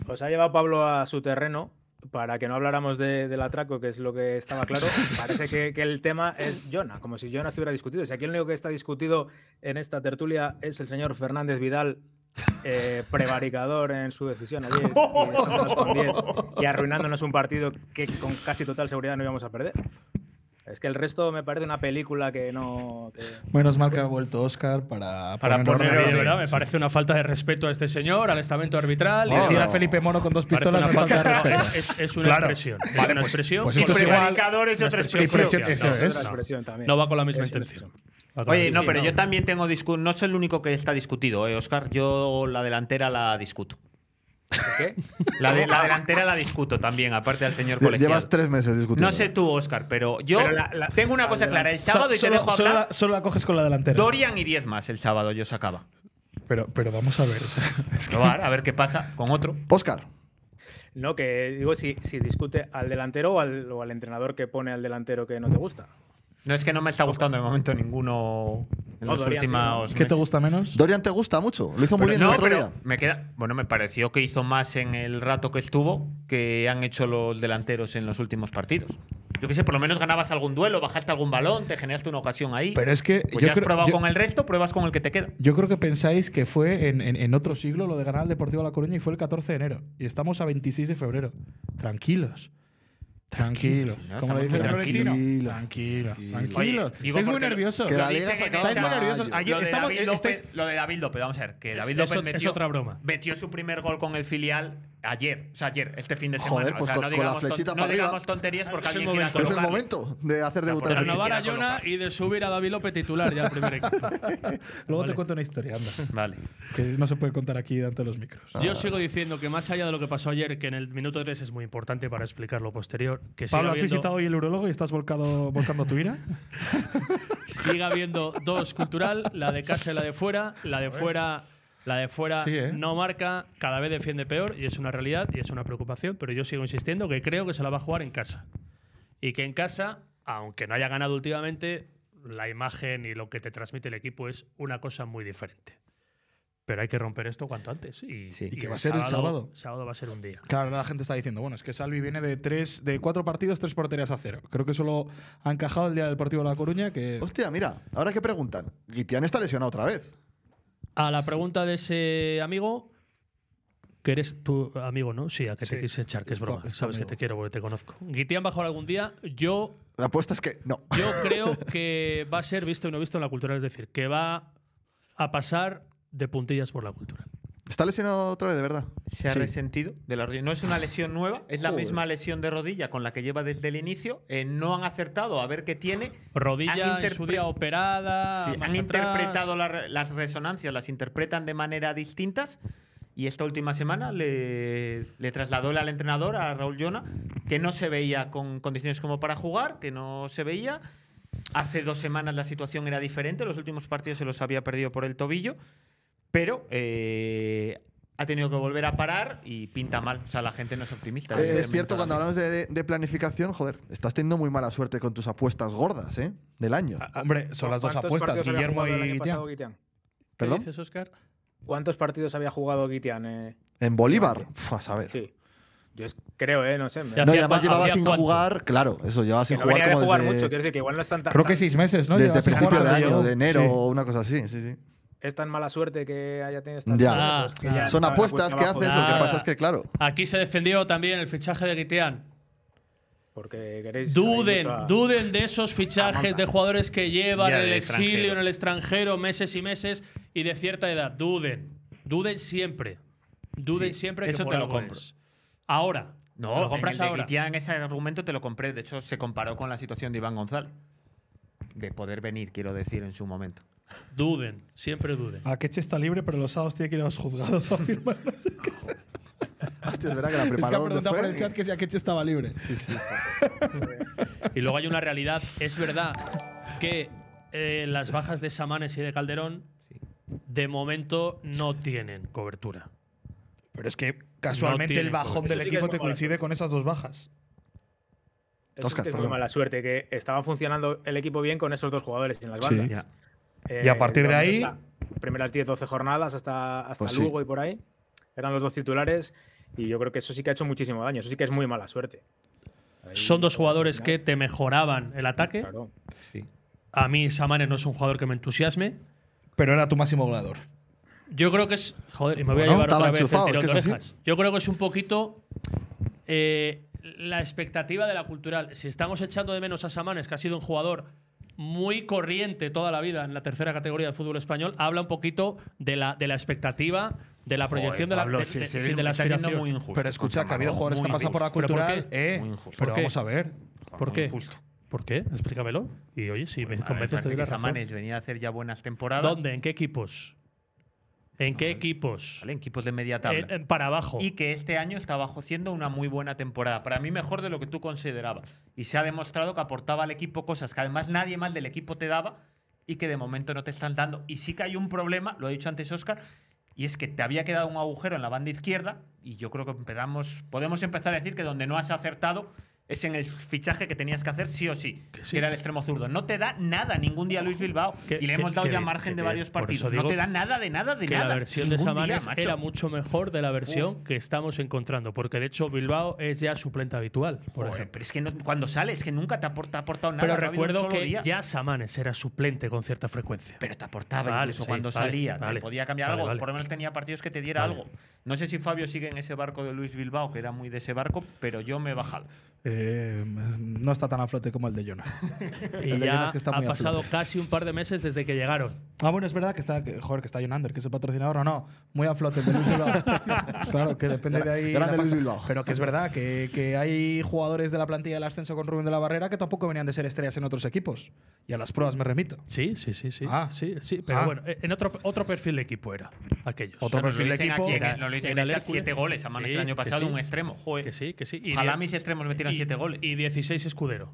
Speaker 5: Os ha llevado Pablo a su terreno para que no habláramos de- del atraco, que es lo que estaba claro. Parece que, que el tema es Jonah, como si Jonah estuviera discutido. Si aquí el único que está discutido en esta tertulia es el señor Fernández Vidal, eh, prevaricador en su decisión allí, y dejándonos con 10 y arruinándonos un partido que con casi total seguridad no íbamos a perder. Es que el resto me parece una película que no. que-
Speaker 8: Menos mal que ha vuelto Oscar para,
Speaker 2: Para
Speaker 8: en orden
Speaker 2: poner
Speaker 8: la
Speaker 2: orden,
Speaker 1: De
Speaker 8: liga.
Speaker 1: verdad, me parece una falta de respeto a este señor, al estamento arbitral. y
Speaker 3: Oh,
Speaker 1: decir
Speaker 3: no.
Speaker 1: a Felipe
Speaker 8: Felipe Moro con dos
Speaker 1: Parece
Speaker 8: pistolas
Speaker 1: una
Speaker 8: no es falta de
Speaker 1: falta-
Speaker 8: respeto.
Speaker 1: no, es- es una expresión, es una expresión.
Speaker 8: Pues esto es
Speaker 1: Y
Speaker 8: igual.
Speaker 2: prevaricador es otra
Speaker 8: expresión.
Speaker 2: expresión.
Speaker 8: Eso
Speaker 1: No,
Speaker 8: es.
Speaker 5: otra
Speaker 1: no.
Speaker 5: expresión también.
Speaker 1: No va con la misma
Speaker 5: Es una
Speaker 1: intención.
Speaker 2: Oye, no,
Speaker 1: Sí,
Speaker 2: pero yo también tengo discu- No soy el único que está discutido, eh, Oscar. Yo la delantera la discuto.
Speaker 5: ¿Qué?
Speaker 2: La, de- la delantera la discuto también, aparte del señor
Speaker 3: Lle-
Speaker 2: colegiado.
Speaker 3: Llevas tres meses discutiendo.
Speaker 2: No sé tú, Oscar, pero yo
Speaker 5: Pero la- la-
Speaker 2: tengo una cosa
Speaker 5: la-
Speaker 2: clara. El
Speaker 8: So-
Speaker 2: sábado, y te
Speaker 8: solo-
Speaker 2: dejo
Speaker 8: solo
Speaker 2: hablar,
Speaker 8: la- solo la coges con la delantera.
Speaker 2: Dorian y 10 más el sábado yo sacaba.
Speaker 8: Pero, pero vamos a ver. o sea, es que-
Speaker 2: Probar, a ver qué pasa con otro.
Speaker 3: Óscar.
Speaker 5: No, que digo si, si discute al delantero o al, o al entrenador que pone al delantero que no te gusta.
Speaker 2: No es que no me está gustando de momento ninguno en
Speaker 5: No,
Speaker 2: los
Speaker 5: Dorian, sí,
Speaker 2: últimos
Speaker 8: ¿Qué te
Speaker 2: meses.
Speaker 8: gusta menos?
Speaker 3: Dorian te gusta mucho. Lo hizo muy
Speaker 2: Pero
Speaker 3: bien
Speaker 2: no,
Speaker 3: el otro
Speaker 2: pero
Speaker 3: día.
Speaker 2: me queda. Bueno, me pareció que hizo más en el rato que estuvo que han hecho los delanteros en los últimos partidos. Yo qué sé, por lo menos ganabas algún duelo, bajaste algún balón, te generaste una ocasión ahí.
Speaker 8: Pero es que
Speaker 2: Pues
Speaker 8: yo
Speaker 2: ya has
Speaker 8: creo-
Speaker 2: probado
Speaker 8: yo-
Speaker 2: con el resto, pruebas con el que te queda.
Speaker 8: Yo creo que pensáis que fue en, en- en otro siglo lo de ganar al Deportivo La Coruña y fue el 14 de enero. Y estamos a 26 de febrero. Tranquilos. Tranquilos.
Speaker 2: ¿no?
Speaker 8: Como le
Speaker 2: Estamos
Speaker 8: dice
Speaker 2: tranquilos.
Speaker 8: Florentino. Tranquilos. Tranquilos.
Speaker 2: Oye, digo
Speaker 8: Estáis muy
Speaker 2: porque lo-
Speaker 8: nerviosos.
Speaker 3: que la
Speaker 2: Dicen
Speaker 3: liga
Speaker 2: en
Speaker 3: se acaba
Speaker 8: Estáis
Speaker 3: en
Speaker 8: muy
Speaker 2: esa-
Speaker 8: nerviosos.
Speaker 3: mayo.
Speaker 8: Ayer
Speaker 2: lo, de
Speaker 8: estamos-
Speaker 2: David López,
Speaker 8: estáis-
Speaker 2: este lo de David López, vamos a ver, que
Speaker 1: Es-
Speaker 2: David
Speaker 1: es
Speaker 2: López
Speaker 1: ot- es
Speaker 2: metió,
Speaker 1: otra broma.
Speaker 2: metió su primer gol con el filial ayer, o sea, ayer, este fin de semana.
Speaker 3: Joder, pues
Speaker 2: o sea,
Speaker 3: con-
Speaker 2: no
Speaker 3: con la
Speaker 2: digamos, ton-
Speaker 3: flechita
Speaker 2: no
Speaker 3: para arriba.
Speaker 2: digamos tonterías porque
Speaker 1: Es el
Speaker 2: alguien quiera
Speaker 1: momento.
Speaker 3: Es el
Speaker 2: colocarlo.
Speaker 3: momento de hacer debutar.
Speaker 2: Pero
Speaker 3: a
Speaker 1: De
Speaker 2: ni
Speaker 3: Felipe.
Speaker 1: renovar a
Speaker 2: siquiera
Speaker 1: Jonah
Speaker 2: colocar.
Speaker 1: y de subir a David López titular ya al primer equipo.
Speaker 8: Luego
Speaker 1: Vale.
Speaker 8: te cuento una historia, anda.
Speaker 2: Vale.
Speaker 8: Que no se puede contar aquí delante de los micros.
Speaker 1: Yo sigo diciendo que más allá de lo que pasó ayer, que en el minuto 3 es muy importante para explicar lo posterior, que siga
Speaker 8: Pablo, ¿has
Speaker 1: habiendo-
Speaker 8: visitado hoy el urologo y estás volcado, volcando tu ira?
Speaker 1: siga habiendo dos cultural, la de casa y la de fuera, la de fuera, la de fuera
Speaker 8: Sí, ¿eh?
Speaker 1: no marca, cada vez defiende peor y es una realidad y es una preocupación, pero yo sigo insistiendo que creo que se la va a jugar en casa. Y que en casa, aunque no haya ganado últimamente, la imagen y lo que te transmite el equipo es una cosa muy diferente. Pero hay que romper esto cuanto antes. Y,
Speaker 2: Sí.
Speaker 8: ¿Y que va a ser el sábado?
Speaker 1: Sábado va a ser un día.
Speaker 8: Claro, ahora la gente está diciendo, bueno, es que Salvi viene de tres, de cuatro partidos, tres porterías a cero. Creo que solo ha encajado el día del Deportivo La Coruña, que
Speaker 3: Hostia, mira, ahora que preguntan. Guitián está lesionado otra vez.
Speaker 1: A la pregunta de ese amigo, que eres tu amigo, ¿no? Sí, a que te
Speaker 8: Sí.
Speaker 1: quise echar, que
Speaker 8: Es
Speaker 1: es
Speaker 8: tu-
Speaker 1: broma.
Speaker 8: es tu
Speaker 1: Sabes que
Speaker 8: amigo.
Speaker 1: te quiero porque te conozco. Guitián bajar algún día. Yo,
Speaker 3: La apuesta es que no.
Speaker 1: yo creo que va a ser visto y no visto en la cultura, es decir, que va a pasar de puntillas por la cultura.
Speaker 3: Está lesionado otra vez, de verdad.
Speaker 2: Se ha resentido de la rodilla. No es una lesión nueva, es la
Speaker 3: Joder.
Speaker 2: misma lesión de rodilla con la que lleva desde el inicio. Eh, no han acertado a ver qué tiene.
Speaker 1: Rodilla
Speaker 2: Han
Speaker 1: en su
Speaker 2: interpre-
Speaker 1: día operada.
Speaker 2: Sí,
Speaker 1: más atrás.
Speaker 2: han interpretado la re- las resonancias, las interpretan de manera distintas. Y esta última semana le, le trasladó al entrenador, a Raúl Llona, que no se veía con condiciones como para jugar, que no se veía. Hace dos semanas la situación era diferente, los últimos partidos se los había perdido por el tobillo, pero eh, ha tenido que volver a parar y pinta mal. O sea, la gente no es optimista.
Speaker 3: Eh, es
Speaker 2: evidentemente,
Speaker 3: cierto, cuando
Speaker 2: ahora
Speaker 3: hablamos de, de- de planificación, joder, estás teniendo muy mala suerte con tus apuestas gordas, ¿eh? Del año.
Speaker 1: Ah,
Speaker 8: Hombre, son las dos
Speaker 5: ¿Cuántos
Speaker 8: apuestas,
Speaker 5: partidos había
Speaker 8: Guillermo
Speaker 5: jugado el año
Speaker 8: y
Speaker 5: pasado
Speaker 8: Tian.
Speaker 5: Guitián?
Speaker 1: ¿Qué
Speaker 3: ¿Perdón?
Speaker 1: dices, Óscar?
Speaker 5: ¿Cuántos partidos había jugado Guitián? eh?
Speaker 3: En Bolívar, Uf, a saber.
Speaker 5: Sí. Yo es- creo, ¿eh? No sé. me-
Speaker 1: Ya
Speaker 3: No, y
Speaker 1: ¿Hacía
Speaker 3: además
Speaker 1: cua-
Speaker 3: llevaba
Speaker 1: hacía
Speaker 3: sin
Speaker 1: cuánto?
Speaker 3: jugar, claro, eso, llevaba
Speaker 5: que
Speaker 3: sin
Speaker 5: no
Speaker 3: jugar
Speaker 5: venía de
Speaker 3: como
Speaker 5: jugar
Speaker 3: desde,
Speaker 5: mucho, quiero decir que igual no están tan.
Speaker 8: Creo que seis meses, ¿no?
Speaker 3: desde
Speaker 8: Llevas sin
Speaker 3: principio de
Speaker 8: jugar,
Speaker 3: año,
Speaker 8: yo.
Speaker 3: de enero
Speaker 8: Sí.
Speaker 3: o una cosa así, sí, sí.
Speaker 5: es tan mala suerte que haya tenido este- esta
Speaker 3: Ya.
Speaker 5: temporada, ¿sabes? Que ya
Speaker 3: Son
Speaker 5: está la
Speaker 3: apuestas
Speaker 5: cuesta
Speaker 3: que
Speaker 5: abajo.
Speaker 3: haces, lo que
Speaker 1: Nada.
Speaker 3: pasa es que, claro,
Speaker 1: Aquí se defendió también el fichaje de Guitián.
Speaker 5: Porque queréis. habéis
Speaker 1: Duden,
Speaker 5: dicho a-
Speaker 1: duden de esos fichajes de jugadores que llevan
Speaker 5: Ya
Speaker 1: en el
Speaker 5: del
Speaker 1: exilio,
Speaker 5: extranjero.
Speaker 1: en el extranjero, meses y meses y de cierta edad. Duden. Duden siempre. Duden
Speaker 2: Sí,
Speaker 1: siempre que
Speaker 2: eso
Speaker 1: por
Speaker 2: te lo
Speaker 1: algo
Speaker 2: compro.
Speaker 1: es. Ahora.
Speaker 2: No,
Speaker 1: No, lo compras
Speaker 2: en el de
Speaker 1: ahora.
Speaker 2: Guitián, ese argumento te lo compré. De hecho, se comparó con la situación de Iván González. De poder venir, quiero decir, en su momento.
Speaker 1: Duden. Siempre duden.
Speaker 8: Akeche está libre, pero los sábados tiene que ir a los juzgados a firmar. Es que
Speaker 3: hostia, es verdad que la
Speaker 8: ha
Speaker 3: prepararon
Speaker 8: preguntado por el chat que si Akeche estaba libre.
Speaker 1: Y luego hay una realidad. Es verdad que eh, las bajas de Samanes y de Calderón de momento no tienen cobertura.
Speaker 8: Pero es que casualmente
Speaker 1: tiene
Speaker 8: el bajón
Speaker 1: cobertura.
Speaker 8: del
Speaker 5: Eso sí que
Speaker 8: equipo
Speaker 5: es
Speaker 8: te
Speaker 5: muy mala
Speaker 8: coincide con esas dos bajas.
Speaker 5: Eso sí
Speaker 3: Oscar,
Speaker 5: que es muy
Speaker 3: perdón.
Speaker 5: mala suerte, que estaba funcionando el equipo bien con esos dos jugadores en las
Speaker 8: Sí.
Speaker 5: bandas.
Speaker 8: Ya.
Speaker 5: Eh,
Speaker 8: Y a partir de ahí-
Speaker 5: está. Primeras 10, 12 jornadas hasta, hasta
Speaker 3: Pues sí.
Speaker 5: Lugo y por ahí. Eran los dos titulares. Y yo creo que eso sí que ha hecho muchísimo daño. Eso sí que es muy mala suerte. Ahí,
Speaker 1: Son dos jugadores
Speaker 5: al
Speaker 1: que
Speaker 5: final,
Speaker 1: te mejoraban el ataque.
Speaker 5: Claro.
Speaker 1: A mí Samanes no es un jugador que me entusiasme.
Speaker 8: Pero era tu máximo goleador.
Speaker 1: Yo creo que es. Joder, y me voy a
Speaker 3: Bueno,
Speaker 1: llevar
Speaker 3: estaba
Speaker 1: otra vez el
Speaker 3: enchufado,
Speaker 1: tirón
Speaker 3: es
Speaker 1: de
Speaker 3: que es así.
Speaker 1: orejas. Yo creo que es un poquito eh, la expectativa de la cultural. Si estamos echando de menos a Samanes, que ha sido un jugador muy corriente toda la vida en la tercera categoría del fútbol español, habla un poquito de la, de la expectativa, de la proyección
Speaker 2: Pablo,
Speaker 1: de la, de-
Speaker 2: sí,
Speaker 1: de-
Speaker 2: sí,
Speaker 1: sí, de la
Speaker 2: está siendo
Speaker 1: aspiración.
Speaker 2: muy injusto.
Speaker 8: Pero escucha,
Speaker 2: con
Speaker 8: que ha habido
Speaker 2: Camargo,
Speaker 8: jugadores que
Speaker 2: muy
Speaker 8: han pasado por la
Speaker 2: injusto.
Speaker 1: ¿Pero por
Speaker 8: cultural.
Speaker 1: qué?
Speaker 8: eh,
Speaker 2: Muy injusto.
Speaker 8: pero
Speaker 1: ¿Por qué?
Speaker 8: vamos a ver.
Speaker 1: ¿Por qué?
Speaker 2: Injusto. Pues
Speaker 1: ¿Por qué? Explícamelo. Y oye, si me
Speaker 2: A ver,
Speaker 1: convences, te
Speaker 2: parece
Speaker 1: doy la
Speaker 2: que
Speaker 1: razón.
Speaker 2: Samanes venía a hacer ya buenas temporadas.
Speaker 1: ¿Dónde? ¿En qué equipos? ¿En qué equipos?
Speaker 2: ¿Vale? En equipos de media tabla.
Speaker 5: Eh,
Speaker 1: En- en- para abajo.
Speaker 2: y que este año estaba haciendo una muy buena temporada. Para mí mejor de lo que tú considerabas. Y se ha demostrado que aportaba al equipo cosas que además nadie más del equipo te daba y que de momento no te están dando. Y sí que hay un problema, lo ha dicho antes Oscar, y es que te había quedado un agujero en la banda izquierda y yo creo que empezamos, podemos empezar a decir que donde no has acertado es en el fichaje que tenías que hacer sí o sí, que, era el extremo zurdo. No te da nada ningún día a Luis Bilbao
Speaker 1: Que-
Speaker 2: y le
Speaker 1: que-
Speaker 2: hemos dado
Speaker 1: que-
Speaker 2: ya
Speaker 1: que-
Speaker 2: margen de
Speaker 1: que-
Speaker 2: varios
Speaker 1: por eso
Speaker 2: partidos. No
Speaker 1: digo
Speaker 2: te da nada de nada de
Speaker 1: que
Speaker 2: nada.
Speaker 1: la versión de
Speaker 2: Ningún día,
Speaker 1: Samanes
Speaker 2: macho.
Speaker 1: era mucho mejor de la versión que estamos encontrando, porque de hecho Bilbao es ya suplente habitual, por
Speaker 2: Joder,
Speaker 1: ejemplo.
Speaker 2: Pero es que no- cuando sale, es que nunca te aporta, ha aportado nada.
Speaker 1: Pero
Speaker 2: no ha habido un
Speaker 1: recuerdo
Speaker 2: solo
Speaker 1: que
Speaker 2: día.
Speaker 1: ya Samanes era suplente con cierta frecuencia.
Speaker 2: Pero te aportaba
Speaker 1: Vale,
Speaker 2: incluso
Speaker 1: sí,
Speaker 2: cuando
Speaker 1: vale,
Speaker 2: salía. te
Speaker 1: vale,
Speaker 2: podía cambiar
Speaker 1: vale,
Speaker 2: algo.
Speaker 1: vale.
Speaker 2: Por lo menos tenía partidos que te diera
Speaker 1: Vale.
Speaker 2: algo. No sé si Fabio sigue en ese barco de Luis Bilbao, que era muy de ese barco, pero yo me he bajado.
Speaker 8: Eh, no está tan a flote como el de Jonah.
Speaker 1: y
Speaker 8: El de
Speaker 1: ya
Speaker 8: Jonas que está
Speaker 1: ha
Speaker 8: muy a
Speaker 1: pasado
Speaker 8: flote.
Speaker 1: casi un par de meses desde que llegaron.
Speaker 8: Ah, bueno, es verdad que está, que- joder, que está John Under, que es el patrocinador o no. Muy a flote el de Luis Bilbao. claro, que depende de ahí.
Speaker 3: Grande
Speaker 8: la pasta.
Speaker 3: Luis Bilbao.
Speaker 8: Pero que es verdad que, que hay jugadores de la plantilla del ascenso con Rubén de la Barrera que tampoco venían de ser estrellas en otros equipos. Y a las pruebas me remito.
Speaker 1: Sí, sí, sí, sí.
Speaker 8: Ah.
Speaker 1: sí, sí. Pero
Speaker 8: Ah.
Speaker 1: bueno, eh, en otro, otro perfil de equipo era aquellos.
Speaker 8: Otro
Speaker 2: Nos lo
Speaker 8: perfil de
Speaker 2: dicen
Speaker 8: equipo.
Speaker 2: aquí en
Speaker 1: era-
Speaker 2: el- nos lo dicen en
Speaker 1: era
Speaker 2: el chat,
Speaker 1: Hércules.
Speaker 2: siete goles a Manes
Speaker 1: Sí,
Speaker 2: el año
Speaker 1: que
Speaker 2: pasado,
Speaker 1: sí.
Speaker 2: un extremo. Joder.
Speaker 1: Que sí, que sí. Y
Speaker 2: Ojalá
Speaker 1: die-
Speaker 2: mis extremos metieran
Speaker 1: y-
Speaker 2: siete goles.
Speaker 1: Y 16 escudero.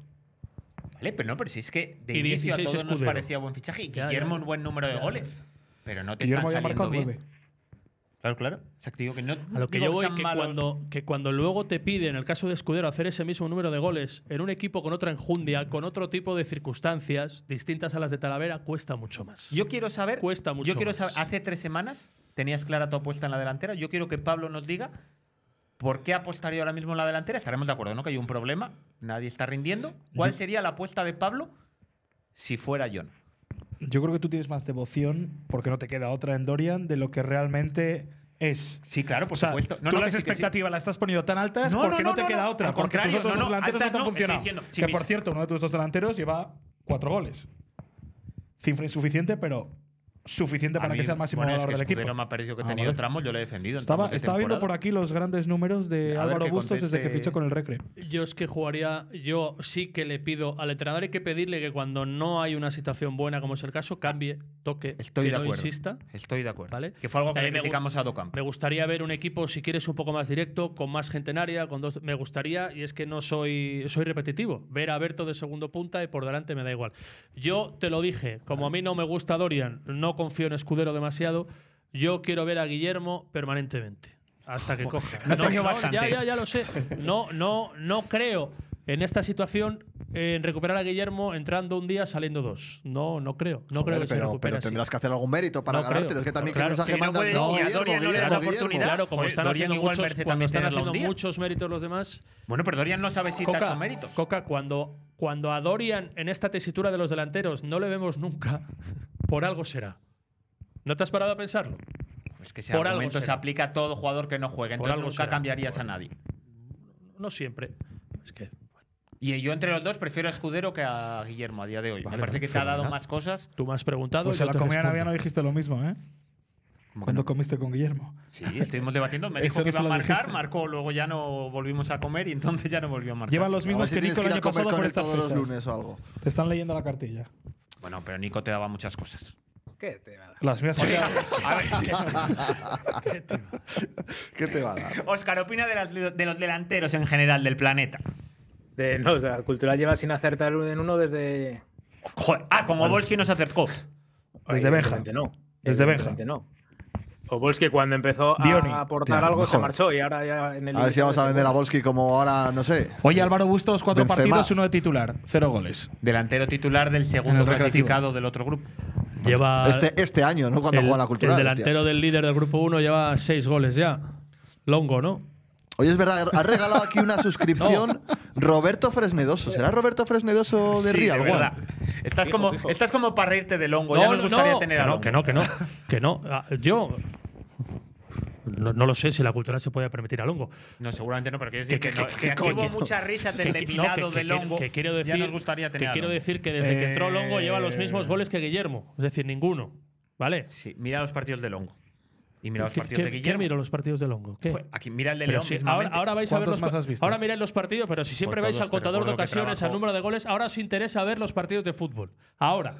Speaker 2: Vale, pero no, pero si es que de
Speaker 1: y
Speaker 2: inicio a
Speaker 1: 16
Speaker 2: todos nos
Speaker 1: escudero.
Speaker 2: parecía buen fichaje. Y
Speaker 1: Ya, ya.
Speaker 2: Guillermo un buen número de goles. Pero no te
Speaker 8: Guillermo había
Speaker 2: están saliendo
Speaker 8: marcado
Speaker 2: bien.
Speaker 8: nueve.
Speaker 2: Claro, claro. Exacto, digo que no,
Speaker 1: A lo que
Speaker 2: digo
Speaker 1: yo voy,
Speaker 2: sean
Speaker 1: que
Speaker 2: malos.
Speaker 1: cuando, que cuando luego te piden, en el caso de Escudero, hacer ese mismo número de goles en un equipo con otra enjundia, con otro tipo de circunstancias distintas a las de Talavera, cuesta mucho más.
Speaker 2: Yo quiero saber.
Speaker 1: Cuesta mucho
Speaker 2: Yo quiero
Speaker 1: más.
Speaker 2: saber. Hace tres semanas tenías clara tu apuesta en la delantera. Yo quiero que Pablo nos diga por qué apostaría ahora mismo en la delantera. Estaremos de acuerdo, ¿no? Que hay un problema. Nadie está rindiendo. ¿Cuál sería la apuesta de Pablo si fuera John?
Speaker 8: Yo creo que tú tienes más devoción, porque no te queda otra en Dorian, de lo que realmente es.
Speaker 2: Sí, claro, por
Speaker 8: O sea,
Speaker 2: supuesto.
Speaker 8: tú
Speaker 2: que
Speaker 8: las
Speaker 2: sí, que sí.
Speaker 8: expectativas las estás poniendo tan altas porque no, te queda otra.
Speaker 2: Al
Speaker 8: Porque tus
Speaker 2: contrario,
Speaker 8: otros
Speaker 2: no,
Speaker 8: dos
Speaker 2: no,
Speaker 8: delanteros no
Speaker 2: altas
Speaker 8: te han
Speaker 2: no, estoy
Speaker 8: funcionado.
Speaker 2: diciendo, si
Speaker 8: que
Speaker 2: mis-
Speaker 8: por cierto, uno de tus dos delanteros lleva cuatro goles. Cifra insuficiente, pero suficiente
Speaker 2: A
Speaker 8: para
Speaker 2: mí,
Speaker 8: que sea el máximo
Speaker 2: bueno, es
Speaker 8: valor
Speaker 2: que
Speaker 8: del equipo.
Speaker 2: Escudero me ha parecido que
Speaker 8: Ah,
Speaker 2: tenía
Speaker 8: vale.
Speaker 2: tramos, yo lo he defendido. en
Speaker 8: Estaba,
Speaker 2: tramos de
Speaker 8: estaba viendo por
Speaker 2: temporada.
Speaker 8: aquí los grandes números de
Speaker 2: A ver
Speaker 8: Álvaro
Speaker 2: que
Speaker 8: Bustos desde que
Speaker 2: conteste-
Speaker 8: fichó con el Recre.
Speaker 1: Yo es que jugaría, yo sí que le pido al entrenador, hay que pedirle que cuando no hay una situación buena, como es el caso, cambie, toque,
Speaker 2: Estoy
Speaker 1: que
Speaker 2: de
Speaker 1: no
Speaker 2: acuerdo.
Speaker 1: insista.
Speaker 2: Estoy de acuerdo.
Speaker 1: ¿Vale?
Speaker 2: Que fue algo que
Speaker 1: A mí
Speaker 2: le
Speaker 1: me
Speaker 2: criticamos
Speaker 1: gusta-
Speaker 2: a Docamp.
Speaker 1: Me gustaría ver un equipo, si quieres, un poco más directo, con más gente en área, con dos. Me gustaría, y es que no soy, soy repetitivo, ver a Berto de segundo punta y por delante me da igual. Yo te lo dije, como a mí no me gusta Dorian, no confío en Escudero demasiado, yo quiero ver a Guillermo permanentemente. Hasta que coja.
Speaker 2: has tenido
Speaker 1: no,
Speaker 2: bastante.
Speaker 1: ya, ya, ya lo sé. No, no, no creo en esta situación en recuperar a Guillermo entrando un día, saliendo dos. No, no creo. No
Speaker 3: Joder,
Speaker 1: creo que se
Speaker 3: pero,
Speaker 1: recupere
Speaker 3: pero
Speaker 1: así.
Speaker 3: tendrás que hacer algún mérito para
Speaker 1: No
Speaker 3: ganarte.
Speaker 1: creo.
Speaker 3: Es que también
Speaker 1: Claro,
Speaker 3: qué mensaje
Speaker 2: si no
Speaker 3: mandas.
Speaker 2: puede
Speaker 3: No,
Speaker 2: ni a
Speaker 3: Guillermo,
Speaker 2: Dorian no le
Speaker 3: Guillermo,
Speaker 2: da la
Speaker 3: Guillermo.
Speaker 2: oportunidad.
Speaker 1: Claro, como
Speaker 2: Joder,
Speaker 1: están
Speaker 2: Dorian
Speaker 1: haciendo,
Speaker 2: igual
Speaker 1: muchos,
Speaker 2: merece
Speaker 1: cuando
Speaker 2: también
Speaker 1: están
Speaker 2: tenerlo un
Speaker 1: haciendo
Speaker 2: día.
Speaker 1: muchos méritos los demás.
Speaker 2: Bueno, pero Dorian no sabe si te ha hecho méritos.
Speaker 1: Coca, cuando, cuando a Dorian en esta tesitura de los delanteros no le vemos nunca, por algo será. ¿No te has parado a pensarlo?
Speaker 2: Pues que ese
Speaker 1: Por algo
Speaker 2: argumento se
Speaker 1: será.
Speaker 2: aplica a todo jugador que no juegue.
Speaker 1: Por
Speaker 2: Entonces
Speaker 1: algo
Speaker 2: nunca
Speaker 1: será.
Speaker 2: cambiarías a nadie.
Speaker 1: No siempre. Es que
Speaker 2: Y yo entre los dos prefiero a Escudero que a Guillermo a día de hoy.
Speaker 1: Vale,
Speaker 2: me parece que te ha dado
Speaker 1: fenomenal.
Speaker 2: más cosas.
Speaker 1: tú me has preguntado.
Speaker 8: Pues
Speaker 1: yo
Speaker 8: en la
Speaker 1: te
Speaker 8: comida
Speaker 1: respondo.
Speaker 8: navideña no dijiste lo mismo, ¿eh? Cuando comiste con Guillermo.
Speaker 2: Sí, estuvimos debatiendo. Me
Speaker 8: Eso
Speaker 2: dijo
Speaker 8: no
Speaker 2: que iba
Speaker 8: se
Speaker 2: a
Speaker 8: lo
Speaker 2: marcar,
Speaker 8: dijiste.
Speaker 2: marcó, luego ya no volvimos a comer y entonces ya no volvió a marcar.
Speaker 8: Llevan los
Speaker 3: A ver
Speaker 8: mismos
Speaker 3: si
Speaker 8: que
Speaker 3: tienes
Speaker 8: Nico
Speaker 3: que
Speaker 8: el
Speaker 3: ir a
Speaker 8: año
Speaker 3: comer
Speaker 8: pasado
Speaker 3: con
Speaker 8: por
Speaker 3: él
Speaker 8: estas
Speaker 3: todos los
Speaker 8: fechas.
Speaker 3: lunes o algo.
Speaker 8: Te están leyendo la cartilla.
Speaker 2: Bueno, pero Nico te daba muchas cosas.
Speaker 5: ¿Qué te va a dar?
Speaker 8: Las mías.
Speaker 3: ¿Qué te va a dar?
Speaker 2: Oscar, opina de, las- de los delanteros en general del planeta.
Speaker 5: De, no, o sea, Cultural lleva sin acertar uno en uno desde.
Speaker 2: Joder, ah, como Volsky nos acercó.
Speaker 8: Desde Benja. Eh,
Speaker 5: Evidentemente No.
Speaker 8: Desde
Speaker 5: Evidentemente No. Obolski cuando empezó
Speaker 8: Dioni.
Speaker 5: a aportar
Speaker 3: Hostia,
Speaker 5: algo
Speaker 3: no
Speaker 5: se
Speaker 3: jodas.
Speaker 5: marchó y ahora ya en el.
Speaker 3: A ver si vamos a vender a
Speaker 5: la
Speaker 3: Volsky como ahora, no sé.
Speaker 8: Oye, Álvaro Bustos, cuatro
Speaker 3: Benzema.
Speaker 8: partidos, uno de titular, cero goles.
Speaker 2: Delantero titular del segundo
Speaker 8: En el recreativo.
Speaker 2: clasificado del otro grupo.
Speaker 1: Lleva.
Speaker 3: Este, este año, ¿no? Cuando
Speaker 1: el,
Speaker 3: juega la cultura.
Speaker 1: el delantero del líder del grupo 1 lleva seis goles ya. Longo, ¿no?
Speaker 3: Oye, es verdad, ha regalado aquí una suscripción Roberto Fresnedoso. ¿Será Roberto Fresnedoso de
Speaker 2: Sí,
Speaker 3: Real One?
Speaker 2: verdad. Estás, como, estás como para reírte del hongo. ya nos gustaría tener
Speaker 1: que
Speaker 2: a
Speaker 1: no,
Speaker 2: Longo.
Speaker 1: que no, que no, que no. Ah, Yo no, no lo sé si la cultura se puede permitir a Longo.
Speaker 2: No, seguramente no, pero quiero decir
Speaker 1: ¿Qué-
Speaker 2: que,
Speaker 1: qué-
Speaker 2: no,
Speaker 1: qué-
Speaker 2: que
Speaker 1: qué
Speaker 2: aquí hubo
Speaker 1: coño?
Speaker 2: muchas risas del
Speaker 1: Que- no,
Speaker 2: depilado
Speaker 1: que- que
Speaker 2: del
Speaker 1: quiero-
Speaker 2: hongo.
Speaker 1: que quiero decir,
Speaker 2: ya nos gustaría tener
Speaker 1: que
Speaker 2: a
Speaker 1: quiero
Speaker 2: Longo.
Speaker 1: decir que desde que entró Longo lleva los mismos
Speaker 8: Eh.
Speaker 1: goles que Guillermo, es decir, ninguno, ¿vale?
Speaker 2: Sí, mira los partidos del hongo. Y mira los
Speaker 1: ¿Qué-
Speaker 2: partidos
Speaker 1: qué-
Speaker 2: de
Speaker 1: qué
Speaker 2: Guillermo. Pues,
Speaker 1: miro los partidos de Longo? ¿Qué?
Speaker 2: Joder, Aquí mira el de
Speaker 1: Pero
Speaker 2: León.
Speaker 1: sí, ahora,
Speaker 2: mismamente.
Speaker 1: ahora vais a ver los
Speaker 8: ¿Cuántos más
Speaker 1: pa-
Speaker 8: has visto?
Speaker 1: Ahora miráis los partidos, pero si siempre
Speaker 2: Pues
Speaker 1: vais
Speaker 2: todos,
Speaker 1: al
Speaker 2: te
Speaker 1: contador de
Speaker 2: recuerdo que
Speaker 1: ocasiones, al
Speaker 2: trabajo-
Speaker 1: número de goles, ahora os interesa ver los partidos de fútbol. Ahora.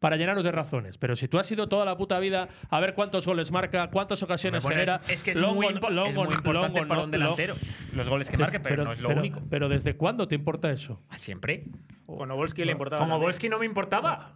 Speaker 1: Para llenaros de razones. Pero si tú has ido toda la puta vida a ver cuántos goles marca, cuántas ocasiones
Speaker 2: Bueno,
Speaker 1: genera.
Speaker 2: es, es que es,
Speaker 1: Longo
Speaker 2: muy,
Speaker 1: no-
Speaker 2: impo- es
Speaker 1: Longo
Speaker 2: muy
Speaker 1: no-
Speaker 2: importante
Speaker 1: Longo
Speaker 2: para
Speaker 1: no-
Speaker 2: un delantero los goles que marque, pero, no es lo único.
Speaker 1: Pero ¿desde cuándo te importa eso?
Speaker 2: Ah, Siempre.
Speaker 5: Con Obolski le importaba.
Speaker 2: Como
Speaker 5: también. Ah,
Speaker 2: Volsky no me importaba.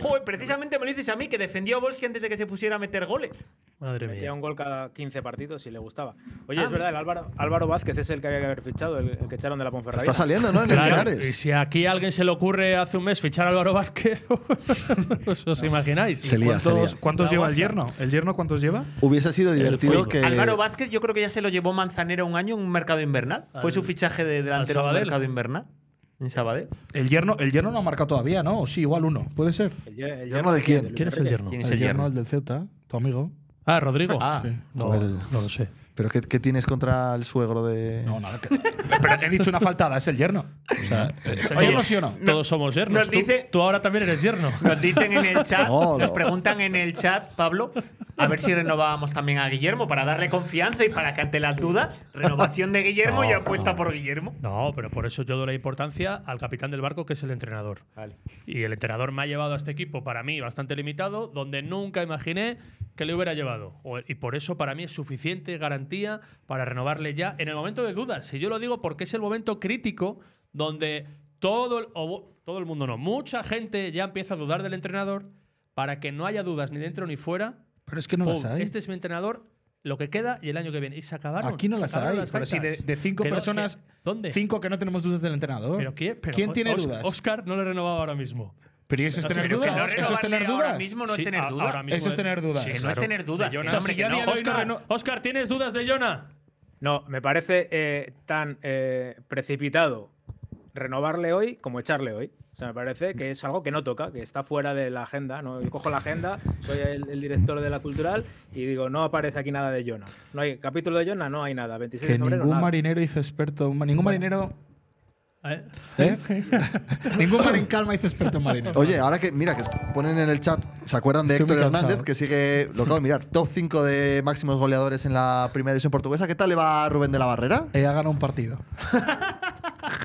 Speaker 2: Joder, precisamente me lo dices a mí, que defendió a Volsky antes de que se pusiera a meter goles.
Speaker 1: Madre
Speaker 5: Metía
Speaker 1: mía.
Speaker 5: un gol cada 15 partidos y le gustaba. Oye,
Speaker 2: Ah,
Speaker 5: es verdad, el Álvaro, Álvaro Vázquez es el que había que haber fichado, el, el que echaron de la Ponferradina.
Speaker 3: Está saliendo, ¿no? En el
Speaker 1: Claro, y
Speaker 3: Linares.
Speaker 1: si aquí a alguien se le ocurre hace un mes fichar a Álvaro Vázquez, pues, ¿os, os imagináis?
Speaker 3: Se lía, se
Speaker 8: ¿Cuántos,
Speaker 3: lía.
Speaker 8: cuántos
Speaker 5: La
Speaker 8: lleva el
Speaker 5: guasa.
Speaker 8: yerno? ¿El yerno cuántos lleva?
Speaker 3: Hubiese sido divertido
Speaker 1: fútbol.
Speaker 3: que.
Speaker 2: Álvaro Vázquez, yo creo que ya se lo llevó Manzanero un año en un mercado invernal. Fue
Speaker 1: Al-
Speaker 2: su fichaje de delantero
Speaker 1: al
Speaker 2: en un
Speaker 1: Sabadell.
Speaker 2: mercado invernal. En Sabadell.
Speaker 8: El yerno, el yerno no ha marcado todavía, ¿no? O sí, igual uno. Puede ser.
Speaker 5: El, ye- el
Speaker 3: ¿Yerno
Speaker 5: yerno
Speaker 3: de quién?
Speaker 5: Luis
Speaker 1: ¿Quién es el
Speaker 5: Enrique.
Speaker 1: yerno?
Speaker 2: ¿Quién es el
Speaker 8: yerno,
Speaker 2: yerno?
Speaker 8: el del Celta, tu amigo.
Speaker 1: Ah, Rodrigo.
Speaker 2: Ah.
Speaker 1: no,
Speaker 3: Joder.
Speaker 1: no lo sé.
Speaker 3: ¿Pero qué, qué tienes contra el suegro de.?
Speaker 8: No, nada. que- pero he dicho una faltada, es el yerno. O sea, ¿es el yerno sí o no?
Speaker 1: Todos somos yernos.
Speaker 2: nos
Speaker 1: Tú-
Speaker 2: dice-
Speaker 1: tú, ahora también eres yerno.
Speaker 2: Nos dicen en el chat,
Speaker 3: No, no.
Speaker 2: nos preguntan en el chat, Pablo, a ver si renovábamos también a Guillermo para darle confianza y para que ante las dudas, renovación de Guillermo y apuesta por Guillermo.
Speaker 1: No, pero por eso yo doy la importancia al capitán del barco, que es el entrenador. Y el entrenador me ha llevado a este equipo, para mí, bastante limitado, donde nunca imaginé que le hubiera llevado. O- Y por eso, para mí, es suficiente garantía para renovarle ya en el momento de dudas. Si yo lo digo porque es el momento crítico donde todo el, o bu- todo el mundo no, mucha gente ya empieza a dudar del entrenador para que no haya dudas ni dentro ni fuera.
Speaker 8: Pero es que no
Speaker 1: Pum,
Speaker 8: las hay.
Speaker 1: Este es mi entrenador, lo que queda y el año que viene. Y se acabaron.
Speaker 8: Aquí no
Speaker 1: se
Speaker 8: las
Speaker 1: acabaron
Speaker 8: hay. Pero si de,
Speaker 1: gaitas.
Speaker 8: de cinco
Speaker 1: Que no-
Speaker 8: personas,
Speaker 1: que- ¿Dónde?
Speaker 8: cinco que no tenemos dudas del entrenador.
Speaker 1: ¿Pero qué? Pero,
Speaker 8: ¿Quién
Speaker 1: jo-
Speaker 8: tiene
Speaker 1: Oscar-
Speaker 8: dudas?
Speaker 1: Oscar no le he renovado ahora mismo.
Speaker 8: pero ¿y eso es
Speaker 1: Pero
Speaker 8: tener
Speaker 1: que no
Speaker 8: dudas. eso es
Speaker 2: renovarle
Speaker 8: tener
Speaker 2: ahora
Speaker 8: dudas.
Speaker 2: mismo no es tener
Speaker 1: a-
Speaker 2: duda.
Speaker 1: ahora mismo
Speaker 8: Eso es tener dudas.
Speaker 2: Que no es tener dudas,
Speaker 1: De Jonas.
Speaker 2: que no, hombre,
Speaker 1: O sea, si
Speaker 2: que
Speaker 1: ya
Speaker 2: no.
Speaker 1: a día de hoy
Speaker 2: Oscar,
Speaker 1: no reno- Oscar, ¿tienes dudas de Jonah?
Speaker 5: No, me parece eh, tan eh, precipitado renovarle hoy como echarle hoy. O sea, me parece que es algo que no toca, que está fuera de la agenda. ¿no? Yo cojo la agenda, soy el, el director de la cultural y digo, no aparece aquí nada de Jonah. No hay capítulo de Jonah, no hay nada. 26
Speaker 8: Que
Speaker 5: de febrero,
Speaker 8: ningún
Speaker 5: nada.
Speaker 8: marinero dice experto. un- Ningún marinero.
Speaker 1: ¿Eh?
Speaker 8: ¿eh? ningún marin calma dice experto en marinero.
Speaker 3: Oye, ahora que, mira, que ponen en el chat, ¿se acuerdan de
Speaker 8: Estoy muy
Speaker 3: Héctor
Speaker 8: cansado.
Speaker 3: Hernández? Que sigue, lo acabo de mirar, top 5 de máximos goleadores en la primera división portuguesa. ¿Qué tal le va a Rubén de la Barrera?
Speaker 8: Eh, ha ganado un partido.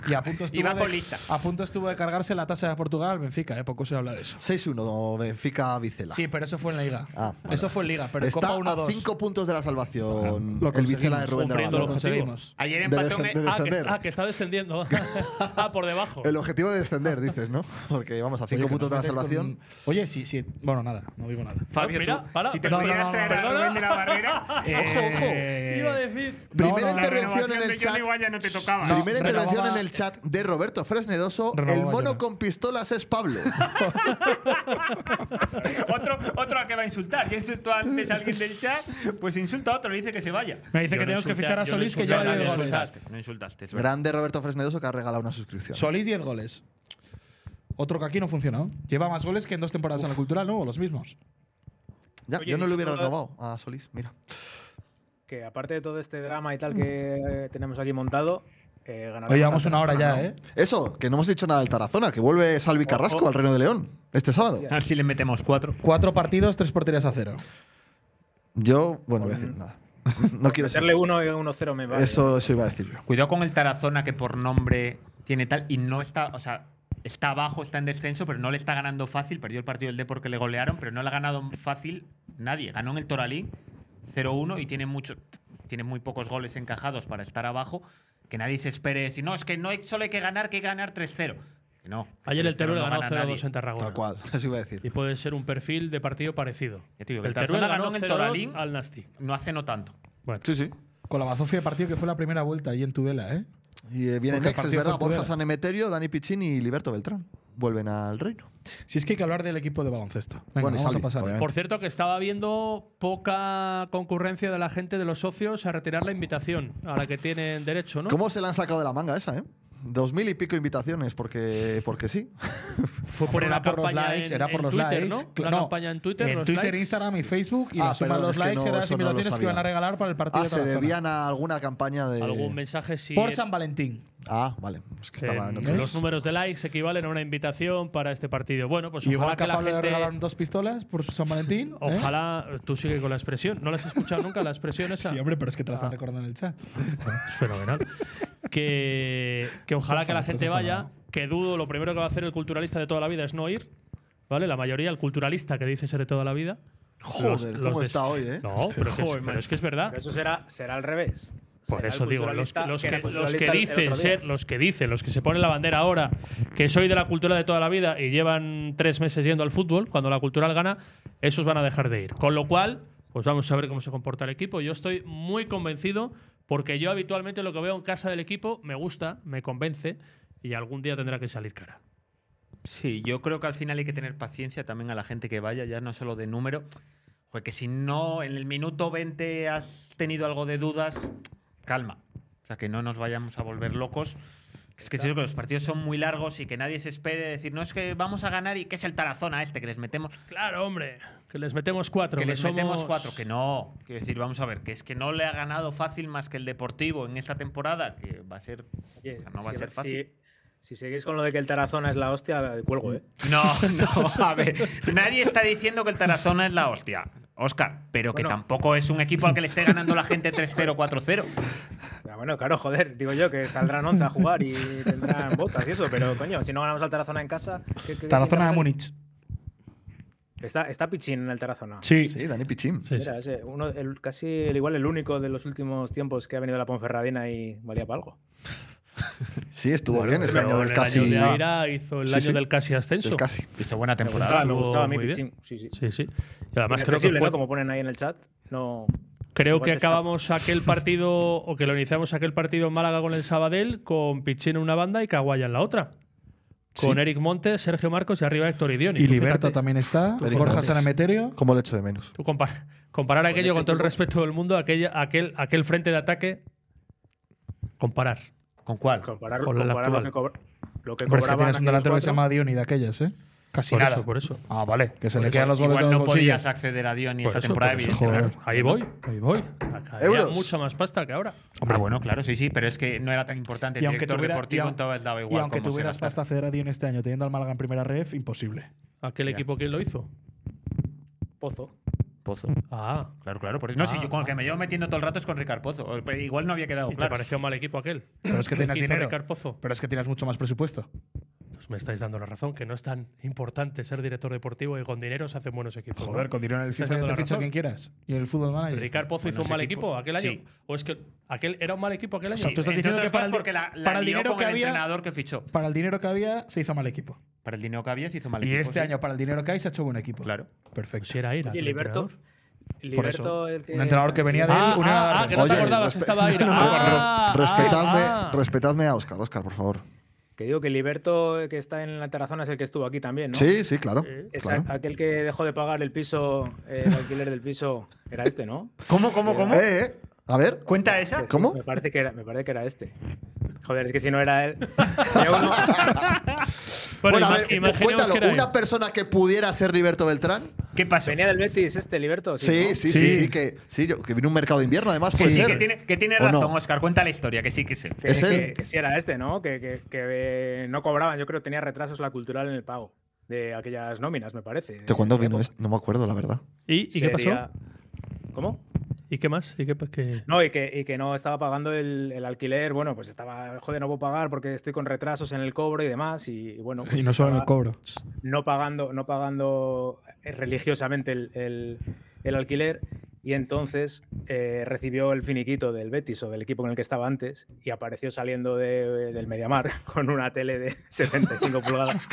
Speaker 8: y a punto estuvo,
Speaker 2: Iba
Speaker 8: de,
Speaker 2: con lista.
Speaker 8: a punto estuvo de cargarse la tasa de Portugal al Benfica, eh, poco se habla de eso.
Speaker 3: 6-1, Benfica Vicela.
Speaker 8: Sí, pero eso fue en la Liga.
Speaker 3: Ah, vale.
Speaker 8: Eso fue en Liga, pero en
Speaker 3: Está
Speaker 8: Copa
Speaker 3: a
Speaker 8: 1-2.
Speaker 3: 5 puntos de la salvación
Speaker 8: Lo
Speaker 3: el Vicela de
Speaker 8: conseguimos,
Speaker 3: Rubén de la
Speaker 1: cumpliendo
Speaker 8: Lo
Speaker 3: Barrera.
Speaker 1: objetivo.
Speaker 8: conseguimos.
Speaker 2: Ayer
Speaker 3: De
Speaker 2: empató un-
Speaker 3: descender.
Speaker 2: Ah,
Speaker 1: Ah, que,
Speaker 3: Defender.
Speaker 1: ah, que está descendiendo. ah, por debajo.
Speaker 3: El objetivo de descender, dices, ¿no? Porque vamos a 5
Speaker 8: Oye, que
Speaker 3: puntos de
Speaker 8: nos
Speaker 3: la
Speaker 8: metes
Speaker 3: salvación.
Speaker 8: con- Oye, sí, sí. Bueno, nada, no digo nada.
Speaker 2: Fabio,
Speaker 1: Mira,
Speaker 2: tú,
Speaker 1: para,
Speaker 2: si te
Speaker 1: perdona,
Speaker 8: no,
Speaker 2: pudieras
Speaker 8: no,
Speaker 2: traer
Speaker 1: perdona.
Speaker 2: a Rubén de la Barrera,
Speaker 8: Eh,
Speaker 3: Ojo, ojo.
Speaker 1: Iba a decir.
Speaker 3: Primera
Speaker 8: no, no,
Speaker 3: intervención Eh, en el chat.
Speaker 2: no te tocaba.
Speaker 3: Primera
Speaker 8: renovaba-
Speaker 3: intervención en el chat de Roberto Fresnedoso.
Speaker 8: Renovaba
Speaker 3: El mono
Speaker 8: Jonah.
Speaker 3: con pistolas es Pablo.
Speaker 2: otro, otro al que va a insultar. Ya insultó antes a alguien del chat, pues insulta a otro, le dice que se vaya.
Speaker 8: Me dice
Speaker 1: Yo
Speaker 8: que
Speaker 1: no
Speaker 8: tenemos que
Speaker 1: insulté-
Speaker 8: fichar a
Speaker 1: yo no
Speaker 8: Solís, que
Speaker 1: insulté a
Speaker 8: lleva
Speaker 2: no,
Speaker 1: nadie,
Speaker 8: 10 goles.
Speaker 2: insultaste, no insultaste. es verdad.
Speaker 3: Grande Roberto Fresnedoso que ha regalado una suscripción.
Speaker 8: Solís 10 goles. Otro que aquí no funcionó. Lleva más goles que en dos temporadas en la cultural, ¿no? O los mismos.
Speaker 3: Ya,
Speaker 5: Oye,
Speaker 3: yo no
Speaker 5: dicho
Speaker 3: lo hubiera
Speaker 5: todo-
Speaker 3: renovado a Solís, mira.
Speaker 5: Que aparte de todo este drama y tal que eh, tenemos aquí montado, eh, ganaremos.
Speaker 3: Oye,
Speaker 5: al Tarazona,
Speaker 8: ¿eh?
Speaker 5: ¿no?
Speaker 3: Eso, que no hemos dicho nada del Tarazona, que vuelve Salvi Carrasco al Reino de León este sábado.
Speaker 8: Hostia.
Speaker 2: A ver si le metemos cuatro.
Speaker 8: Cuatro partidos, tres porterías a cero.
Speaker 3: Yo, bueno, voy a decir nada. No quiero ser.
Speaker 5: Meterle uno y uno cero me vale.
Speaker 3: Eso, eso iba a
Speaker 8: Ah,
Speaker 3: decir yo.
Speaker 2: Cuidado con el Tarazona que por nombre tiene tal y no está, o sea, está abajo, está en descenso, pero no le está ganando fácil. Perdió el partido del D porque le golearon, pero no le ha ganado fácil nadie. Ganó en el Toralín 0-1 y tiene mucho, tiene muy pocos goles encajados para estar abajo. Que nadie se espere decir, no, es que no hay- solo hay que ganar, que hay que ganar 3-0. Que no. que
Speaker 1: Ayer el
Speaker 2: 3-0
Speaker 1: Teruel
Speaker 2: no
Speaker 1: ganó
Speaker 2: gana
Speaker 1: 0-2
Speaker 2: nadie.
Speaker 1: en Tarragona.
Speaker 3: Tal cual, eso iba a decir.
Speaker 1: Y puede ser un perfil de partido parecido.
Speaker 2: Ya te digo,
Speaker 1: Eh, El Teruel ganó en el
Speaker 2: Toralín
Speaker 1: al Nastic.
Speaker 2: no hace no tanto.
Speaker 3: Sí, sí.
Speaker 8: Con la bazofia de partido que fue la primera vuelta allí en Tudela, ¿eh?
Speaker 3: Y eh, vienen
Speaker 8: Porque el
Speaker 3: ex, es
Speaker 8: partido
Speaker 3: verdad,
Speaker 8: fue
Speaker 3: Borja
Speaker 8: Tudela.
Speaker 3: San Emeterio, Dani Piccini y Liberto Beltrán. Vuelven al Reino.
Speaker 8: Si es que hay que hablar del equipo de baloncesto. Venga,
Speaker 3: Bueno, y
Speaker 8: vamos
Speaker 3: Salvi,
Speaker 8: a pasar.
Speaker 3: obviamente.
Speaker 1: Por cierto, que estaba viendo poca concurrencia de la gente de los socios a retirar la invitación a la que tienen derecho, ¿no?
Speaker 3: ¿Cómo se la han sacado de la manga esa, eh? Dos mil y pico invitaciones, porque, porque sí.
Speaker 1: Fue por
Speaker 8: era
Speaker 1: una
Speaker 8: por los
Speaker 1: campaña
Speaker 8: likes,
Speaker 1: en-
Speaker 8: era por
Speaker 1: en
Speaker 8: los likes.
Speaker 1: Twitter, ¿no? La campaña en Twitter, los likes.
Speaker 8: Instagram y Facebook y
Speaker 3: Ah,
Speaker 8: la suma de
Speaker 3: perdón,
Speaker 8: los
Speaker 3: es que
Speaker 8: likes
Speaker 3: no,
Speaker 8: eran las
Speaker 3: eso no lo
Speaker 8: invitaciones que
Speaker 3: sabía.
Speaker 8: iban a regalar para el partido
Speaker 3: Ah,
Speaker 8: de
Speaker 3: se
Speaker 8: Tarazona.
Speaker 3: debían a alguna campaña de.
Speaker 1: Algún mensaje si
Speaker 5: Eh,
Speaker 8: Por San Valentín.
Speaker 3: Ah, vale. Es que estaba
Speaker 1: en-
Speaker 3: en otro-
Speaker 1: Eh, los números de likes equivalen a una invitación para este partido. Bueno, pues ojalá
Speaker 8: Igual que
Speaker 1: que
Speaker 8: a
Speaker 1: la
Speaker 8: Pablo le
Speaker 1: gente
Speaker 8: regalaron dos pistolas por San Valentín. ¿eh?
Speaker 1: Ojalá tú sigue con la expresión. ¿No la has escuchado nunca la expresión esa? Ah.
Speaker 8: Sí, hombre, pero es que te la están recordando en el chat.
Speaker 1: Es fenomenal. que, que ojalá que la gente vaya. Que dudo, lo primero que va a hacer el culturalista de toda la vida es no ir. ¿Vale? La mayoría, el culturalista que dice ser de toda la vida.
Speaker 3: Joder, cómo
Speaker 1: de-
Speaker 3: está hoy, eh.
Speaker 1: No, pero, es que es- pero es que es verdad.
Speaker 5: Pero eso será, será al revés.
Speaker 1: Por
Speaker 5: Será
Speaker 1: eso
Speaker 5: el
Speaker 1: digo, los,
Speaker 5: culturalista
Speaker 1: los
Speaker 5: era
Speaker 1: que, los
Speaker 5: culturalista
Speaker 1: que
Speaker 5: el- el
Speaker 1: dicen
Speaker 5: otro día.
Speaker 1: ser, los que dicen, los que se ponen la bandera ahora, que soy de la cultura de toda la vida y llevan tres meses yendo al fútbol, cuando la cultural gana, esos van a dejar de ir. Con lo cual, pues vamos a ver cómo se comporta el equipo. Yo estoy muy convencido, porque yo habitualmente lo que veo en casa del equipo me gusta, me convence, y algún día tendrá que salir cara.
Speaker 2: Sí, yo creo que al final hay que tener paciencia también a la gente que vaya, ya no solo de número. Joder, que si no, en el minuto 20 has tenido algo de dudas, calma. O sea, que no nos vayamos a volver locos. Es que, es cierto que los partidos son muy largos y que nadie se espere decir, no, es que vamos a ganar y que es el Tarazona este, que les metemos.
Speaker 1: Claro, hombre, que les metemos cuatro.
Speaker 2: que les
Speaker 1: somos-
Speaker 2: metemos cuatro, que no. Quiero decir, vamos a ver, que es que no le ha ganado fácil más que el Deportivo en esta temporada, que va a ser. o
Speaker 5: Oye,
Speaker 2: sea, no va a
Speaker 5: si-
Speaker 2: ser
Speaker 5: si-
Speaker 2: fácil.
Speaker 5: Si, seguís con lo de que el Tarazona es la hostia,
Speaker 8: Mm.
Speaker 5: cuelgo, ¿eh?
Speaker 2: No, no, a ver. Nadie está diciendo que el Tarazona es la hostia, Oscar, pero que
Speaker 5: Bueno.
Speaker 2: tampoco es un equipo al que le esté ganando la gente 3-0, 4-0.
Speaker 5: Pero Ah, bueno, claro, joder, digo yo que saldrán 11 a jugar y tendrán botas y eso, pero coño, si no ganamos al Tarazona en casa. ¿qué- qué- qué
Speaker 8: Tarazona de
Speaker 5: estamos-
Speaker 8: Múnich.
Speaker 5: Está, está Pichín en el Tarazona.
Speaker 3: Sí, Dani Pichín.
Speaker 5: Mira, ese, uno, el- casi el igual el único de los últimos tiempos que ha venido a la Ponferradina y valía para algo.
Speaker 3: Sí, estuvo bien ese
Speaker 1: Pero
Speaker 3: año
Speaker 1: en
Speaker 3: del
Speaker 1: el
Speaker 3: casi.
Speaker 1: año de Aira hizo el
Speaker 3: Sí,
Speaker 1: año
Speaker 3: sí.
Speaker 1: del casi ascenso.
Speaker 3: del casi.
Speaker 2: Hizo buena
Speaker 5: Me gustaba, me
Speaker 1: Estuvo
Speaker 5: gustaba a mí
Speaker 1: muy bien.
Speaker 5: Pichín. Sí, sí.
Speaker 1: Sí, sí. Y además creo que
Speaker 5: Inaccesible,
Speaker 1: fue
Speaker 5: ¿no? Como ponen ahí en el chat. No.
Speaker 1: Creo
Speaker 5: Igual
Speaker 1: que
Speaker 5: se está-
Speaker 1: acabamos aquel partido, o que lo iniciamos aquel partido en Málaga con el Sabadell, con Pichín en una banda y Caguaya en la otra. Con Eric Montes, Sergio Marcos y arriba Héctor Idioni.
Speaker 8: Y
Speaker 1: Tú
Speaker 8: Liberto
Speaker 1: fíjate,
Speaker 8: también está.
Speaker 3: Eric
Speaker 8: Borja
Speaker 3: Gómez.
Speaker 8: San Emeterio.
Speaker 3: ¿Cómo lo echo de menos?
Speaker 1: tú compar- comparar aquello con todo el respeto del mundo, aquella, aquel, aquel frente de ataque, comparar.
Speaker 2: ¿Con cuál?
Speaker 5: Comparar,
Speaker 1: Con la
Speaker 5: comparar lo
Speaker 1: actual.
Speaker 5: que, cobra- lo que
Speaker 8: Hombre, es que
Speaker 5: cobraban
Speaker 8: tienes un
Speaker 5: aquellos
Speaker 8: delantero que se
Speaker 5: cuatro.
Speaker 8: llama Diony de aquellas, ¿eh? Casi
Speaker 1: Por
Speaker 8: nada.
Speaker 1: eso, por eso.
Speaker 8: Ah, vale. Que se
Speaker 1: Por
Speaker 8: le
Speaker 1: eso.
Speaker 8: quedan los goles
Speaker 2: Pues Igual
Speaker 8: de
Speaker 2: no
Speaker 8: los bolsillos.
Speaker 2: podías acceder a Dion y esta
Speaker 1: Por eso,
Speaker 2: temporada,
Speaker 1: por eso,
Speaker 2: evidentemente.
Speaker 1: joder. Ahí voy, ahí voy. Había
Speaker 3: Euros.
Speaker 1: mucha más pasta que ahora.
Speaker 2: Hombre, Ah, bueno, claro, sí, sí, pero es que no era tan importante. El director deportivo
Speaker 8: y aun-
Speaker 2: entonces daba
Speaker 8: y
Speaker 2: igual.
Speaker 8: aunque
Speaker 2: cómo se
Speaker 8: tuvieras
Speaker 2: gastara.
Speaker 8: pasta acceder a Dion este año teniendo al Málaga en primera ref, imposible.
Speaker 1: Aquel equipo, ¿quién lo hizo?
Speaker 5: Pozo.
Speaker 2: Pozo.
Speaker 1: Ah,
Speaker 2: Claro, claro. por eso- No, sí,
Speaker 1: Ah.
Speaker 2: yo con el que me llevo metiendo todo el rato es con Ricard Pozo. O- pero Igual no había quedado
Speaker 1: ¿y te
Speaker 2: claro.
Speaker 1: pareció mal equipo aquel?
Speaker 8: Pero es que tienes
Speaker 1: ¿Qué hizo
Speaker 8: dinero.
Speaker 1: Ricard Pozo?
Speaker 8: Pero es que tienes mucho más presupuesto.
Speaker 1: Pues me estáis dando la razón, que no es tan importante ser director deportivo y con dinero se hacen buenos equipos. ¿no?
Speaker 8: Joder, con dinero en el
Speaker 1: Estás
Speaker 8: FIFA
Speaker 1: dando
Speaker 8: te
Speaker 1: la
Speaker 8: ficha
Speaker 1: razón.
Speaker 8: quien quieras. Y en el fútbol manager.
Speaker 1: Ricard Pozo hizo un
Speaker 2: Buenos
Speaker 1: mal
Speaker 2: equipos.
Speaker 1: equipo aquel año.
Speaker 2: Sí.
Speaker 1: O es que aquel era un mal equipo aquel año.
Speaker 2: Sí,
Speaker 8: tú estás
Speaker 2: entre
Speaker 8: diciendo
Speaker 2: otras
Speaker 8: que para
Speaker 2: cosas
Speaker 8: el di-
Speaker 2: porque la- la
Speaker 8: para el
Speaker 2: lió
Speaker 8: dinero
Speaker 2: con
Speaker 8: que
Speaker 2: el
Speaker 8: había-
Speaker 2: entrenador que fichó.
Speaker 8: Para el dinero que había, se hizo mal equipo.
Speaker 2: Para el dinero que había se hizo mal
Speaker 8: Y
Speaker 2: equipo,
Speaker 8: este
Speaker 2: sí.
Speaker 8: año, para el dinero que hay, se ha hecho buen equipo.
Speaker 2: Claro.
Speaker 8: Perfecto.
Speaker 1: Si Pues era Ira.
Speaker 5: Y
Speaker 1: el
Speaker 5: Liberto.
Speaker 1: entrenador.
Speaker 8: Por eso.
Speaker 5: Liberto, el que.
Speaker 8: Un entrenador que venía de él,
Speaker 1: Ah,
Speaker 8: una
Speaker 1: ah,
Speaker 8: edad
Speaker 1: ah,
Speaker 8: de-
Speaker 1: que no te acordabas,
Speaker 3: respe-
Speaker 1: estaba Ira.
Speaker 3: Res-
Speaker 1: Ah,
Speaker 3: respetadme,
Speaker 1: ah.
Speaker 3: respetadme a Oscar, Oscar, por favor.
Speaker 5: Que digo que Liberto, eh, que está en la Tarazona, es el que estuvo aquí también, ¿no?
Speaker 3: Sí, sí, claro.
Speaker 1: Eh.
Speaker 5: Es
Speaker 3: claro.
Speaker 5: a- aquel que dejó de pagar el piso, eh, el alquiler del piso, era este, ¿no?
Speaker 2: ¿Cómo, cómo, cómo?
Speaker 3: Eh, eh, a ver.
Speaker 2: ¿Cuenta esa?
Speaker 3: ¿Cómo?
Speaker 5: Me parece, que era, me parece que era este. Joder, es que si no era él. había uno-
Speaker 1: Bueno,
Speaker 3: Bueno, a
Speaker 1: ima-
Speaker 3: ver, este,
Speaker 1: imaginaos
Speaker 3: cuéntalo.
Speaker 1: que era
Speaker 3: Una
Speaker 1: él.
Speaker 3: persona que pudiera ser Riberto Beltrán.
Speaker 12: ¿Qué pasó?
Speaker 5: Venía del Betis este, Liberto.
Speaker 3: Sí,
Speaker 5: ¿no?
Speaker 3: sí, sí, sí, que, sí, yo- que vino un mercado de invierno, además,
Speaker 12: Sí,
Speaker 3: puede
Speaker 12: sí,
Speaker 3: Pues ser.
Speaker 12: que tiene, que tiene
Speaker 3: ¿O
Speaker 12: razón,
Speaker 3: no?
Speaker 12: Oscar. Cuenta la historia, que sí, que sí.
Speaker 5: Que,
Speaker 3: ¿Es
Speaker 5: que-
Speaker 3: él?
Speaker 5: que sí era este, ¿no? Que, que- que, eh, no cobraban, yo creo, tenía retrasos la cultural en el pago de aquellas nóminas, me parece.
Speaker 3: ¿De cuándo vino esto? No me acuerdo, la verdad.
Speaker 1: ¿Y, y qué pasó?
Speaker 5: Sería- ¿Cómo?
Speaker 1: ¿Y qué más? ¿Y qué, pa- qué-
Speaker 5: No, y que, Eh, y que no estaba pagando el, el alquiler, bueno, pues estaba, joder, no puedo pagar porque estoy con retrasos en el cobro y demás, y, y bueno.
Speaker 8: Y
Speaker 5: pues
Speaker 8: no solo en el
Speaker 5: estaba-
Speaker 8: cobro.
Speaker 5: no pagando, no pagando eh, religiosamente el, el- el alquiler y entonces eh, recibió el finiquito del Betis o del equipo con el que estaba antes y apareció saliendo de- eh, del Mediamar con una tele de 75 pulgadas.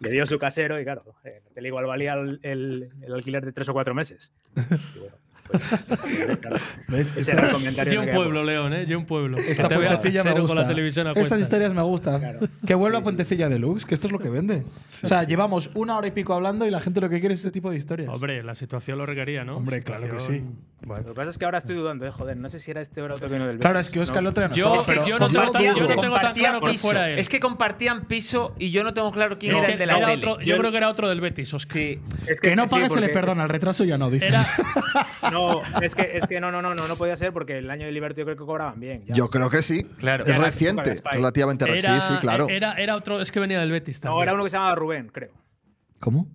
Speaker 5: Le dio su casero y claro, eh, la tele igual valía el, el- el alquiler de tres o cuatro meses. Y bueno, pues, claro,
Speaker 8: ¿Ves?
Speaker 5: ese era el
Speaker 8: Esta-
Speaker 5: comentario en
Speaker 1: Yo un
Speaker 5: aquella
Speaker 1: pueblo, León, ¿eh? Yo un pueblo.
Speaker 8: Esta
Speaker 1: Que te vea
Speaker 8: puentecilla me
Speaker 1: cero
Speaker 8: gusta.
Speaker 1: con la televisión a
Speaker 8: Estas
Speaker 1: cuestas.
Speaker 8: historias me gustan. Que vuelva a Puentecilla Deluxe, que esto es lo que vende. o sea, llevamos una hora y pico hablando y la gente lo que quiere es este tipo de historias.
Speaker 1: Hombre, la situación lo requería, ¿no?
Speaker 8: Hombre, claro que sí.
Speaker 1: Situación-
Speaker 5: Lo que pasa es que ahora estoy dudando, eh, joder, no sé si era este o era otro que vino del Betis.
Speaker 8: Claro, es que Oscar
Speaker 5: ¿no?
Speaker 8: Lotra no
Speaker 1: Yo,
Speaker 8: estaba,
Speaker 1: es que
Speaker 8: pero-
Speaker 1: yo no,
Speaker 3: Yo
Speaker 1: tengo tan- yo
Speaker 3: dudo.
Speaker 1: no tengo tan
Speaker 2: Compartía
Speaker 1: claro que
Speaker 2: piso.
Speaker 1: fuera él.
Speaker 2: Es que compartían piso y yo no tengo claro quién
Speaker 1: Es
Speaker 2: era
Speaker 1: que
Speaker 2: el de la
Speaker 1: era
Speaker 2: tele.
Speaker 1: otro- yo creo que era otro del Betis, Oscar.
Speaker 2: Sí.
Speaker 5: Es
Speaker 8: que no pague
Speaker 5: sí,
Speaker 8: se le
Speaker 5: porque-
Speaker 8: perdona, el retraso ya no, dice.
Speaker 1: Era,
Speaker 5: No, es que, es que no, no, no, no, no podía ser porque el año de Liberty yo creo que cobraban bien. ya.
Speaker 3: Yo creo que sí.
Speaker 2: Claro.
Speaker 3: Es
Speaker 2: Era
Speaker 3: reciente,
Speaker 5: Spy.
Speaker 3: relativamente reciente.
Speaker 1: era-
Speaker 3: Sí, sí, claro.
Speaker 1: Era, era otro, es que venía del Betis también.
Speaker 5: No, era uno que se llamaba Rubén, creo.
Speaker 8: ¿Cómo?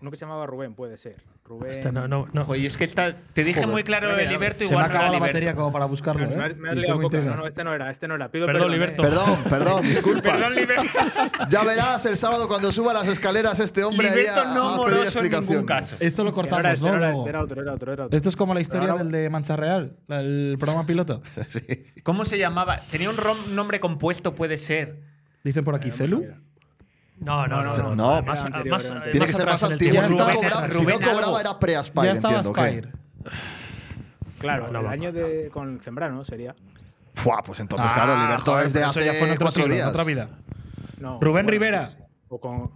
Speaker 5: Uno que se llamaba Rubén, puede ser. Rubén.
Speaker 1: Este, no, no, no.
Speaker 2: Ojo, y es que está, te dije
Speaker 5: Joder.
Speaker 2: muy claro
Speaker 5: Mira,
Speaker 2: el Liberto,
Speaker 8: Se me ha
Speaker 2: igual no era
Speaker 8: acabado la
Speaker 2: Liberto.
Speaker 8: batería como para buscarlo,
Speaker 5: Me has,
Speaker 8: ¿eh?
Speaker 5: me has
Speaker 8: Y
Speaker 5: liado
Speaker 8: tengo
Speaker 5: coca.
Speaker 8: intriga.
Speaker 5: No, no, este no era, este no era. Pido
Speaker 1: Perdón,
Speaker 5: perdón, eh.
Speaker 1: Liberto.
Speaker 3: Perdón, perdón, disculpa.
Speaker 5: Perdón, Liberto.
Speaker 3: Ya verás el sábado cuando suba las escaleras este hombre ahí
Speaker 2: Liberto
Speaker 3: a,
Speaker 2: no
Speaker 3: a pedir
Speaker 2: moroso en ningún
Speaker 3: explicación.
Speaker 2: caso.
Speaker 8: Esto lo
Speaker 5: No era
Speaker 8: cortamos,
Speaker 5: este,
Speaker 8: ¿no?
Speaker 5: no era
Speaker 8: Luego.
Speaker 5: este, era otro, era otro, era otro.
Speaker 8: Esto es como la historia
Speaker 5: Ahora-
Speaker 8: del de Mancha Real, la- el programa piloto.
Speaker 2: ¿Cómo se llamaba? Tenía un rom- nombre compuesto, puede ser.
Speaker 8: Dicen por aquí, Celu.
Speaker 1: No, no, no. no,
Speaker 3: No,
Speaker 1: más,
Speaker 5: era
Speaker 1: más-
Speaker 5: anterior, era
Speaker 3: Tiene
Speaker 1: más
Speaker 3: que ser
Speaker 1: atrás
Speaker 3: más eh,
Speaker 1: en el
Speaker 3: antiguo. Ya
Speaker 1: tiempo.
Speaker 3: está
Speaker 2: Rubén-
Speaker 3: cobraba- si
Speaker 2: Rubén
Speaker 3: no cobraba
Speaker 2: algo.
Speaker 3: era pre-Aspire,
Speaker 8: Ya estaba
Speaker 3: entiendo. ¿qué?
Speaker 8: Spire.
Speaker 5: Claro,
Speaker 1: No, no
Speaker 5: el
Speaker 1: va,
Speaker 5: año
Speaker 1: no.
Speaker 5: de, con Zembrano sería.
Speaker 3: Fuah, pues entonces,
Speaker 8: Ah,
Speaker 3: claro, Liberto
Speaker 8: joder,
Speaker 3: es de
Speaker 8: pero eso
Speaker 3: hace
Speaker 8: ya fue en otro
Speaker 3: cuatro
Speaker 8: siglo, en
Speaker 3: días.
Speaker 8: otra vida.
Speaker 5: No,
Speaker 8: Rubén
Speaker 5: bueno,
Speaker 8: Rivera.
Speaker 5: sí, sí. O con-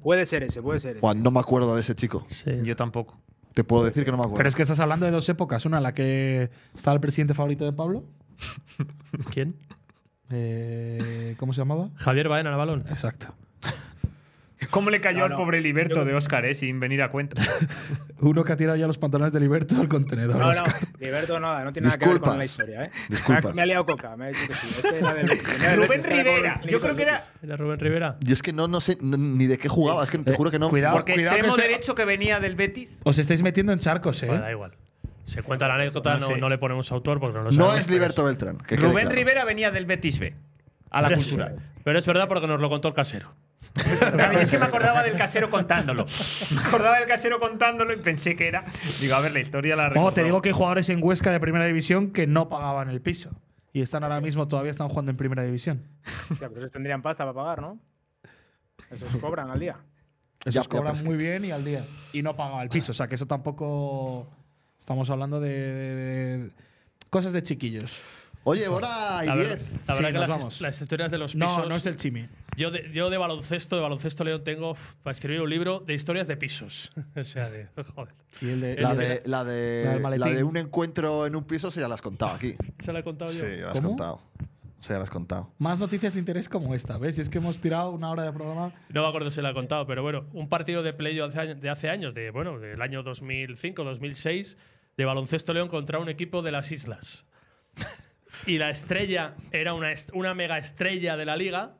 Speaker 5: Puede ser ese, puede ser ese.
Speaker 3: Juan, no me acuerdo de ese chico.
Speaker 1: Sí.
Speaker 12: Yo tampoco.
Speaker 3: Te puedo decir que no me acuerdo.
Speaker 8: Pero es que estás hablando de dos épocas. Una, la que estaba el presidente favorito de Pablo.
Speaker 1: ¿Quién?
Speaker 8: eh, ¿Cómo se llamaba?
Speaker 1: Javier Baena al balón.
Speaker 8: Exacto.
Speaker 12: ¿Cómo le cayó
Speaker 5: No,
Speaker 12: al
Speaker 5: no.
Speaker 12: pobre Liberto de Oscar, eh? Sin venir a cuento.
Speaker 8: Uno que ha tirado ya los pantalones de Liberto al contenedor.
Speaker 5: No, no,
Speaker 8: Oscar.
Speaker 5: Liberto nada, no tiene nada que ver con
Speaker 3: Disculpas.
Speaker 5: la historia, ¿eh?
Speaker 3: Disculpas.
Speaker 5: Me ha- Me ha liado coca, me ha dicho que sí. Este era del- venía del
Speaker 12: Rubén
Speaker 5: Betis, era como
Speaker 12: Rivera.
Speaker 5: el
Speaker 12: Yo creo que era.
Speaker 1: Era Rubén Rivera.
Speaker 3: Yo es que no, no sé no- ni de qué jugaba, es que te juro que no.
Speaker 8: Eh, cuidado.
Speaker 2: Porque
Speaker 8: cuidado que
Speaker 2: extremo
Speaker 8: este-
Speaker 2: derecho que venía del Betis.
Speaker 8: Os estáis metiendo en charcos, ¿eh?
Speaker 1: Bueno, da igual. Se cuenta la anécdota, no,
Speaker 12: No sé.
Speaker 1: no le ponemos autor porque no
Speaker 8: este-
Speaker 1: lo
Speaker 3: No
Speaker 1: sabemos,
Speaker 3: es Liberto Beltrán. que quede
Speaker 2: Rubén
Speaker 3: claro.
Speaker 2: Rivera venía del Betis B. A la
Speaker 1: pero-
Speaker 2: cultura.
Speaker 1: Pero es verdad porque nos lo contó el casero.
Speaker 12: Claro, yo es que me acordaba del casero contándolo. Me acordaba del casero contándolo y pensé que era. Digo, a ver, la historia la
Speaker 8: Como te
Speaker 12: recuerdo.
Speaker 8: digo que hay jugadores en Huesca de primera división que no pagaban el piso. Y están ahora mismo, todavía están jugando en primera división.
Speaker 5: Hostia, pues esos tendrían pasta para pagar, ¿no? Esos cobran al día.
Speaker 3: Ya,
Speaker 8: Esos
Speaker 3: ya,
Speaker 8: cobran
Speaker 3: pues,
Speaker 8: muy bien y al día. Y no pagaban el piso. O sea, que eso tampoco. Estamos hablando de. de- de- cosas de chiquillos.
Speaker 3: Oye, hora y
Speaker 1: La, ver-
Speaker 3: 10.
Speaker 1: la
Speaker 8: Sí,
Speaker 1: verdad que
Speaker 8: nos
Speaker 1: las,
Speaker 8: vamos.
Speaker 1: his- las historias de los pisos.
Speaker 8: No, no es el chimi.
Speaker 1: yo, de, yo de baloncesto, de baloncesto León, tengo uf, para escribir un libro de historias de pisos. o sea, de. Joder.
Speaker 8: Y el de-
Speaker 3: La
Speaker 1: Ese-
Speaker 3: de, la, de,
Speaker 8: la del
Speaker 3: la,
Speaker 8: maletín.
Speaker 3: de un encuentro en un piso, se ya la has contado aquí.
Speaker 1: ¿Se la he contado yo?
Speaker 3: Sí, ya la has
Speaker 8: ¿Cómo?
Speaker 3: contado. Se ya la has contado.
Speaker 8: Más noticias de interés como esta, ¿ves? Y es que hemos tirado una hora de programa.
Speaker 1: No me acuerdo si la he contado, pero bueno, un partido de playo hace año- de hace años, de bueno, del año 2005, 2006, de baloncesto León contra un equipo de las Islas. Y la estrella era una, est- una mega estrella de la liga.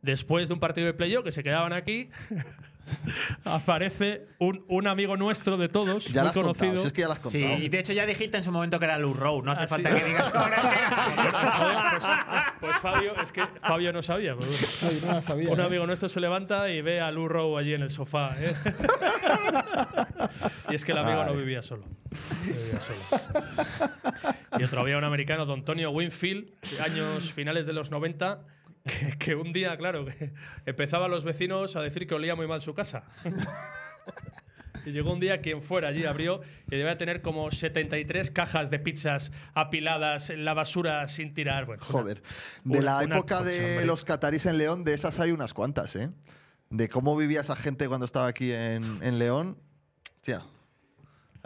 Speaker 1: Después de un partido de playo que se quedaban aquí, aparece un, un amigo nuestro de todos,
Speaker 3: Ya la
Speaker 1: muy
Speaker 3: has contado.
Speaker 1: conocido.
Speaker 3: Si es que ya la has
Speaker 2: Sí,
Speaker 3: contado.
Speaker 2: y de hecho ya dijiste en su momento que era Lou Rowe. No hace
Speaker 1: Ah, sí.
Speaker 2: falta que digas ahora que
Speaker 1: Pues,
Speaker 2: era.
Speaker 1: joder, pues- pues Fabio, es que Fabio no sabía. pues bueno.
Speaker 8: Ay, no la sabía.
Speaker 1: Un
Speaker 8: ¿eh?
Speaker 1: amigo nuestro se levanta y ve a Lou Rowe allí en el sofá. ¿eh? y es que el amigo no vivía solo. No vivía solo. Eh, Y otro había un americano, Don Antonio Winfield, años finales de los 90, que, que un día, claro, que empezaban los vecinos a decir que olía muy mal su casa. Y llegó un día quien fuera allí, abrió y debía tener como 73 cajas de pizzas apiladas en la basura sin tirar. Bueno, una-
Speaker 3: Joder. De
Speaker 1: Una-
Speaker 3: la
Speaker 1: una
Speaker 3: época
Speaker 1: cosa,
Speaker 3: de
Speaker 1: hombre.
Speaker 3: los catarís en León, de esas hay unas cuantas, ¿eh? De cómo vivía esa gente cuando estaba aquí en, en León. Hostia.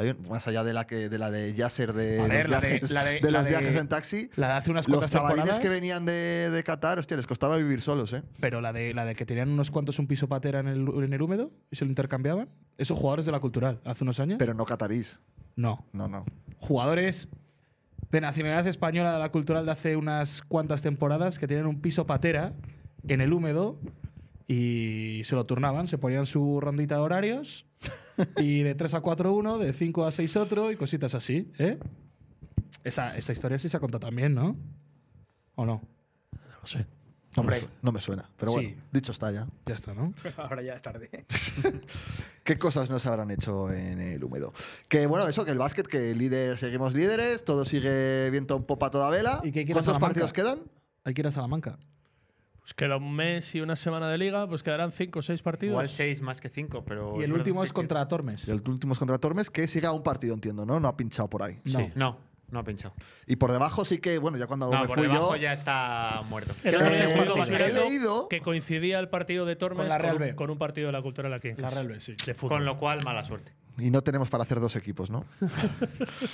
Speaker 3: Hay un- más allá de la, que, de la de Yasser de
Speaker 8: A ver,
Speaker 3: los
Speaker 8: la de-
Speaker 3: viajes,
Speaker 8: la de-
Speaker 3: de
Speaker 8: la
Speaker 3: los
Speaker 8: de-
Speaker 3: viajes en taxi.
Speaker 8: La de hace unas
Speaker 3: Los
Speaker 8: cuantas
Speaker 3: chavalines
Speaker 8: temporadas.
Speaker 3: que venían de, de Qatar, hostia, les costaba vivir solos, ¿eh?
Speaker 8: Pero la de, la de que tenían unos cuantos un piso patera en el, en el húmedo y se lo intercambiaban. Esos jugadores de la cultural, hace unos años.
Speaker 3: Pero no catarís.
Speaker 8: No.
Speaker 3: No, no.
Speaker 8: Jugadores de nacionalidad española de la cultural de hace unas cuantas temporadas que tienen un piso patera en el húmedo y se lo turnaban, se ponían su rondita de horarios y de 3 a 4 uno, de 5 a 6 otro y cositas así, ¿eh? Esa, esa historia sí se ha contado también, ¿no? ¿O no?
Speaker 1: No sé.
Speaker 3: No me, su- no me suena. Pero bueno,
Speaker 8: Sí.
Speaker 3: dicho está ya.
Speaker 8: Ya está, ¿no?
Speaker 5: Ahora ya es tarde.
Speaker 3: ¿Qué cosas nos habrán hecho en el húmedo? Que bueno, eso, que el básquet, que líder, seguimos líderes, todo sigue viento en popa a toda vela.
Speaker 8: ¿Y qué quiere
Speaker 3: ¿Cuántos
Speaker 8: Salamanca?
Speaker 3: partidos quedan?
Speaker 8: Hay que ir a Salamanca.
Speaker 1: Pues queda un mes y una semana de liga, pues quedarán cinco o seis partidos.
Speaker 2: Igual seis más que cinco, pero.
Speaker 8: y el
Speaker 2: verdad
Speaker 8: último
Speaker 2: Pues que-
Speaker 8: es contra Tormes.
Speaker 3: El último es contra Tormes, que sigue a un partido, entiendo, ¿no? No ha pinchado por ahí.
Speaker 8: No.
Speaker 2: No, no ha pinchado.
Speaker 3: Y por debajo sí que, bueno, ya cuando
Speaker 2: No,
Speaker 3: me
Speaker 2: por
Speaker 3: fui
Speaker 2: debajo
Speaker 3: yo.
Speaker 2: ya está muerto.
Speaker 1: El
Speaker 3: Eh,
Speaker 1: otro día estuve
Speaker 3: he
Speaker 1: investigando
Speaker 3: leído-
Speaker 1: que coincidía el partido de Tormes
Speaker 8: Con la Real
Speaker 1: un-
Speaker 8: B.
Speaker 1: con un partido de la Cultural aquí en
Speaker 8: La
Speaker 1: casa.
Speaker 8: Real B, sí.
Speaker 1: De fútbol.
Speaker 2: Con lo cual, mala suerte.
Speaker 3: Y no tenemos para hacer dos equipos, ¿no?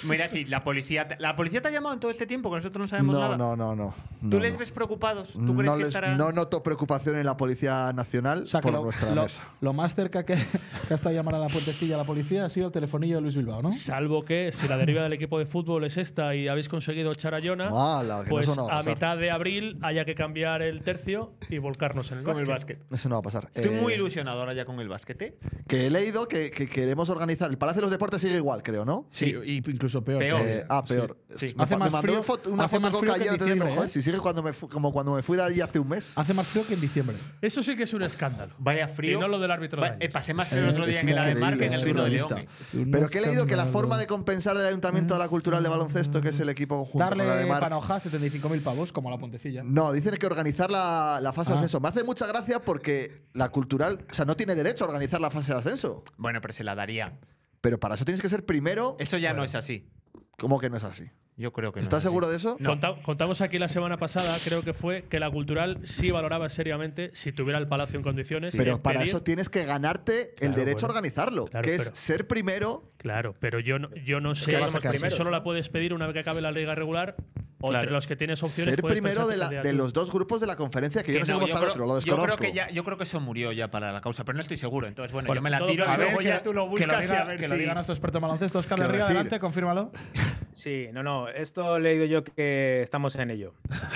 Speaker 2: Mira, sí, la policía, te- la policía te ha llamado en todo este tiempo, que nosotros no sabemos
Speaker 3: No,
Speaker 2: nada.
Speaker 3: no, no, no.
Speaker 2: ¿Tú
Speaker 3: no,
Speaker 2: les
Speaker 3: no.
Speaker 2: ves preocupados? ¿Tú crees
Speaker 3: no,
Speaker 2: que
Speaker 3: les-
Speaker 2: estarán-
Speaker 3: no noto preocupación en la Policía Nacional
Speaker 8: O sea, que
Speaker 3: por
Speaker 8: lo,
Speaker 3: nuestra
Speaker 8: lo-
Speaker 3: mesa.
Speaker 8: lo más cerca que, que ha estado llamar a la puentecilla a la policía ha sido el telefonillo de Luis Bilbao, ¿no?
Speaker 1: Salvo que si la deriva del equipo de fútbol es esta y habéis conseguido echar a Jona,
Speaker 3: Ala, que no,
Speaker 1: pues
Speaker 3: eso no va a
Speaker 1: a,
Speaker 3: pasar.
Speaker 1: mitad de abril haya que cambiar el tercio y volcarnos en el
Speaker 2: con
Speaker 1: básquet.
Speaker 2: el básquet?
Speaker 3: Eso no va a pasar.
Speaker 2: Estoy
Speaker 3: Eh,
Speaker 2: muy ilusionado ahora ya con el básquet, ¿eh?
Speaker 3: Que he leído que, que queremos organizar. El Palacio de los Deportes sigue igual, creo, ¿no?
Speaker 8: Sí, y incluso peor.
Speaker 2: Peor.
Speaker 8: todavía.
Speaker 3: Eh, ah, peor.
Speaker 2: sí.
Speaker 3: Me,
Speaker 8: Hace
Speaker 3: fa- me
Speaker 8: más
Speaker 3: mandó
Speaker 8: frío-
Speaker 3: una foto, una
Speaker 8: hace más
Speaker 3: foto
Speaker 8: frío que
Speaker 3: ayer,
Speaker 8: en
Speaker 3: entonces digo,
Speaker 8: diciembre,
Speaker 3: joder,
Speaker 8: ¿eh?
Speaker 3: si sigue cuando me fu- como cuando me fui de allí hace un mes.
Speaker 8: Hace más frío que en diciembre.
Speaker 1: Eso sí que es un escándalo.
Speaker 2: Ah, Vaya frío.
Speaker 1: Y no lo del árbitro
Speaker 2: Va-
Speaker 1: del año.
Speaker 2: eh, pasé más frío el otro día
Speaker 3: Es
Speaker 2: en el Ademar que
Speaker 3: increíble,
Speaker 2: en el
Speaker 3: es
Speaker 2: Duro de León.
Speaker 3: surrealista.
Speaker 2: eh.
Speaker 3: Pero que he leído que la forma de compensar del Ayuntamiento a la Cultural de Baloncesto, que es el equipo conjunto con la
Speaker 8: Darle
Speaker 3: de Mar-
Speaker 8: panoja 75.000 pavos, como a la puentecilla.
Speaker 3: No, dicen que organizar la, la fase de ascenso. Me hace mucha gracia porque la Cultural, o sea, no tiene derecho a organizar la fase de ascenso.
Speaker 2: Bueno, pero se la daría.
Speaker 3: Pero para eso tienes que ser primero.
Speaker 2: Eso ya no es así.
Speaker 3: ¿Cómo que no es así?
Speaker 2: Yo creo que no.
Speaker 3: ¿Estás
Speaker 2: es así.
Speaker 3: seguro de eso?
Speaker 1: Conta- contamos aquí la semana pasada, creo que fue, que la Cultural sí valoraba seriamente si tuviera el Palacio en condiciones.
Speaker 3: Pero
Speaker 1: de
Speaker 3: para
Speaker 1: pedir-
Speaker 3: eso tienes que ganarte el
Speaker 1: Claro,
Speaker 3: derecho a
Speaker 1: bueno.
Speaker 3: organizarlo,
Speaker 1: Claro,
Speaker 3: que es
Speaker 1: pero-
Speaker 3: ser primero.
Speaker 1: Claro, pero yo no, yo no sé
Speaker 5: que vas a
Speaker 1: si
Speaker 5: sacar primero.
Speaker 1: solo la puedes pedir una vez que acabe la liga regular o
Speaker 2: Claro.
Speaker 1: entre los que tienes opciones.
Speaker 3: Ser
Speaker 1: puedes
Speaker 3: primero
Speaker 1: pensar
Speaker 3: de,
Speaker 1: que
Speaker 3: la-
Speaker 1: te
Speaker 3: de
Speaker 1: da-
Speaker 3: los dos grupos de la conferencia, que yo no
Speaker 2: Que
Speaker 3: sé
Speaker 2: no,
Speaker 3: cómo está el
Speaker 2: creo-
Speaker 3: otro, lo
Speaker 2: yo
Speaker 3: desconozco.
Speaker 2: creo que ya, yo creo que eso murió ya para la causa, pero no estoy seguro. Entonces, bueno,
Speaker 1: Bueno,
Speaker 2: yo me la
Speaker 1: todo
Speaker 2: tiro
Speaker 1: posible.
Speaker 2: y luego
Speaker 1: Luego ya
Speaker 2: ya tú lo
Speaker 8: que lo
Speaker 2: buscas y
Speaker 8: diga,
Speaker 2: a ver
Speaker 8: que
Speaker 2: si…
Speaker 8: lo diga nuestro experto en baloncesto, Oscar
Speaker 3: Quiero
Speaker 8: del Río,
Speaker 3: decir-
Speaker 8: adelante, confírmalo.
Speaker 5: Sí, no, no, esto he leído yo que estamos en ello.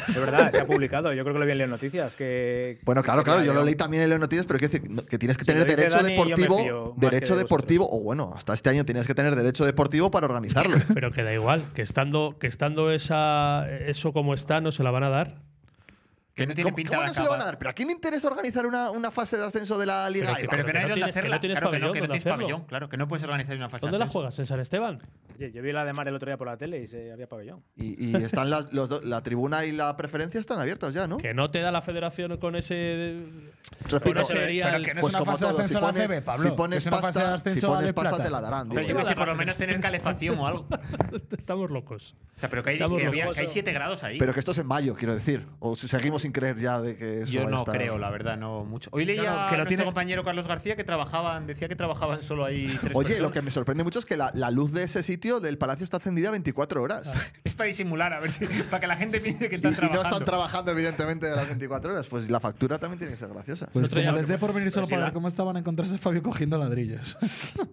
Speaker 5: De verdad, se ha publicado. Yo creo que lo vi en las noticias. Que,
Speaker 3: Bueno, claro,
Speaker 5: que
Speaker 3: claro, yo lo
Speaker 5: llevan-
Speaker 3: leí también en las noticias, pero quiero decir no, que tienes que
Speaker 5: Si
Speaker 3: tener
Speaker 5: lo dice
Speaker 3: derecho
Speaker 5: Dani, yo me fío
Speaker 3: deportivo,
Speaker 5: más que de
Speaker 3: derecho
Speaker 5: vosotros.
Speaker 3: deportivo, o bueno, hasta este año tenías que tener derecho deportivo para organizarlo.
Speaker 1: Pero que da igual, que estando, que estando esa, eso como está, no se la van a dar.
Speaker 2: Que no tiene
Speaker 3: ¿Cómo,
Speaker 2: pinta
Speaker 3: cómo
Speaker 2: de
Speaker 3: no se lo van a
Speaker 2: acabar.
Speaker 3: dar? ¿Pero a quién le interesa organizar una, una fase de ascenso de la Liga?
Speaker 1: que-
Speaker 3: Eva?
Speaker 2: Pero que no hay
Speaker 1: tienes-
Speaker 2: dónde
Speaker 1: que no
Speaker 2: hacerla.
Speaker 1: tienes
Speaker 2: Claro que
Speaker 1: pabellón
Speaker 2: no, que no
Speaker 1: donde
Speaker 2: tienes
Speaker 1: hacerlo.
Speaker 2: pabellón. Claro, que no puedes organizar una fase de
Speaker 1: ¿Dónde la
Speaker 2: ascenso.
Speaker 1: juegas? ¿En San Esteban?
Speaker 5: Oye, yo vi la de Mar el otro día por la tele y se había pabellón.
Speaker 3: Y, y están las, los do- la tribuna y la preferencia están abiertas ya, ¿no?
Speaker 1: Que no te da la federación con ese.
Speaker 3: Repito,
Speaker 1: con ese
Speaker 3: pero
Speaker 1: erial.
Speaker 8: que no es
Speaker 3: Pues
Speaker 8: una
Speaker 3: como
Speaker 8: fase de
Speaker 3: todo, si
Speaker 8: ascenso a la
Speaker 3: pones,
Speaker 8: CB, Pablo,
Speaker 3: si
Speaker 8: que
Speaker 3: pones
Speaker 8: es una fase de
Speaker 3: pasta, si
Speaker 8: ascenso
Speaker 3: pones
Speaker 8: vale
Speaker 3: pasta
Speaker 8: plata.
Speaker 3: te la darán.
Speaker 2: Pero
Speaker 3: digo
Speaker 2: yo que
Speaker 3: yo.
Speaker 2: sé, por lo menos tener calefacción o algo. O
Speaker 1: Estamos locos.
Speaker 2: sea, pero que hay,
Speaker 1: Estamos
Speaker 2: que había-
Speaker 1: locos.
Speaker 2: que hay 7 grados ahí.
Speaker 3: Pero que esto es en mayo, quiero decir. O si seguimos sin creer ya de que eso
Speaker 2: Yo
Speaker 3: vaya a
Speaker 2: no
Speaker 3: estar-
Speaker 2: creo, la verdad, no mucho. Hoy leía
Speaker 1: No, no, que lo
Speaker 2: a nuestro
Speaker 1: tiene-
Speaker 2: compañero Carlos García que trabajaban, decía que trabajaban solo ahí tres
Speaker 3: Oye, lo
Speaker 2: personas.
Speaker 3: que me sorprende mucho es que la, la luz de ese sitio del palacio está encendida 24 horas.
Speaker 2: Es para disimular, a ver si… Para que la gente piense que
Speaker 3: Y,
Speaker 2: están
Speaker 3: y no
Speaker 2: trabajando.
Speaker 3: están trabajando, evidentemente, las 24 horas. Pues la factura también tiene que ser graciosa.
Speaker 8: Pues
Speaker 1: Nosotros
Speaker 8: como
Speaker 1: ya-
Speaker 8: les dé por venir solo
Speaker 1: sí,
Speaker 8: para
Speaker 1: la-
Speaker 8: ver cómo estaban a encontrarse Fabio cogiendo ladrillos.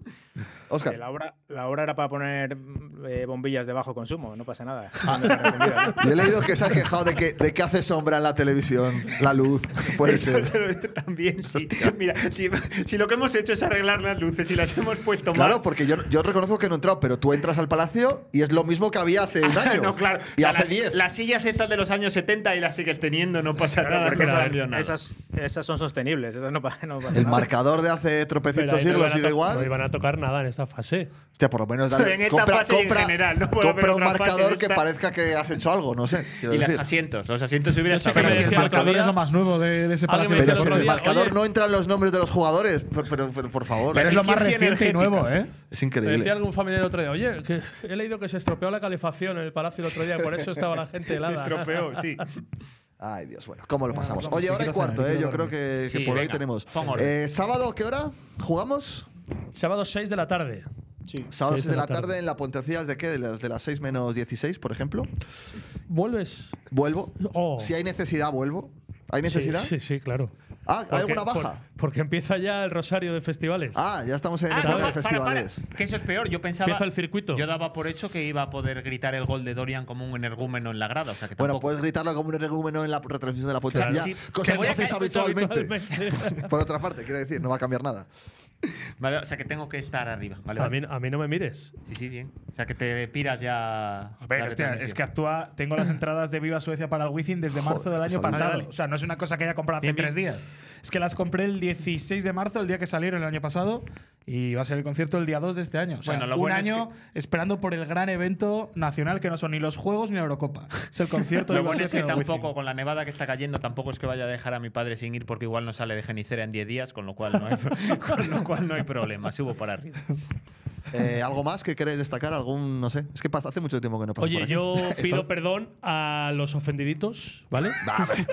Speaker 5: Eh,
Speaker 3: Oscar,
Speaker 5: la, obra, la obra era para poner mm, eh, bombillas de bajo consumo, no pasa nada. No me arrepentiré, ¿no?
Speaker 3: yo he leído que se ha quejado de que, de que hace sombra en la televisión, la luz. Puede ser.
Speaker 2: Pero yo también, sí. Mira, si, si lo que hemos hecho es arreglar las luces y las hemos puesto mal…
Speaker 3: Claro, porque yo, yo reconozco que no he entrado, pero tú entras al palacio y es lo mismo que había hace un año.
Speaker 2: No, claro.
Speaker 3: Y
Speaker 2: O sea,
Speaker 3: hace
Speaker 2: las-
Speaker 3: 10.
Speaker 2: Las sillas estas de los años 70 y las sigues teniendo, no pasa
Speaker 5: Claro,
Speaker 2: nada.
Speaker 5: porque
Speaker 2: no
Speaker 5: esas,
Speaker 2: cambia nada.
Speaker 5: esas, esas son sostenibles, esas no, pa- no pasa
Speaker 3: El
Speaker 5: nada.
Speaker 3: marcador de hace tropecitos
Speaker 1: Pero ahí no
Speaker 3: siglos
Speaker 1: iban a
Speaker 3: sigue
Speaker 1: to- No
Speaker 3: igual.
Speaker 1: iban a tocar nada en esta fase.
Speaker 3: O sea, por lo menos dale,
Speaker 2: En esta
Speaker 3: compra,
Speaker 2: fase y en
Speaker 3: compra-
Speaker 2: general, no puede haber
Speaker 3: compra un
Speaker 2: otra fase
Speaker 3: marcador
Speaker 2: de
Speaker 3: que
Speaker 2: esta.
Speaker 3: parezca que has hecho algo, no sé. quiero
Speaker 2: y los
Speaker 3: decir.
Speaker 2: asientos. Los asientos hubiera
Speaker 1: No sé
Speaker 2: estado
Speaker 1: qué me
Speaker 3: si el
Speaker 1: decía el otro
Speaker 3: marcador
Speaker 8: es
Speaker 1: día.
Speaker 8: lo más nuevo de, de ese
Speaker 1: Alguien
Speaker 8: palacio.
Speaker 1: me
Speaker 8: de
Speaker 1: el
Speaker 3: Pero si en
Speaker 1: otro
Speaker 3: el
Speaker 8: baloncesto.
Speaker 1: día,
Speaker 3: marcador
Speaker 1: oye.
Speaker 3: no entran los nombres de los jugadores, por, pero- pero- por favor.
Speaker 8: Pero es lo más
Speaker 2: eficiencia
Speaker 8: reciente y nuevo, ¿eh?
Speaker 3: Es
Speaker 1: Me decía
Speaker 3: increíble.
Speaker 1: algún familiar el otro día, oye, que he leído que se estropeó la calefacción en el palacio el otro día, por eso estaba la gente
Speaker 2: Se
Speaker 1: helada.
Speaker 2: estropeó, sí.
Speaker 3: Ay, Dios, bueno, ¿cómo lo pasamos?
Speaker 8: vamos,
Speaker 3: Oye,
Speaker 8: que
Speaker 3: ahora y
Speaker 8: quiero
Speaker 3: cuarto,
Speaker 8: cenar,
Speaker 3: ¿eh?
Speaker 8: quiero
Speaker 3: Yo creo
Speaker 8: dormir.
Speaker 3: que, que
Speaker 2: Sí,
Speaker 3: por hoy
Speaker 2: venga,
Speaker 3: tenemos.
Speaker 2: pon orden.
Speaker 3: Eh, Sábado, ¿qué hora? ¿Jugamos?
Speaker 1: Sábado 6 de la tarde.
Speaker 3: Sábado
Speaker 1: Seis
Speaker 3: 6 de la tarde en la Pontecilla, ¿de qué? ¿De las, de las 6 menos 16, por ejemplo?
Speaker 1: ¿Vuelves?
Speaker 3: Vuelvo.
Speaker 1: Oh.
Speaker 3: Si hay necesidad, vuelvo. ¿Hay necesidad?
Speaker 1: Sí, sí, sí, claro.
Speaker 3: Ah, ¿hay
Speaker 1: Porque-
Speaker 3: alguna baja?
Speaker 1: por- porque empieza ya el rosario de festivales.
Speaker 3: Ah, ya estamos en
Speaker 1: Ah,
Speaker 3: época
Speaker 1: no,
Speaker 3: de
Speaker 1: para,
Speaker 3: festivales.
Speaker 2: Que eso es peor. Yo pensaba.
Speaker 1: Empieza el circuito.
Speaker 2: Yo daba por hecho que iba a poder gritar el gol de Dorian como un energúmeno en la grada. O sea, que
Speaker 3: Bueno,
Speaker 2: tampoco-
Speaker 3: puedes gritarlo como un energúmeno en la retransmisión de la
Speaker 2: Claro,
Speaker 3: policía,
Speaker 2: sí. Que
Speaker 3: cosa
Speaker 2: voy
Speaker 3: que
Speaker 2: a
Speaker 3: haces
Speaker 2: caer
Speaker 3: habitualmente. Por otra parte, quiero decir, no va a cambiar nada. pues-
Speaker 2: Vale, o sea, que tengo que estar arriba. Vale,
Speaker 1: a,
Speaker 2: vale.
Speaker 1: mí, a mí no me mires.
Speaker 2: Sí, sí, bien. O sea, que te piras ya.
Speaker 8: A ver,
Speaker 2: la
Speaker 8: hostia,
Speaker 2: retransmisión.
Speaker 8: es que actúa. ah, Tengo las entradas de Viva Suecia para el Wizzing desde marzo del
Speaker 3: es que
Speaker 8: año
Speaker 3: son
Speaker 8: pasado.
Speaker 3: dinero.
Speaker 8: O sea, no es una cosa que haya comprado hace
Speaker 2: Bien, bien.
Speaker 8: tres días. Es que las compré el 16 de marzo, el día que salieron el año pasado, y va a ser el concierto el día 2 de este año. O sea,
Speaker 2: Bueno, lo
Speaker 8: un
Speaker 2: bueno es
Speaker 8: año esperando por el gran evento nacional que no son ni los Juegos ni la Eurocopa. Es el concierto de
Speaker 2: Lo
Speaker 8: Viva
Speaker 2: bueno es
Speaker 8: Suecia en
Speaker 2: que
Speaker 8: el Wizzing.
Speaker 2: tampoco, con la nevada que está cayendo, tampoco es que vaya a dejar a mi padre sin ir porque igual no sale de Genicera en 10 días, con lo cual no hay, con lo cual no hay problema. Subo para arriba.
Speaker 3: Eh, ¿Algo más que queréis destacar? ¿Algún, no sé? Es que pasa- hace mucho tiempo que no pasa Pues
Speaker 1: Oye,
Speaker 3: por aquí.
Speaker 1: yo
Speaker 3: Esto-
Speaker 1: pido perdón a los ofendiditos, ¿vale?
Speaker 3: Nah, a ver.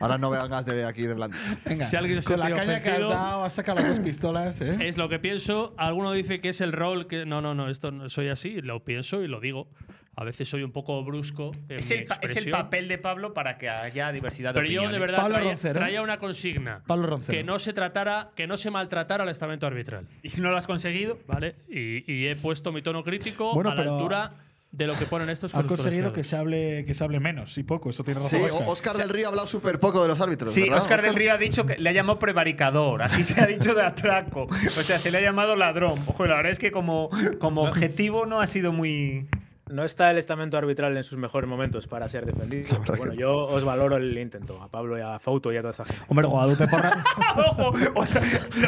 Speaker 3: Ahora no veas de aquí de blandito.
Speaker 8: Venga,
Speaker 1: Si alguien se
Speaker 8: con la
Speaker 1: siente
Speaker 8: caña que has
Speaker 1: ofendido-
Speaker 8: dado, has sacado las dos pistolas. ¿eh?
Speaker 1: Es lo que pienso. Alguno dice que es el rol que no, no, no, esto no, soy así, lo pienso y lo digo. A veces soy un poco brusco en
Speaker 2: Es
Speaker 1: mi
Speaker 2: el, pa- es el
Speaker 1: expresión.
Speaker 2: papel de Pablo para que haya diversidad de ¿eh?
Speaker 1: Pero yo
Speaker 2: opiniones.
Speaker 1: de verdad
Speaker 8: Pablo
Speaker 1: traía,
Speaker 8: Roncero.
Speaker 1: traía una consigna.
Speaker 8: Pablo Roncero.
Speaker 1: Que no se tratara, que no se maltratara al estamento arbitral,
Speaker 2: Y si no lo has conseguido,
Speaker 1: ¿vale? Y, y he puesto mi tono crítico
Speaker 8: Bueno,
Speaker 1: a la
Speaker 8: pero-
Speaker 1: altura de lo que ponen estos
Speaker 8: Ha conseguido que
Speaker 1: correctores.
Speaker 8: se hable que se hable menos y poco. Eso tiene razón.
Speaker 3: Sí,
Speaker 8: Óscar.
Speaker 3: o- Oscar del Río ha hablado súper poco de los árbitros.
Speaker 2: Sí,
Speaker 3: ¿verdad?
Speaker 2: Oscar del Río ha dicho que le ha llamado prevaricador, aquí se ha dicho de atraco, o sea, se le ha llamado ladrón. Ojo, la verdad es que como, como objetivo no ha sido muy...
Speaker 5: No está el estamento arbitral en sus mejores momentos para ser defendido. pero bueno, yo os valoro el intento, a Pablo y a Fauto y a toda esa gente.
Speaker 8: Hombre, Guadalupe Porra.
Speaker 2: ¡Ojo! O sea,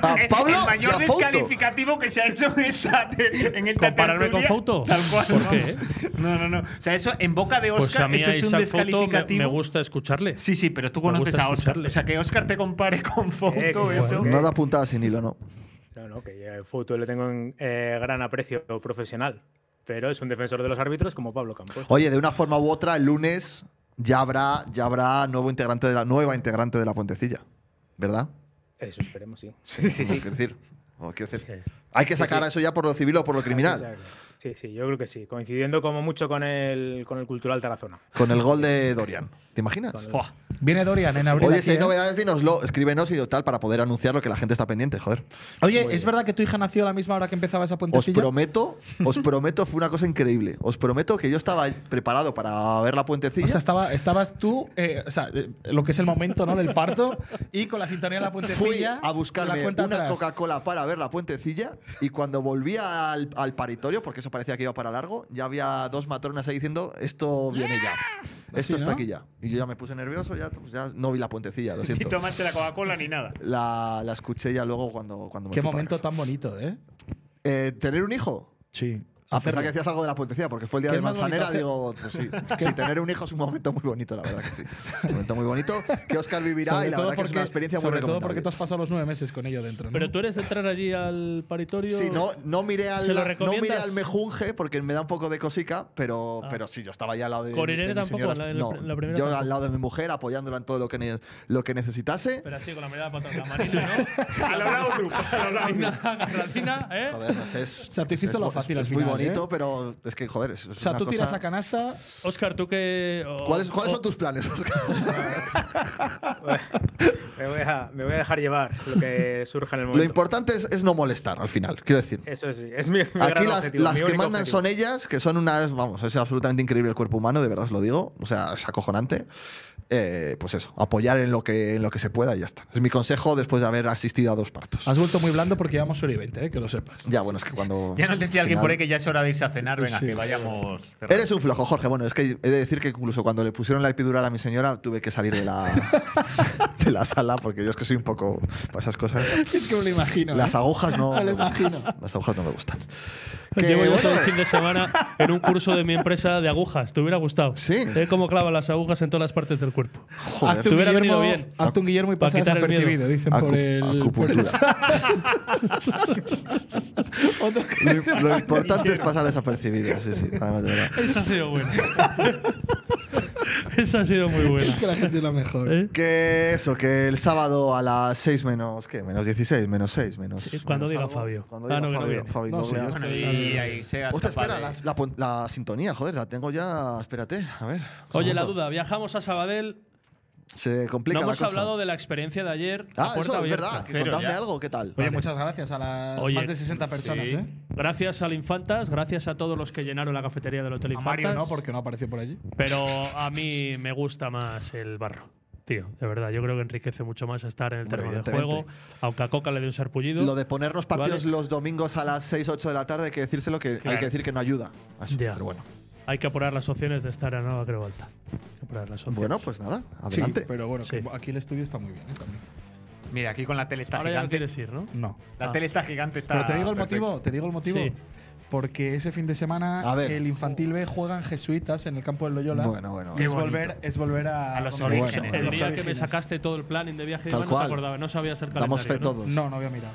Speaker 3: A
Speaker 2: el-
Speaker 3: Pablo
Speaker 2: el
Speaker 3: y
Speaker 2: mayor
Speaker 3: a Fouto.
Speaker 2: descalificativo que se ha hecho en esta, en esta
Speaker 1: ¿Compararme con
Speaker 2: tertulia.
Speaker 1: Fouto?
Speaker 2: Tal cual.
Speaker 1: ¿Por
Speaker 2: ¿no?
Speaker 1: qué?
Speaker 2: No, no, no. O sea, eso en boca de Oscar,
Speaker 1: Pues a mí
Speaker 2: eso
Speaker 1: a
Speaker 2: es un
Speaker 1: Isaac Fouto me-
Speaker 2: descalificativo.
Speaker 1: me, gusta escucharle.
Speaker 2: Sí, sí, pero tú
Speaker 1: Me
Speaker 2: conoces
Speaker 1: gusta
Speaker 2: a Oscar.
Speaker 1: escucharle.
Speaker 2: O sea, que Oscar te compare con Fouto,
Speaker 5: Eh, qué
Speaker 2: eso.
Speaker 5: bueno.
Speaker 3: No da puntada sin hilo, no.
Speaker 5: No, no, que a Fauto le tengo un eh, gran aprecio profesional, pero es un defensor de los árbitros como Pablo Campos.
Speaker 3: Oye, de una forma u otra, el lunes ya habrá, ya habrá nuevo integrante de la, nueva integrante de la Puentecilla. ¿Verdad?
Speaker 5: Eso esperemos, sí.
Speaker 3: Sí, sí, sí. Quiero decir, o quiero decir, hay que sacar a eso ya por lo civil o por lo criminal.
Speaker 5: Sí, sí, yo creo que sí. Coincidiendo como mucho con el, con el cultural Tarazona.
Speaker 3: Con el gol de Dorian. ¿Te imaginas?
Speaker 2: Buah.
Speaker 8: Viene Dorian en abril.
Speaker 3: Oye,
Speaker 8: aquí,
Speaker 3: si hay
Speaker 8: ¿eh?
Speaker 3: novedades, dínoslo, escríbenos y tal para poder anunciar lo que la gente está pendiente, joder.
Speaker 8: Oye, ¿es verdad que tu hija nació a la misma hora que empezaba esa
Speaker 3: Os
Speaker 8: puentecilla?
Speaker 3: prometo, os prometo, fue una cosa increíble. Os prometo que yo estaba preparado para ver la puentecilla.
Speaker 8: O sea, estaba, estabas tú, eh, o sea, eh, lo que es el momento ¿no? del parto, y con la sintonía de la
Speaker 3: Fui
Speaker 8: puentecilla.
Speaker 3: a
Speaker 8: con la
Speaker 3: buscarme
Speaker 8: cuenta
Speaker 3: una
Speaker 8: atrás.
Speaker 3: Coca-Cola para ver la puentecilla y cuando volví al, al paritorio, porque eso parecía que iba para largo, ya había dos matronas ahí diciendo, esto viene ya. Esto
Speaker 8: Así, Ah, pues
Speaker 3: está
Speaker 8: ¿no?
Speaker 3: aquí ya. Y yo ya me puse nervioso, ya, pues ya no vi la puentecilla, lo
Speaker 2: Ni
Speaker 3: siento.
Speaker 2: tomaste la Coca-Cola ni nada.
Speaker 3: La, la escuché ya luego cuando, cuando me
Speaker 8: Qué
Speaker 3: fui para
Speaker 8: momento
Speaker 3: casa.
Speaker 8: tan bonito, ¿eh?
Speaker 3: Eh, ¿Tener un hijo?
Speaker 8: Sí.
Speaker 3: A pesar que decías algo de la puentecilla, porque fue el día
Speaker 8: ¿Qué
Speaker 3: de
Speaker 8: es más
Speaker 3: Manzanera, digo,
Speaker 8: bonito
Speaker 3: pues sí. Sí, tener un hijo es un momento muy bonito, la verdad que sí. Un momento muy bonito que Oscar vivirá y la verdad que es una experiencia muy
Speaker 8: sobre todo
Speaker 3: recomendable.
Speaker 8: porque tú has pasado los nueve meses con ello dentro. ¿no?
Speaker 1: Pero tú eres de entrar allí al paritorio.
Speaker 3: Sí, no, no miré
Speaker 1: ¿Se
Speaker 3: al,
Speaker 1: lo
Speaker 3: no miré
Speaker 1: recomiendas?
Speaker 3: al mejunje porque me da un poco de cosica, pero,
Speaker 1: Ah.
Speaker 3: pero sí, yo estaba ya al lado de,
Speaker 1: ¿Con Irene
Speaker 3: de mi
Speaker 1: tampoco?
Speaker 3: señora-
Speaker 1: ¿La- la-
Speaker 3: no,
Speaker 1: la primera
Speaker 3: yo
Speaker 1: tampoco?
Speaker 3: al lado de mi mujer apoyándola en todo lo que, ne- lo que necesitase.
Speaker 1: Pero así, con la mirada para atrás, la manita, ¿no?
Speaker 2: A lo Laudrup, a lo Laudrup.
Speaker 1: Una agarradina, ¿eh?
Speaker 3: Joder, no sé, es, pues
Speaker 8: O sea, tú hiciste
Speaker 3: es-
Speaker 8: lo
Speaker 3: es-
Speaker 8: fácil
Speaker 3: Es,
Speaker 8: al
Speaker 3: muy
Speaker 8: final,
Speaker 3: bonito,
Speaker 8: ¿eh?
Speaker 3: pero es que, joder, es, es
Speaker 8: o sea,
Speaker 3: una
Speaker 8: tú tiras
Speaker 3: cosa-
Speaker 8: a canasta.
Speaker 1: Oscar, tú que. o-
Speaker 3: ¿Cuáles, ¿cuáles
Speaker 1: o-
Speaker 3: son tus planes, Oscar?
Speaker 5: me, voy a, me voy a dejar llevar lo que surja en el
Speaker 3: Lo
Speaker 5: momento.
Speaker 3: importante es, es no molestar al final, quiero decir.
Speaker 5: Eso sí, es mi, mi
Speaker 3: Aquí
Speaker 5: gran
Speaker 3: las,
Speaker 5: objetivo,
Speaker 3: las
Speaker 5: mi
Speaker 3: que
Speaker 5: único
Speaker 3: mandan
Speaker 5: objetivo.
Speaker 3: son ellas, que son unas, vamos, es absolutamente increíble el cuerpo humano, de verdad os lo digo, o sea, es acojonante. Eh, pues eso, apoyar en lo, que, en lo que se pueda y ya está. Es mi consejo después de haber asistido a dos partos.
Speaker 8: Has vuelto muy blando porque llevamos hora y 20, ¿eh? que lo sepas.
Speaker 3: Ya, bueno, es que cuando...
Speaker 2: Ya nos decía alguien
Speaker 3: final-
Speaker 2: por ahí que ya es hora de irse a cenar. Venga, que vayamos. cerrando.
Speaker 3: Eres un flojo, Jorge. Bueno, es que he de decir que incluso cuando le pusieron la epidural a mi señora tuve que salir de la, de la sala porque yo es que soy un poco para esas cosas.
Speaker 8: Es que me lo imagino.
Speaker 3: Las
Speaker 8: ¿eh?
Speaker 3: agujas no,
Speaker 8: Me
Speaker 3: me
Speaker 8: lo
Speaker 3: gustan.
Speaker 8: imagino.
Speaker 3: Las agujas no me gustan. Que,
Speaker 1: Llevo yo
Speaker 3: bueno, eh.
Speaker 1: todo el fin de semana en un curso de mi empresa de agujas. Te hubiera gustado.
Speaker 3: Sí.
Speaker 1: ¿Eh? Cómo clavan las agujas en todas las partes del cuerpo.
Speaker 3: joder.
Speaker 8: Hazte un,
Speaker 1: Te hubiera
Speaker 8: Guillermo,
Speaker 1: venido bien.
Speaker 8: hazte un Guillermo y
Speaker 1: Para
Speaker 8: pasa
Speaker 1: quitar el miedo.
Speaker 8: desapercibido, dicen
Speaker 3: Acu-
Speaker 8: por el. por el-
Speaker 3: acupuntura.
Speaker 8: Otro que-
Speaker 3: Lo, lo importante es pasar desapercibido. Sí, sí, además de verdad.
Speaker 1: Esa ha sido buena. Esa ha sido muy buena.
Speaker 8: Es que la gente es la mejor.
Speaker 1: ¿Eh?
Speaker 3: Que eso, que el sábado a las 6 menos, ¿qué? Menos 16, menos 6, menos…
Speaker 1: Sí, cuando
Speaker 3: menos
Speaker 1: diga
Speaker 3: algo.
Speaker 1: Fabio.
Speaker 3: Cuando
Speaker 1: Ah,
Speaker 3: diga
Speaker 1: no, que no
Speaker 3: Fabio.
Speaker 1: viene.
Speaker 3: Fabio,
Speaker 8: No,
Speaker 3: no
Speaker 8: sí,
Speaker 3: vea.
Speaker 8: yo
Speaker 2: Bueno, y ahí seas
Speaker 3: Hostia,
Speaker 2: capaz
Speaker 3: espera, la,
Speaker 2: de-
Speaker 3: la pon- la sintonía, joder, la tengo ya. Espérate, a ver. un
Speaker 1: Oye, la
Speaker 3: segundo.
Speaker 1: duda. Viajamos a Sabadell.
Speaker 3: Se complica
Speaker 1: No hemos
Speaker 3: la cosa.
Speaker 1: hablado de la experiencia de ayer. a
Speaker 3: Ah,
Speaker 1: puerta
Speaker 3: eso es
Speaker 1: abierta.
Speaker 3: verdad. Que contadme algo, ¿qué tal?
Speaker 2: Oye, muchas gracias a las
Speaker 1: Oye,
Speaker 2: más de 60 personas,
Speaker 1: sí.
Speaker 2: ¿eh?
Speaker 1: Gracias al Infantas, gracias a todos los que llenaron la cafetería del Hotel
Speaker 2: A
Speaker 1: Infantas.
Speaker 2: Mario no, porque no apareció por allí.
Speaker 1: Pero a mí me gusta más el barro. Tío, de verdad, yo creo que enriquece mucho más estar en el
Speaker 3: Hombre,
Speaker 1: terreno de
Speaker 3: evidentemente.
Speaker 1: juego, aunque a Coca le dé un sarpullido.
Speaker 3: Lo de ponernos partidos
Speaker 1: Vale.
Speaker 3: los domingos a las 6, 8 de la tarde, hay que decírselo que hay
Speaker 1: Claro.
Speaker 3: que decir que no ayuda. a eso,
Speaker 1: Ya.
Speaker 3: Pero bueno.
Speaker 1: Hay que apurar las opciones de estar a Nova Creo Alta. Hay que apurar las opciones.
Speaker 3: Bueno, pues nada, adelante.
Speaker 2: Sí, pero bueno,
Speaker 1: Sí.
Speaker 2: que aquí el estudio está muy bien, ¿eh? También.
Speaker 13: Mira, aquí con la tele está
Speaker 1: Ahora ya lo
Speaker 13: gigante.
Speaker 1: quieres ir, ¿no?
Speaker 2: No.
Speaker 13: La
Speaker 1: Ah.
Speaker 13: tele está gigante. Está
Speaker 2: Pero te digo el
Speaker 13: perfecto.
Speaker 2: motivo, te digo el motivo.
Speaker 1: Sí.
Speaker 2: Porque ese fin de semana
Speaker 3: A ver.
Speaker 2: el infantil B juegan jesuitas en el campo del Loyola.
Speaker 3: Bueno, bueno.
Speaker 2: Y
Speaker 3: Qué
Speaker 2: es volver,
Speaker 13: bonito.
Speaker 2: es volver a,
Speaker 13: A los
Speaker 2: donde-
Speaker 13: orígenes.
Speaker 3: Bueno,
Speaker 2: a
Speaker 1: El
Speaker 2: los
Speaker 1: día que me
Speaker 2: orígenes.
Speaker 1: sacaste todo el plan de viaje,
Speaker 3: Tal
Speaker 1: iba, no te
Speaker 3: cual.
Speaker 1: acordaba, no sabías el calendario.
Speaker 3: Damos fe
Speaker 1: ¿no?
Speaker 3: todos.
Speaker 2: No, no había mirado.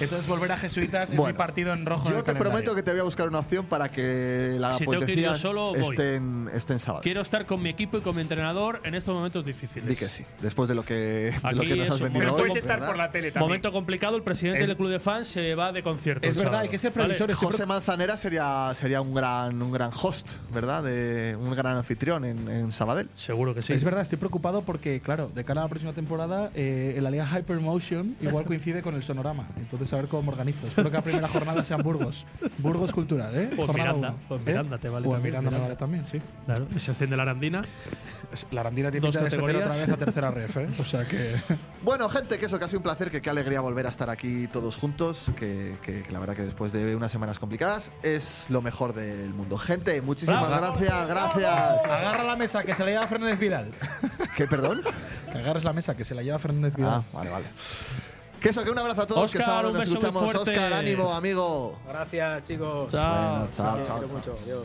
Speaker 2: Entonces volver a jesuitas es
Speaker 3: Bueno.
Speaker 2: mi partido en rojo. en
Speaker 3: Yo
Speaker 2: el
Speaker 3: te
Speaker 2: calendario.
Speaker 3: prometo que te voy a buscar una opción para que la
Speaker 1: Si tengo que ir
Speaker 3: potencia
Speaker 1: yo solo, voy.
Speaker 3: esté, en, esté en sábado.
Speaker 1: Quiero estar con mi equipo y con mi entrenador en estos momentos difíciles.
Speaker 3: Di que sí, después de lo que, de lo
Speaker 1: Aquí
Speaker 3: que nos
Speaker 1: es
Speaker 3: has
Speaker 1: un-
Speaker 3: vendido
Speaker 13: Pero
Speaker 3: hoy.
Speaker 13: puedes estar
Speaker 3: ¿verdad?
Speaker 13: por la tele también.
Speaker 1: Momento complicado, el presidente
Speaker 2: Es-
Speaker 1: del club de fans se va de concierto.
Speaker 2: Es
Speaker 1: el
Speaker 2: verdad,
Speaker 1: sábado,
Speaker 2: hay que ser
Speaker 1: ¿vale?
Speaker 2: previsores.
Speaker 3: José Manzanera sería, sería un, gran, un gran host, ¿verdad? De, un gran anfitrión en, en Sabadell.
Speaker 1: Seguro que sí.
Speaker 2: Es verdad, estoy preocupado porque, claro, de cara a la próxima temporada, eh, en la liga Hypermotion igual coincide con el sonorama. Entonces, a ver cómo me organizo. Espero que la primera jornada sea en Burgos. Burgos Cultural, ¿eh?
Speaker 1: O en
Speaker 2: Jornada
Speaker 1: Pues Miranda.
Speaker 2: uno,
Speaker 1: O en
Speaker 2: ¿eh?
Speaker 1: Miranda te vale
Speaker 2: O en
Speaker 1: también,
Speaker 2: Miranda me
Speaker 1: Miranda.
Speaker 2: vale también, sí.
Speaker 1: Claro, se asciende la Arandina.
Speaker 2: La Arandina tiene
Speaker 1: Dos
Speaker 2: pinta de ascender otra
Speaker 1: categorías.
Speaker 2: vez a tercera ref, ¿eh? O sea que.
Speaker 3: Bueno, gente, que eso, que ha sido un placer, que qué alegría volver a estar aquí todos juntos, que, que la verdad que después de unas semanas complicadas es lo mejor del mundo. Gente, muchísimas
Speaker 1: Bravo.
Speaker 3: gracias, gracias.
Speaker 2: Agarra la mesa que se la lleva Fernández Vidal.
Speaker 3: ¿Qué, perdón?
Speaker 2: Que agarres la mesa que se la lleva Fernández
Speaker 3: Ah,
Speaker 2: Vidal.
Speaker 3: vale, vale. Que eso, que un abrazo a todos, que
Speaker 1: Óscar,
Speaker 3: sábado
Speaker 1: un
Speaker 3: nos
Speaker 1: beso muy
Speaker 3: escuchamos.
Speaker 1: fuerte.
Speaker 3: Oscar, ánimo, amigo.
Speaker 14: Gracias, chicos.
Speaker 1: Chao.
Speaker 3: Bueno, chao,
Speaker 14: Os
Speaker 3: chao.
Speaker 14: quiero
Speaker 3: chao.
Speaker 14: mucho. Adiós.